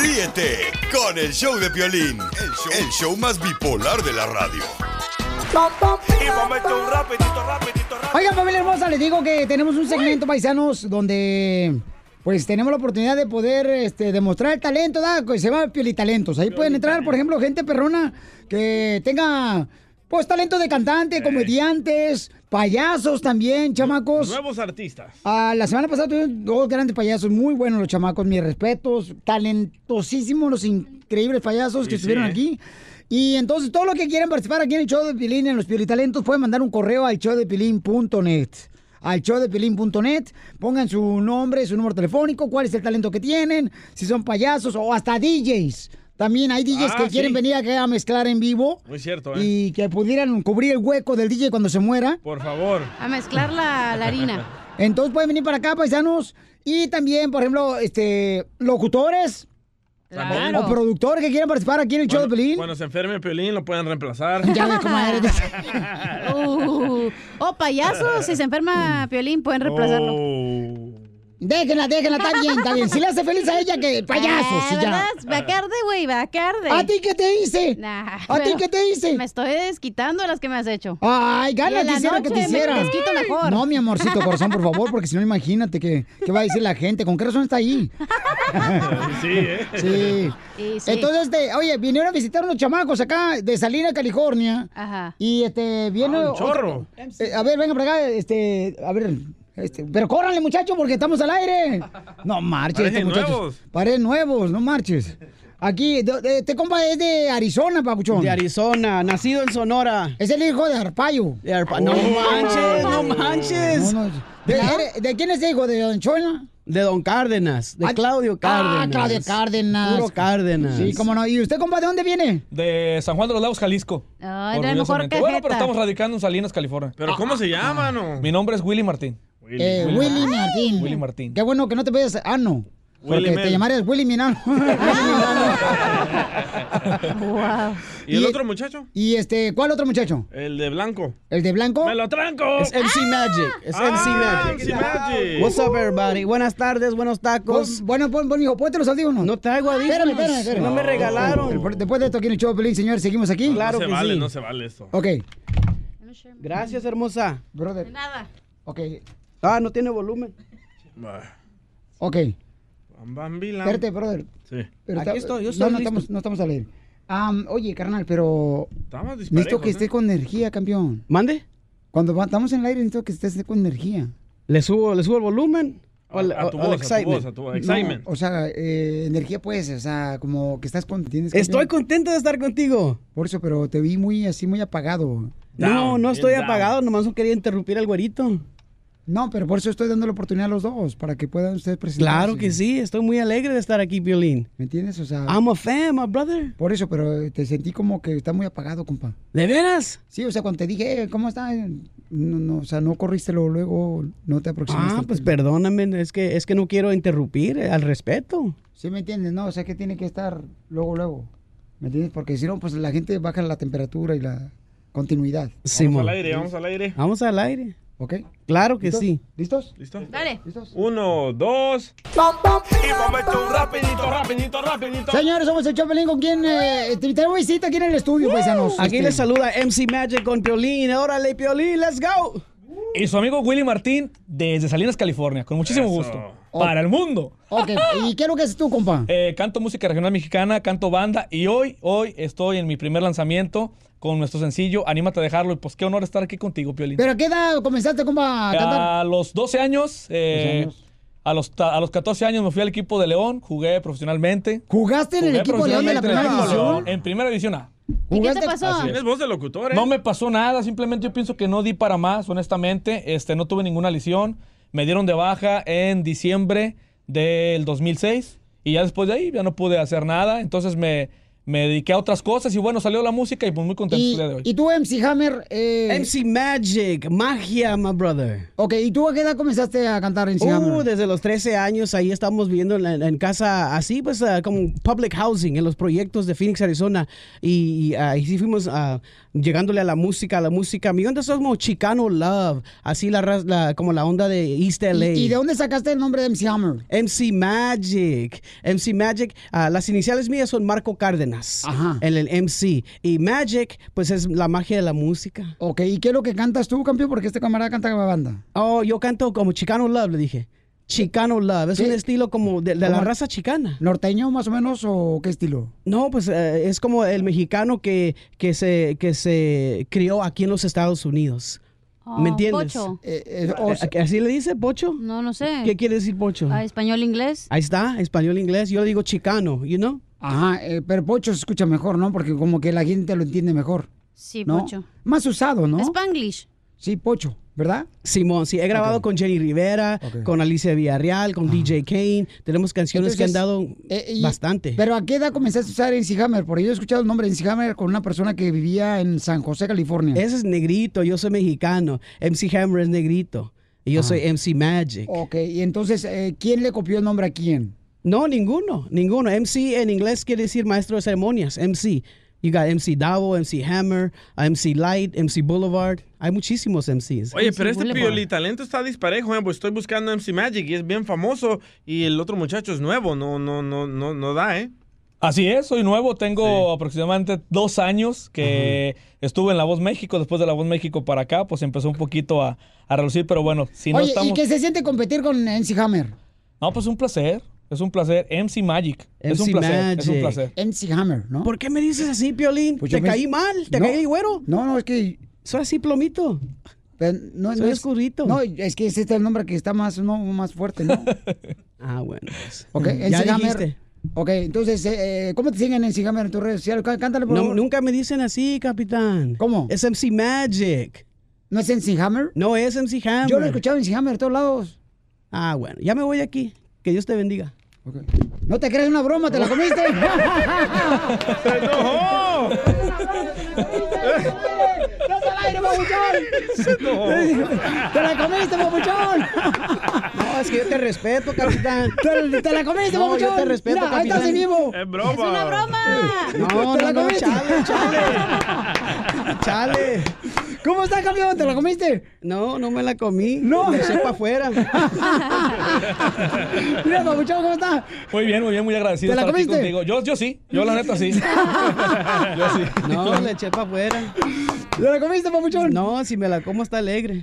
Speaker 7: Ríete con el show de Piolín, el show, el show más bipolar de la radio.
Speaker 24: Y vamos a echar un rapidito, rapidito,
Speaker 2: Oigan, familia hermosa, les digo que tenemos un segmento, paisanos, donde pues tenemos la oportunidad de poder este, demostrar el talento, ¿da? Que se llama Piolitalentos. Ahí pueden entrar, por ejemplo, gente perrona que tenga, pues, talento de cantante, comediantes, payasos también, chamacos.
Speaker 3: Nuevos artistas.
Speaker 2: Ah, la semana pasada tuvieron dos grandes payasos, muy buenos los chamacos, mis respetos, talentosísimos los increíbles payasos
Speaker 3: Sí,
Speaker 2: que estuvieron
Speaker 3: sí, ¿eh?
Speaker 2: aquí. Y entonces, todos los que quieran participar aquí en el show de Pilín, en los Piolitalentos, pueden mandar un correo al showdepilín.net. Al showdepilín.net, pongan su nombre, su número telefónico, cuál es el talento que tienen, si son payasos o hasta DJs. También hay DJs
Speaker 3: Ah,
Speaker 2: que quieren
Speaker 3: sí.
Speaker 2: venir acá a mezclar en vivo
Speaker 3: Muy cierto, ¿eh?
Speaker 2: y que pudieran cubrir el hueco del DJ cuando se muera.
Speaker 3: Por favor.
Speaker 9: A mezclar la, la harina.
Speaker 2: Entonces pueden venir para acá, paisanos. Y también, por ejemplo, este locutores
Speaker 3: Claro.
Speaker 2: o productores que quieran participar aquí en el show de Pelín.
Speaker 3: Cuando se enferme Piolín, lo pueden reemplazar.
Speaker 2: Ya ves, comadre, ya sé.
Speaker 9: *laughs* Uh, oh, payaso, si se enferma Piolín, pueden reemplazarlo.
Speaker 2: Oh. Déjenla, déjenla, está bien, está bien. Si le hace feliz a ella,
Speaker 9: *laughs*
Speaker 2: que payaso, si ya.
Speaker 9: ¿verdad? Va a caer de, güey, va a caer de.
Speaker 2: ¿A ti qué te hice?
Speaker 9: Nah,
Speaker 2: ¿A ti
Speaker 9: pero
Speaker 2: qué te hice?
Speaker 9: Me estoy desquitando de las que me has hecho.
Speaker 2: Ay,
Speaker 9: Y
Speaker 2: gana,
Speaker 9: en la
Speaker 2: quisiera que
Speaker 9: noche
Speaker 2: te
Speaker 9: me
Speaker 2: hiciera.
Speaker 9: desquito mejor.
Speaker 2: No, mi amorcito corazón, por favor, porque si no, imagínate que, qué va a decir la gente. ¿Con qué razón está ahí?
Speaker 3: Sí, ¿eh?
Speaker 2: Sí.
Speaker 9: Sí, sí.
Speaker 2: Entonces, este, oye, vinieron a visitar unos chamacos acá de Salina, California.
Speaker 9: Ajá.
Speaker 2: Y este, viene.
Speaker 9: Ah, un
Speaker 2: otro-
Speaker 9: chorro.
Speaker 2: Eh, a ver, venga para acá, este, a ver. Este, pero córranle, muchachos, porque estamos al aire. No marches,
Speaker 3: Parecen
Speaker 2: estos muchachos.
Speaker 3: nuevos.
Speaker 2: Parecen nuevos, no marches. Aquí, de- de- este compa es de Arizona, papuchón.
Speaker 19: De Arizona, nacido en Sonora.
Speaker 2: Es el hijo de Arpaio.
Speaker 19: De Arpa-
Speaker 9: Oh.
Speaker 19: No manches, no manches.
Speaker 2: No, no. ¿De, eres- de quién es el hijo? ¿De Don Chola?
Speaker 19: De Don Cárdenas, de
Speaker 2: Ah,
Speaker 19: Claudio Cárdenas.
Speaker 2: Ah, Claudio Cárdenas.
Speaker 19: Puro Cárdenas.
Speaker 2: Sí, cómo no. ¿Y usted, compa, de dónde viene?
Speaker 20: De San Juan de los Lagos, Jalisco.
Speaker 9: Ay,
Speaker 20: Orgullosamente. Bueno, pero estamos radicando en Salinas, California.
Speaker 3: ¿Pero cómo se llama, no?
Speaker 20: Mi nombre es Willy Martín.
Speaker 2: Eh, Willy Martín.
Speaker 20: Willy Martín.
Speaker 2: Qué bueno que no te vayas. Ah, no.
Speaker 20: Willy
Speaker 2: Porque
Speaker 20: Mel.
Speaker 2: te llamarías Willy Minano.
Speaker 9: wow.
Speaker 3: ¿Y el otro muchacho?
Speaker 2: ¿Y este, cuál otro muchacho?
Speaker 3: El de blanco.
Speaker 2: ¿El de blanco?
Speaker 3: ¡Me lo tranco!
Speaker 19: Es MC Magic, es
Speaker 2: Ah,
Speaker 19: MC Magic.
Speaker 3: MC Magic.
Speaker 19: What's up, everybody? Buenas tardes, buenos tacos.
Speaker 2: Bueno, pon, pon, hijo, ponte los audífonos.
Speaker 19: No traigo audífonos.
Speaker 2: Ah, Espérame, espérame, espérame.
Speaker 19: No me regalaron.
Speaker 2: Por- Después de esto aquí en el show, Pelín, señor, seguimos aquí.
Speaker 19: Claro
Speaker 3: no se
Speaker 20: Pues
Speaker 19: que
Speaker 3: vale,
Speaker 19: sí.
Speaker 3: no se vale esto.
Speaker 2: Ok.
Speaker 19: Gracias, hermosa.
Speaker 2: Brother.
Speaker 9: Nada.
Speaker 2: Ok.
Speaker 19: Ah, no tiene volumen.
Speaker 2: Ok. Espérate, brother.
Speaker 3: Sí.
Speaker 2: Pero
Speaker 19: Aquí
Speaker 2: ta-
Speaker 19: estoy, yo
Speaker 2: No,
Speaker 19: estoy
Speaker 2: no
Speaker 19: listo.
Speaker 2: estamos, no estamos a leer. Am, oye, carnal, pero.
Speaker 3: Estamos disparejos,
Speaker 2: Necesito que
Speaker 3: ¿eh?
Speaker 2: estés con energía, campeón.
Speaker 19: ¿Mande?
Speaker 2: Cuando va- estamos en el aire, necesito que estés con energía.
Speaker 19: ¿Le subo, le subo el volumen? ¿O al-
Speaker 3: a tu
Speaker 19: o
Speaker 3: voz,
Speaker 19: al
Speaker 3: a tu
Speaker 19: excitement?
Speaker 3: voz, a tu voz. Excitement.
Speaker 2: No, o sea, eh, energía pues, o sea, como que estás con... tienes que-
Speaker 19: Estoy contento de estar contigo.
Speaker 2: Por eso, pero te vi muy así, muy apagado.
Speaker 19: No,
Speaker 2: Down,
Speaker 19: no
Speaker 2: bien
Speaker 19: estoy
Speaker 2: down.
Speaker 19: apagado, nomás no quería interrumpir al güerito.
Speaker 2: No, pero por eso estoy dando la oportunidad a los dos, para que puedan ustedes presentar.
Speaker 19: Claro que sí, estoy muy alegre de estar aquí, Violín.
Speaker 2: ¿Me entiendes? O sea...
Speaker 19: I'm a fan, my brother.
Speaker 2: Por eso, pero eh, te sentí como que está muy apagado, compa.
Speaker 19: ¿De veras?
Speaker 2: Sí, o sea, cuando te dije, "Eh, ¿cómo estás? No, no, o sea, no corriste luego, luego no te aproximaste.
Speaker 19: Ah, pues perdóname, es que, es que no quiero interrumpir eh, al respeto.
Speaker 2: Sí, ¿me entiendes? No, o sea, que tiene que estar luego, luego. ¿Me entiendes? Porque si no, pues la gente baja la temperatura y la continuidad.
Speaker 19: Simón.
Speaker 3: Al aire, vamos al aire.
Speaker 19: Vamos al aire.
Speaker 2: Ah, ¿Ok?
Speaker 19: Claro que
Speaker 2: ¿Listos?
Speaker 19: sí.
Speaker 2: ¿Listos?
Speaker 3: ¿Listo?
Speaker 9: Dale.
Speaker 3: Uno, dos. Y vamos a echar un rapidito, rapidito, rapidito.
Speaker 2: Señores, somos el Chapelín con quien eh, tenemos visita aquí en el estudio, paisanos.
Speaker 19: Aquí
Speaker 2: Este,
Speaker 19: les saluda MC Magic con Piolín. Órale, Piolín, let's go.
Speaker 20: Y su amigo Willy Martín desde Salinas, California, con muchísimo gusto. Para el mundo.
Speaker 2: Ok, ¿y qué es lo que haces tú, compa?
Speaker 20: Eh, canto música regional mexicana, canto banda y hoy, hoy estoy en mi primer lanzamiento con nuestro sencillo Anímate a dejarlo y pues qué honor estar aquí contigo, Piolín.
Speaker 2: ¿Pero a qué edad comenzaste, compa, a
Speaker 3: Ah,
Speaker 2: cantar?
Speaker 20: A los 12 años, eh, A, los, ta- a los 14 años me fui al equipo de León, jugué profesionalmente.
Speaker 2: ¿Jugaste en el equipo de León de la primera división?
Speaker 20: En primera división A.
Speaker 2: ¿Y qué te ¿Jugaste? pasó?
Speaker 20: Así es.
Speaker 2: Tienes
Speaker 3: voz de locutor, eh?
Speaker 20: No me pasó nada, simplemente yo pienso que no di para más, honestamente. Este, no tuve ninguna lesión. Me dieron de baja en diciembre del 2006 y ya después de ahí ya no pude hacer nada. Entonces me, me dediqué a otras cosas y bueno, salió la música y pues muy contento el día de hoy.
Speaker 2: ¿Y tú, MC Hammer? Eh...
Speaker 19: MC Magic, magia, my brother.
Speaker 2: Ok, ¿y tú a qué edad comenzaste a cantar MC
Speaker 19: Uh,
Speaker 2: Hammer?
Speaker 19: desde los 13 años ahí estamos viviendo en, la- en casa así, pues ah, como public housing en los proyectos de Phoenix, Arizona. Y, y, ah, y sí fuimos ah, llegándole a la música, a la música. Mi onda es como Chicano Love, así la, raz- la- como la onda de East LA.
Speaker 2: ¿Y, y de dónde sacaste el nombre de MC Hammer?
Speaker 19: MC Magic. MC Magic, ah, las iniciales mías son Marco Cárdenas. El, el MC. Y Magic, pues es la magia de la música.
Speaker 2: Ok, ¿y qué es lo que cantas tú, campeón? Porque este camarada canta con la banda.
Speaker 19: Oh, yo canto como Chicano Love, le dije. Chicano Love. Es un estilo como de, de la
Speaker 2: ¿Cómo?
Speaker 19: raza chicana.
Speaker 2: ¿Norteño más o menos o qué estilo?
Speaker 19: No, pues eh, es como el mexicano que, que, se, que se crió aquí en los Estados Unidos. ¿Me entiendes?
Speaker 9: Pocho.
Speaker 2: o
Speaker 19: Eh, ¿Así le dice pocho?
Speaker 9: No, no sé.
Speaker 19: ¿Qué quiere decir pocho?
Speaker 9: Ah, español, inglés.
Speaker 19: Ahí está, español, inglés. Yo le digo chicano, you know?
Speaker 2: Ajá, eh, pero Pocho se escucha mejor, ¿no? Porque como que la gente lo entiende mejor.
Speaker 9: Sí,
Speaker 2: ¿no?
Speaker 9: Pocho.
Speaker 2: Más usado, ¿no?
Speaker 9: Spanglish.
Speaker 2: Sí, Pocho, ¿verdad?
Speaker 19: Simón, sí, he grabado con Jenny Rivera, con Alicia Villarreal, con DJ Kane. Tenemos canciones que han dado
Speaker 2: Entonces, eh, y-
Speaker 19: bastante.
Speaker 2: Pero ¿a qué edad comenzaste a usar MC Hammer? Porque yo he escuchado el nombre de MC Hammer con una persona que vivía en San José, California.
Speaker 19: Ese es negrito, yo soy mexicano. MC Hammer es negrito. Y yo soy MC Magic.
Speaker 2: Ah. Ok, y entonces, eh, ¿quién le copió el nombre a quién?
Speaker 19: No, ninguno, ninguno. MC en inglés quiere decir maestro de ceremonias, MC. You got MC Davo, MC Hammer, MC Light, MC Boulevard. Hay muchísimos MCs.
Speaker 3: Oye, pero este Pioli talento está disparejo, ¿eh? Pues estoy buscando MC Magic y es bien famoso y el otro muchacho es nuevo, no, no, no, no, no da, ¿eh?
Speaker 20: Así es, soy nuevo, tengo aproximadamente dos años que estuve en La Voz México, después de La Voz México para acá, pues empezó un poquito a, a relucir, pero bueno, si no
Speaker 2: Oye,
Speaker 20: estamos...
Speaker 2: ¿y qué se siente competir con MC Hammer?
Speaker 20: No, pues un placer, es un placer, MC Magic, es un
Speaker 19: MC
Speaker 20: placer, es un placer.
Speaker 19: Magic.
Speaker 2: MC Hammer, ¿no?
Speaker 19: ¿Por qué me dices así, Piolín?
Speaker 2: Pues yo
Speaker 19: ¿Te
Speaker 2: pensé-
Speaker 19: caí mal? ¿Te
Speaker 2: No.
Speaker 19: caí güero?
Speaker 2: No, no, es que...
Speaker 19: Soy así plomito.
Speaker 2: Pero no,
Speaker 19: Soy
Speaker 2: no
Speaker 19: oscurito.
Speaker 2: No, es que ese es este el nombre que está más, no, más fuerte,
Speaker 19: *laughs*
Speaker 2: ¿no?
Speaker 19: Ah, bueno. pues.
Speaker 2: Ok, MC
Speaker 19: ya
Speaker 2: Hammer.
Speaker 19: dijiste.
Speaker 2: Ok, entonces, eh, eh, ¿cómo te siguen MC Hammer en tus redes sociales? Cá- Cántale, por
Speaker 19: No,
Speaker 2: favor.
Speaker 19: nunca me dicen así, capitán.
Speaker 2: ¿Cómo?
Speaker 19: Es MC Magic.
Speaker 2: ¿No es MC Hammer?
Speaker 19: No, es MC Hammer.
Speaker 2: Yo lo he escuchado MC Hammer de todos lados.
Speaker 19: Ah, bueno. Ya me voy de aquí. Que Dios te bendiga.
Speaker 2: ¿No te crees una broma? ¿Te
Speaker 3: *laughs*
Speaker 2: la
Speaker 19: *laughs*
Speaker 2: comiste?
Speaker 3: ¡Se enojó!
Speaker 2: ¡Estás al aire, papuchón! ¡Te la comiste, papuchón!
Speaker 19: No, es que yo te respeto, capitán.
Speaker 2: ¡Te, te la comiste,
Speaker 19: No,
Speaker 2: papuchón!
Speaker 19: yo te respeto,
Speaker 2: Mira, ahí estás en
Speaker 19: capitán.
Speaker 2: vivo.
Speaker 3: Es broma.
Speaker 19: No,
Speaker 2: ¡Te la
Speaker 19: no, no,
Speaker 2: comiste!
Speaker 19: chale, chale. *laughs* Chale.
Speaker 2: ¿Cómo está, campeón? ¿Te la comiste?
Speaker 19: No, no me la comí.
Speaker 2: No.
Speaker 19: Me eché
Speaker 2: *laughs*
Speaker 19: para afuera.
Speaker 2: Mira, papuchón, ¿cómo está?
Speaker 20: *laughs* Muy bien, muy bien, muy agradecido
Speaker 2: ¿Te la
Speaker 20: estar aquí
Speaker 2: comiste?
Speaker 20: contigo. Yo, yo sí, yo la neta
Speaker 2: *laughs*
Speaker 20: sí. yo sí.
Speaker 19: No, le eché para afuera.
Speaker 2: ¿Te la comiste, papuchón?
Speaker 19: No, si me la como está alegre.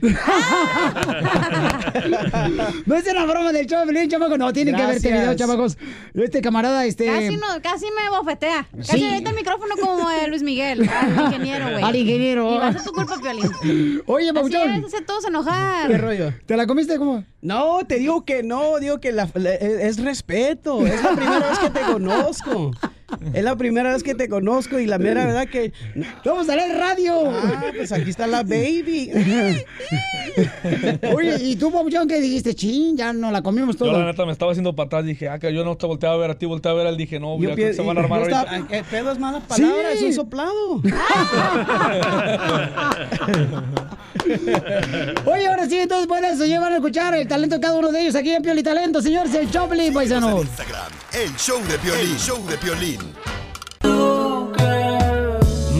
Speaker 2: No es una broma del chavo, Pelín, chamaco. No, tienen que ver este
Speaker 19: Gracias.
Speaker 2: video, chamacos. Este camarada, este.
Speaker 9: Casi, no, casi me bofetea. Casi
Speaker 2: Sí.
Speaker 9: le avienta el micrófono como a Luis Miguel, al ingeniero, güey.
Speaker 2: Al ingeniero.
Speaker 9: Y va a ser tu culpa, Piolín. Así
Speaker 2: Oye,
Speaker 9: es,
Speaker 2: papuchón.
Speaker 9: hace todos
Speaker 19: ¿Qué
Speaker 9: enojar.
Speaker 19: rollo?
Speaker 2: ¿Te la comiste cómo?
Speaker 19: No, te digo que no, digo que la- la- es, es respeto. Es la primera vez que te conozco. Es la primera vez que te conozco y la mera verdad que.
Speaker 2: Vamos a la radio.
Speaker 19: Ah, pues aquí está la
Speaker 2: *laughs*
Speaker 19: baby.
Speaker 2: Oye, ¿y tú, papuchón, qué dijiste? Chin, ya no la comimos
Speaker 20: Yo la
Speaker 2: toda.
Speaker 20: neta me estaba haciendo para atrás, dije, ah, que yo no te volteaba a ver a ti, volteaba a ver a él, dije, no, mira, creo que se van a armar
Speaker 19: yo
Speaker 20: ahorita.
Speaker 19: estaba- eh, pedo es mala palabra,
Speaker 2: Sí.
Speaker 19: es un soplado.
Speaker 2: Oye, ahora sí, entonces, bueno, eso ya van a escuchar el talento de cada uno de ellos aquí en Pioli Talento, señores, el Choplin, paisanos.
Speaker 7: Instagram, el show de violín. show de violín.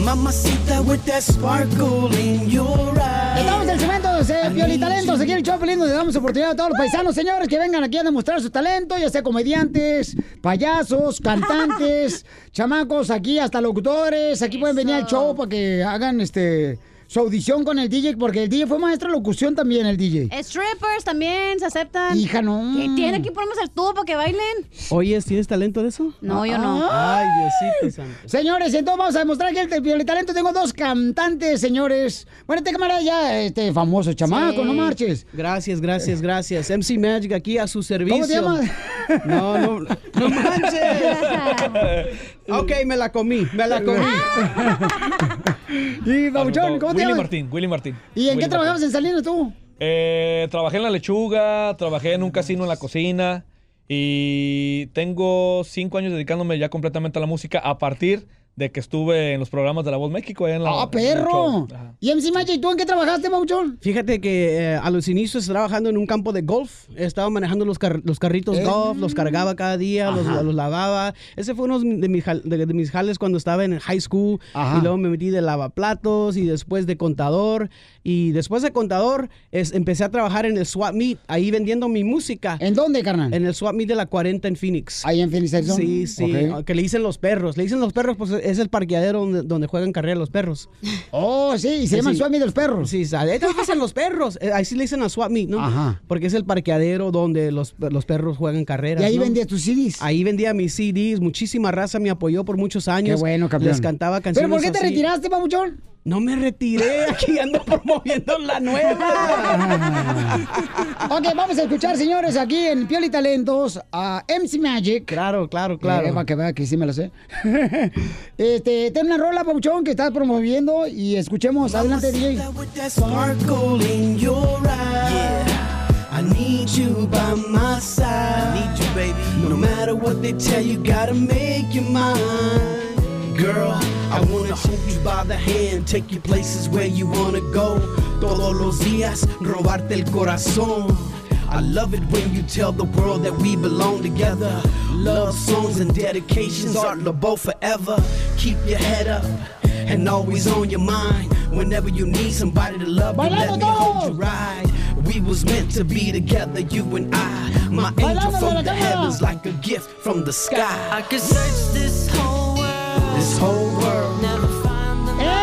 Speaker 22: Mamacita with that sparkle in your eyes.
Speaker 2: Estamos en el segmento de eh, Pioli Talentos. Aquí en el Chopelín donde damos oportunidad a todos los paisanos, señores, que vengan aquí a demostrar su talento, ya sea comediantes,
Speaker 19: *laughs*
Speaker 2: payasos, cantantes, chamacos, aquí hasta locutores. Aquí pueden venir al show para que hagan este su audición con el DJ, porque el DJ fue maestro de locución también, el DJ.
Speaker 9: Strippers también se aceptan.
Speaker 2: Hija, no.
Speaker 9: Que Tienen que ponernos al tubo para que bailen.
Speaker 19: Oye, ¿tienes talento de eso?
Speaker 9: No, yo no.
Speaker 2: Ah.
Speaker 19: Ay, Diosito santo.
Speaker 2: Señores, entonces vamos a demostrar que el, el talento tengo dos cantantes, señores. Bueno, este camarada ya, este famoso *laughs* chamaco,
Speaker 19: Sí.
Speaker 2: no marches.
Speaker 19: Gracias, gracias, gracias. MC Magic aquí a su servicio.
Speaker 2: ¿Cómo te llamas?
Speaker 19: No, no,
Speaker 2: *laughs*
Speaker 19: no manches. ok, me la comí, me la comí.
Speaker 2: *laughs* Ah,
Speaker 20: *laughs*
Speaker 2: y
Speaker 19: Babuchón, ¿cómo te
Speaker 20: Willy
Speaker 19: llamas?
Speaker 20: Martín, Willy Martín. Willy
Speaker 2: ¿Y en qué
Speaker 20: Martín.
Speaker 2: trabajabas en Salinas tú?
Speaker 20: Eh, trabajé en la lechuga, trabajé en un casino en la cocina y tengo cinco años dedicándome ya completamente a la música a partir de que estuve en los programas de La Voz México. allá en la-
Speaker 2: ¡Ah,
Speaker 20: en el
Speaker 2: perro!
Speaker 20: show.
Speaker 2: Y MC Magic, ¿tú en qué trabajaste, Babuchón?
Speaker 19: Fíjate que eh, a los inicios trabajando en un campo de golf, estaba manejando los, car- los carritos golf, los cargaba cada día, los,
Speaker 2: Eh. Ajá.
Speaker 19: los lavaba. Ese fue uno de mis, jal- de, de mis jales cuando estaba en high school.
Speaker 2: Ajá.
Speaker 19: Y luego me metí de lavaplatos y después de contador. Y después de contador es- empecé a trabajar en el swap meet, ahí vendiendo mi música.
Speaker 2: ¿En dónde, carnal?
Speaker 19: En el swap meet de la 40 en Phoenix.
Speaker 2: Ahí en Phoenix, Arizona.
Speaker 19: Sí, sí,
Speaker 2: Ok.
Speaker 19: que le dicen los perros. Le dicen los perros, pues es el parqueadero donde, donde juegan carrera los perros.
Speaker 2: Oh, sí, y se llaman swap meet de los perros.
Speaker 19: Sí, sa-
Speaker 2: *laughs*
Speaker 19: ahí también dicen los perros. eh, Ahí sí le dicen a swap meet, ¿no?
Speaker 2: Ajá.
Speaker 19: Porque es el parqueadero donde los, los perros juegan carreras.
Speaker 2: Y ahí
Speaker 19: ¿no?
Speaker 2: vendías tus CDs.
Speaker 19: Ahí vendía mis CDs. Muchísima raza me apoyó por muchos años.
Speaker 2: Qué bueno, campeón.
Speaker 19: Les cantaba canciones.
Speaker 2: ¿Pero por qué te
Speaker 19: así.
Speaker 2: retiraste, Babuchón?
Speaker 19: No me retiré, *laughs* aquí ando promoviendo
Speaker 22: *laughs*
Speaker 19: la nueva.
Speaker 2: ok, vamos a escuchar, señores, aquí en Pioli Talentos a MC Magic.
Speaker 19: Claro, claro, claro.
Speaker 2: Eh, para que vea que sí me lo sé. *laughs* este, ten una rola, Babuchón, que estás promoviendo y escuchemos. Adelante, DJ.
Speaker 22: That sparkle in your eyes. I need you by my side. I need you, baby. No matter what they tell you, gotta make your mind. Girl, I wanna hold you by the hand, take you places where you wanna go. Todos los días, robarte el corazón. I love it when you tell the world that we belong together. Love songs and dedications are both forever. Keep your head up and always on your mind. Whenever you need somebody to love you, let me hold you right. We was meant to be together, you and I. My angel
Speaker 16: Bailando
Speaker 22: from
Speaker 16: de la
Speaker 22: the
Speaker 16: cama.
Speaker 22: heavens, like a gift from the sky.
Speaker 16: I could search this whole
Speaker 3: *laughs*
Speaker 2: *laughs*
Speaker 16: world.
Speaker 22: This whole world.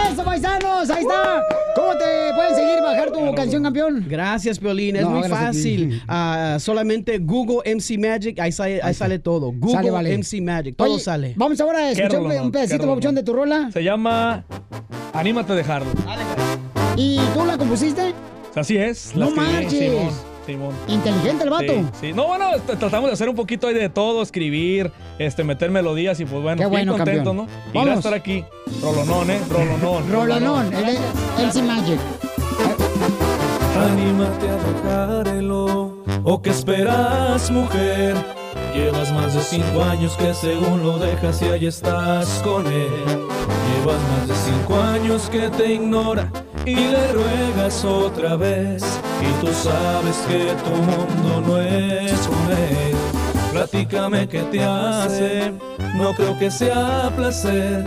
Speaker 2: ¡Eso, paisanos! Pues ¡Ahí está! ¿Cómo te pueden seguir bajar tu canción, campeón?
Speaker 19: Gracias, Piolín. Es
Speaker 2: No,
Speaker 19: muy
Speaker 2: gracias a ti.
Speaker 19: fácil.
Speaker 2: *laughs*
Speaker 19: Ah, solamente Google MC Magic, ahí sale, ahí sale todo. Google
Speaker 2: Sale, vale.
Speaker 19: MC Magic, todo
Speaker 2: Oye,
Speaker 19: sale.
Speaker 2: Vamos ahora a
Speaker 20: Qué
Speaker 2: escuchar
Speaker 20: rolón,
Speaker 2: un pedacito,
Speaker 20: qué rolón.
Speaker 2: Babuchón, de tu rola.
Speaker 20: Se llama Anímate a dejarlo.
Speaker 2: ¿Y tú la compusiste?
Speaker 20: Así es. la
Speaker 2: No
Speaker 20: escribí,
Speaker 2: marches.
Speaker 20: Simón, Simón.
Speaker 2: Inteligente el vato.
Speaker 20: Sí, sí. No, bueno, t- tratamos de hacer un poquito ahí de todo, escribir, este, meter melodías y pues bueno,
Speaker 2: Qué bueno,
Speaker 20: bien contento,
Speaker 2: campeón.
Speaker 20: ¿no? Y
Speaker 2: Vamos.
Speaker 20: ya estar aquí. Rolonón, ¿eh? Rolonón.
Speaker 2: Rolonón, el de MC Magic.
Speaker 24: Anímate a dejar el o- o que esperas, mujer. Llevas más de cinco años que según lo dejas y ahí estás con él. Llevas más de cinco años que te ignora y le ruegas otra vez. Y tú sabes que tu mundo no es con él. Platícame qué te hace, no creo que sea placer.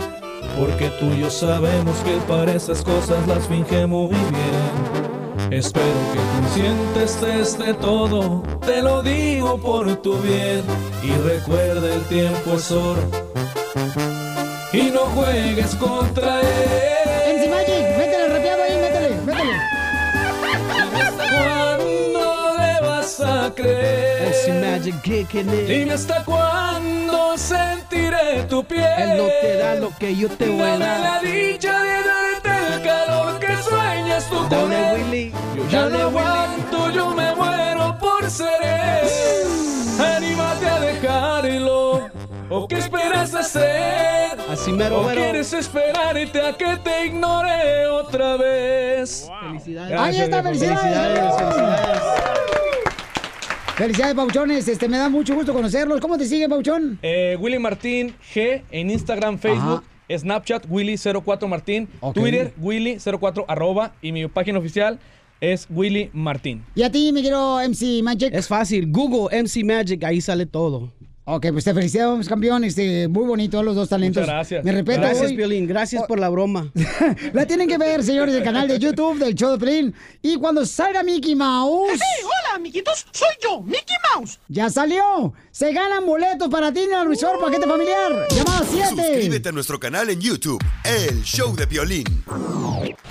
Speaker 24: Porque tú y yo sabemos que para esas cosas las finge muy bien. Espero que consciente estés de todo, te lo digo por tu bien. Y recuerda el tiempo es oro. Y no juegues contra
Speaker 21: Eh.
Speaker 24: él.
Speaker 2: MC Magic, métele rapeado ahí, métele, métele.
Speaker 24: ¿Cuándo le vas a creer?
Speaker 19: MC Magic, ¿qué, qué le-
Speaker 24: Dime hasta cuándo sentiré tu piel.
Speaker 19: Él no te da lo que yo te voy a
Speaker 24: Dame la
Speaker 19: dar.
Speaker 24: dicha de darte el calor que sueñas tú con
Speaker 19: Dale,
Speaker 24: él.
Speaker 19: Willy.
Speaker 24: Yo ya no
Speaker 19: Dale, Willy.
Speaker 24: aguanto, yo me muero por ser él. Anímate a dejarlo. ¿O qué esperas hacer?
Speaker 19: Así mero,
Speaker 24: ¿O
Speaker 19: mero.
Speaker 24: quieres esperarte a que te ignore otra vez?
Speaker 19: Felicidades.
Speaker 2: Ahí está, felicidades.
Speaker 19: Felicidades, felicidades.
Speaker 2: Felicidades, Pauchones. Este, me da mucho gusto conocerlos. ¿Cómo te siguen, Pauchón?
Speaker 20: Eh, Willy Martín G en Instagram, Facebook, Snapchat Willy04 Martín, Twitter Willy04 arroba y mi página oficial es Willy Martín.
Speaker 2: Y a ti, me quiero MC Magic.
Speaker 19: Es fácil. Google MC Magic, ahí sale todo.
Speaker 2: Ok, pues te felicitamos, campeón. Este, muy bonito los dos talentos.
Speaker 19: Muchas gracias.
Speaker 2: Me respeto.
Speaker 19: Gracias,
Speaker 2: hoy.
Speaker 19: Piolín. Gracias por la broma.
Speaker 2: La tienen que ver, señores, del canal de YouTube del show de Pelín. Y cuando salga Mickey Mouse.
Speaker 21: hola, amiguitos, soy yo, Mickey Mouse.
Speaker 2: ¡Ya salió! ¡Se ganan boletos para ti en el resort, paquete familiar! ¡Llamada 7!
Speaker 7: Suscríbete a nuestro canal en YouTube, El Show de Violín.
Speaker 10: Y momento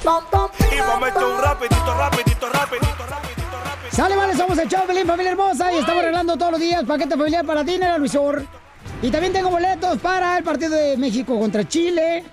Speaker 10: un rapidito, rapidito, rapidito.
Speaker 2: Sale, vale, somos el show Pelín, familia hermosa. Y estamos regalando todos los días paquete familiar para ti en el resort. Y también tengo boletos para el partido de México contra Chile.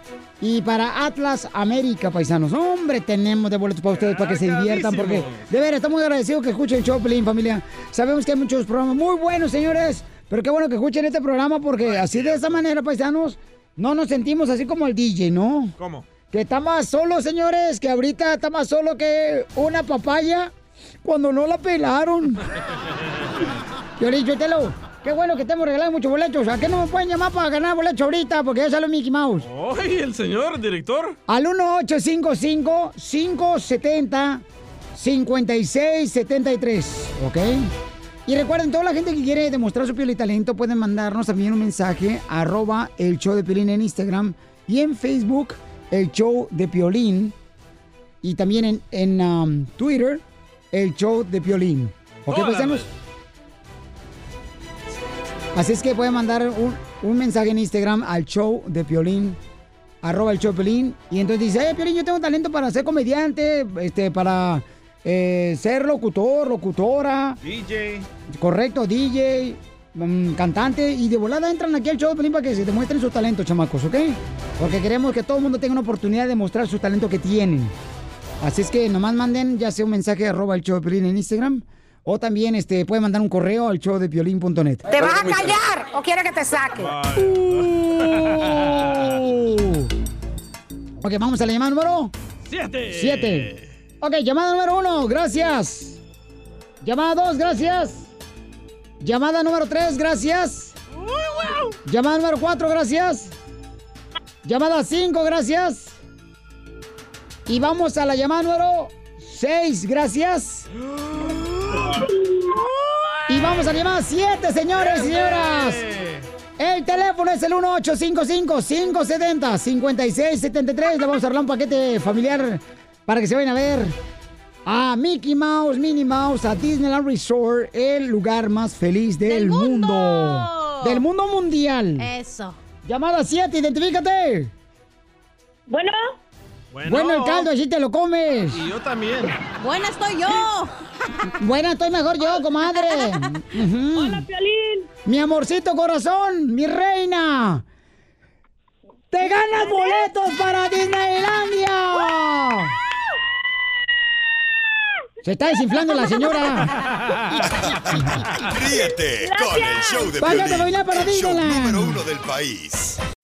Speaker 2: Y para Atlas América, paisanos. Hombre, tenemos de boletos para ustedes para que se diviertan. Porque, de veras, estamos muy agradecidos que escuchen el show Pelín, familia. Sabemos que hay muchos programas muy buenos, señores. Pero qué bueno que escuchen este programa porque así de esa manera, paisanos, no nos sentimos así como el DJ, ¿no?
Speaker 3: ¿Cómo?
Speaker 2: Que está más solo, señores, que ahorita está más solo que una papaya cuando no la pelaron. Piolín, yo te lo. Qué bueno que te hemos regalado muchos boletos. ¿A qué no me pueden llamar para ganar boletos ahorita? Porque ya salió Mickey Mouse.
Speaker 3: ¡Ay, el señor director!
Speaker 2: Al 1855-570-5673. ¿Ok? Y recuerden, toda la gente que quiere demostrar su piel y talento pueden mandarnos también un mensaje. Arroba el show de Piolín en Instagram y en Facebook, el show de Piolín. Y también en, en, um, Twitter, el show de Piolín. ¿Ok, Pues
Speaker 3: Hola,
Speaker 2: paisanos? Así es que pueden mandar un, un mensaje en Instagram al show de Piolín, arroba el show de Piolín. Y entonces dice, eh, Piolín, yo tengo talento para ser comediante, este, para eh, ser locutor, locutora,
Speaker 3: DJ.
Speaker 2: correcto, DJ, mm, cantante. Y de volada entran aquí al show de Piolín para que se demuestren su talento, chamacos, ¿ok? Porque queremos que todo el mundo tenga una oportunidad de mostrar su talento que tienen. Así es que nomás manden ya sea un mensaje arroba el show de Piolín en Instagram. O también este, pueden mandar un correo al show de piolín.net.
Speaker 21: ¿Te vas a callar o quiere que te saque?
Speaker 2: Uh. Ok, vamos a la llamada número
Speaker 21: Siete.
Speaker 2: Siete. Ok, llamada número uno, gracias. Llamada dos, gracias. Llamada número tres, gracias. Llamada número cuatro, gracias. Llamada cinco, gracias. Y vamos a la llamada número seis, gracias. Y vamos a la llamada siete, señores y señoras. El teléfono es el 1855-570-5673. Le vamos a arreglar un paquete familiar para que se vayan a ver a Mickey Mouse, Minnie Mouse, a Disneyland Resort, el lugar más feliz del, mundo. Eh. Del mundo mundial.
Speaker 9: Eso.
Speaker 2: Llamada 7, identifícate.
Speaker 21: Bueno.
Speaker 2: Bueno, el caldo, así te lo comes.
Speaker 3: Y yo también.
Speaker 9: Buena estoy yo.
Speaker 2: Buena, estoy mejor yo, comadre. Hola, Piolín. Mi amorcito corazón, mi reina. ¡Te ganas boletos para Disneylandia! Se está desinflando la
Speaker 7: *laughs*
Speaker 2: señora.
Speaker 7: *laughs* Ríete con el show de
Speaker 2: Vaya, te
Speaker 7: Piolín,
Speaker 2: doy la para
Speaker 7: el show
Speaker 2: Disneyland.
Speaker 7: número uno del país.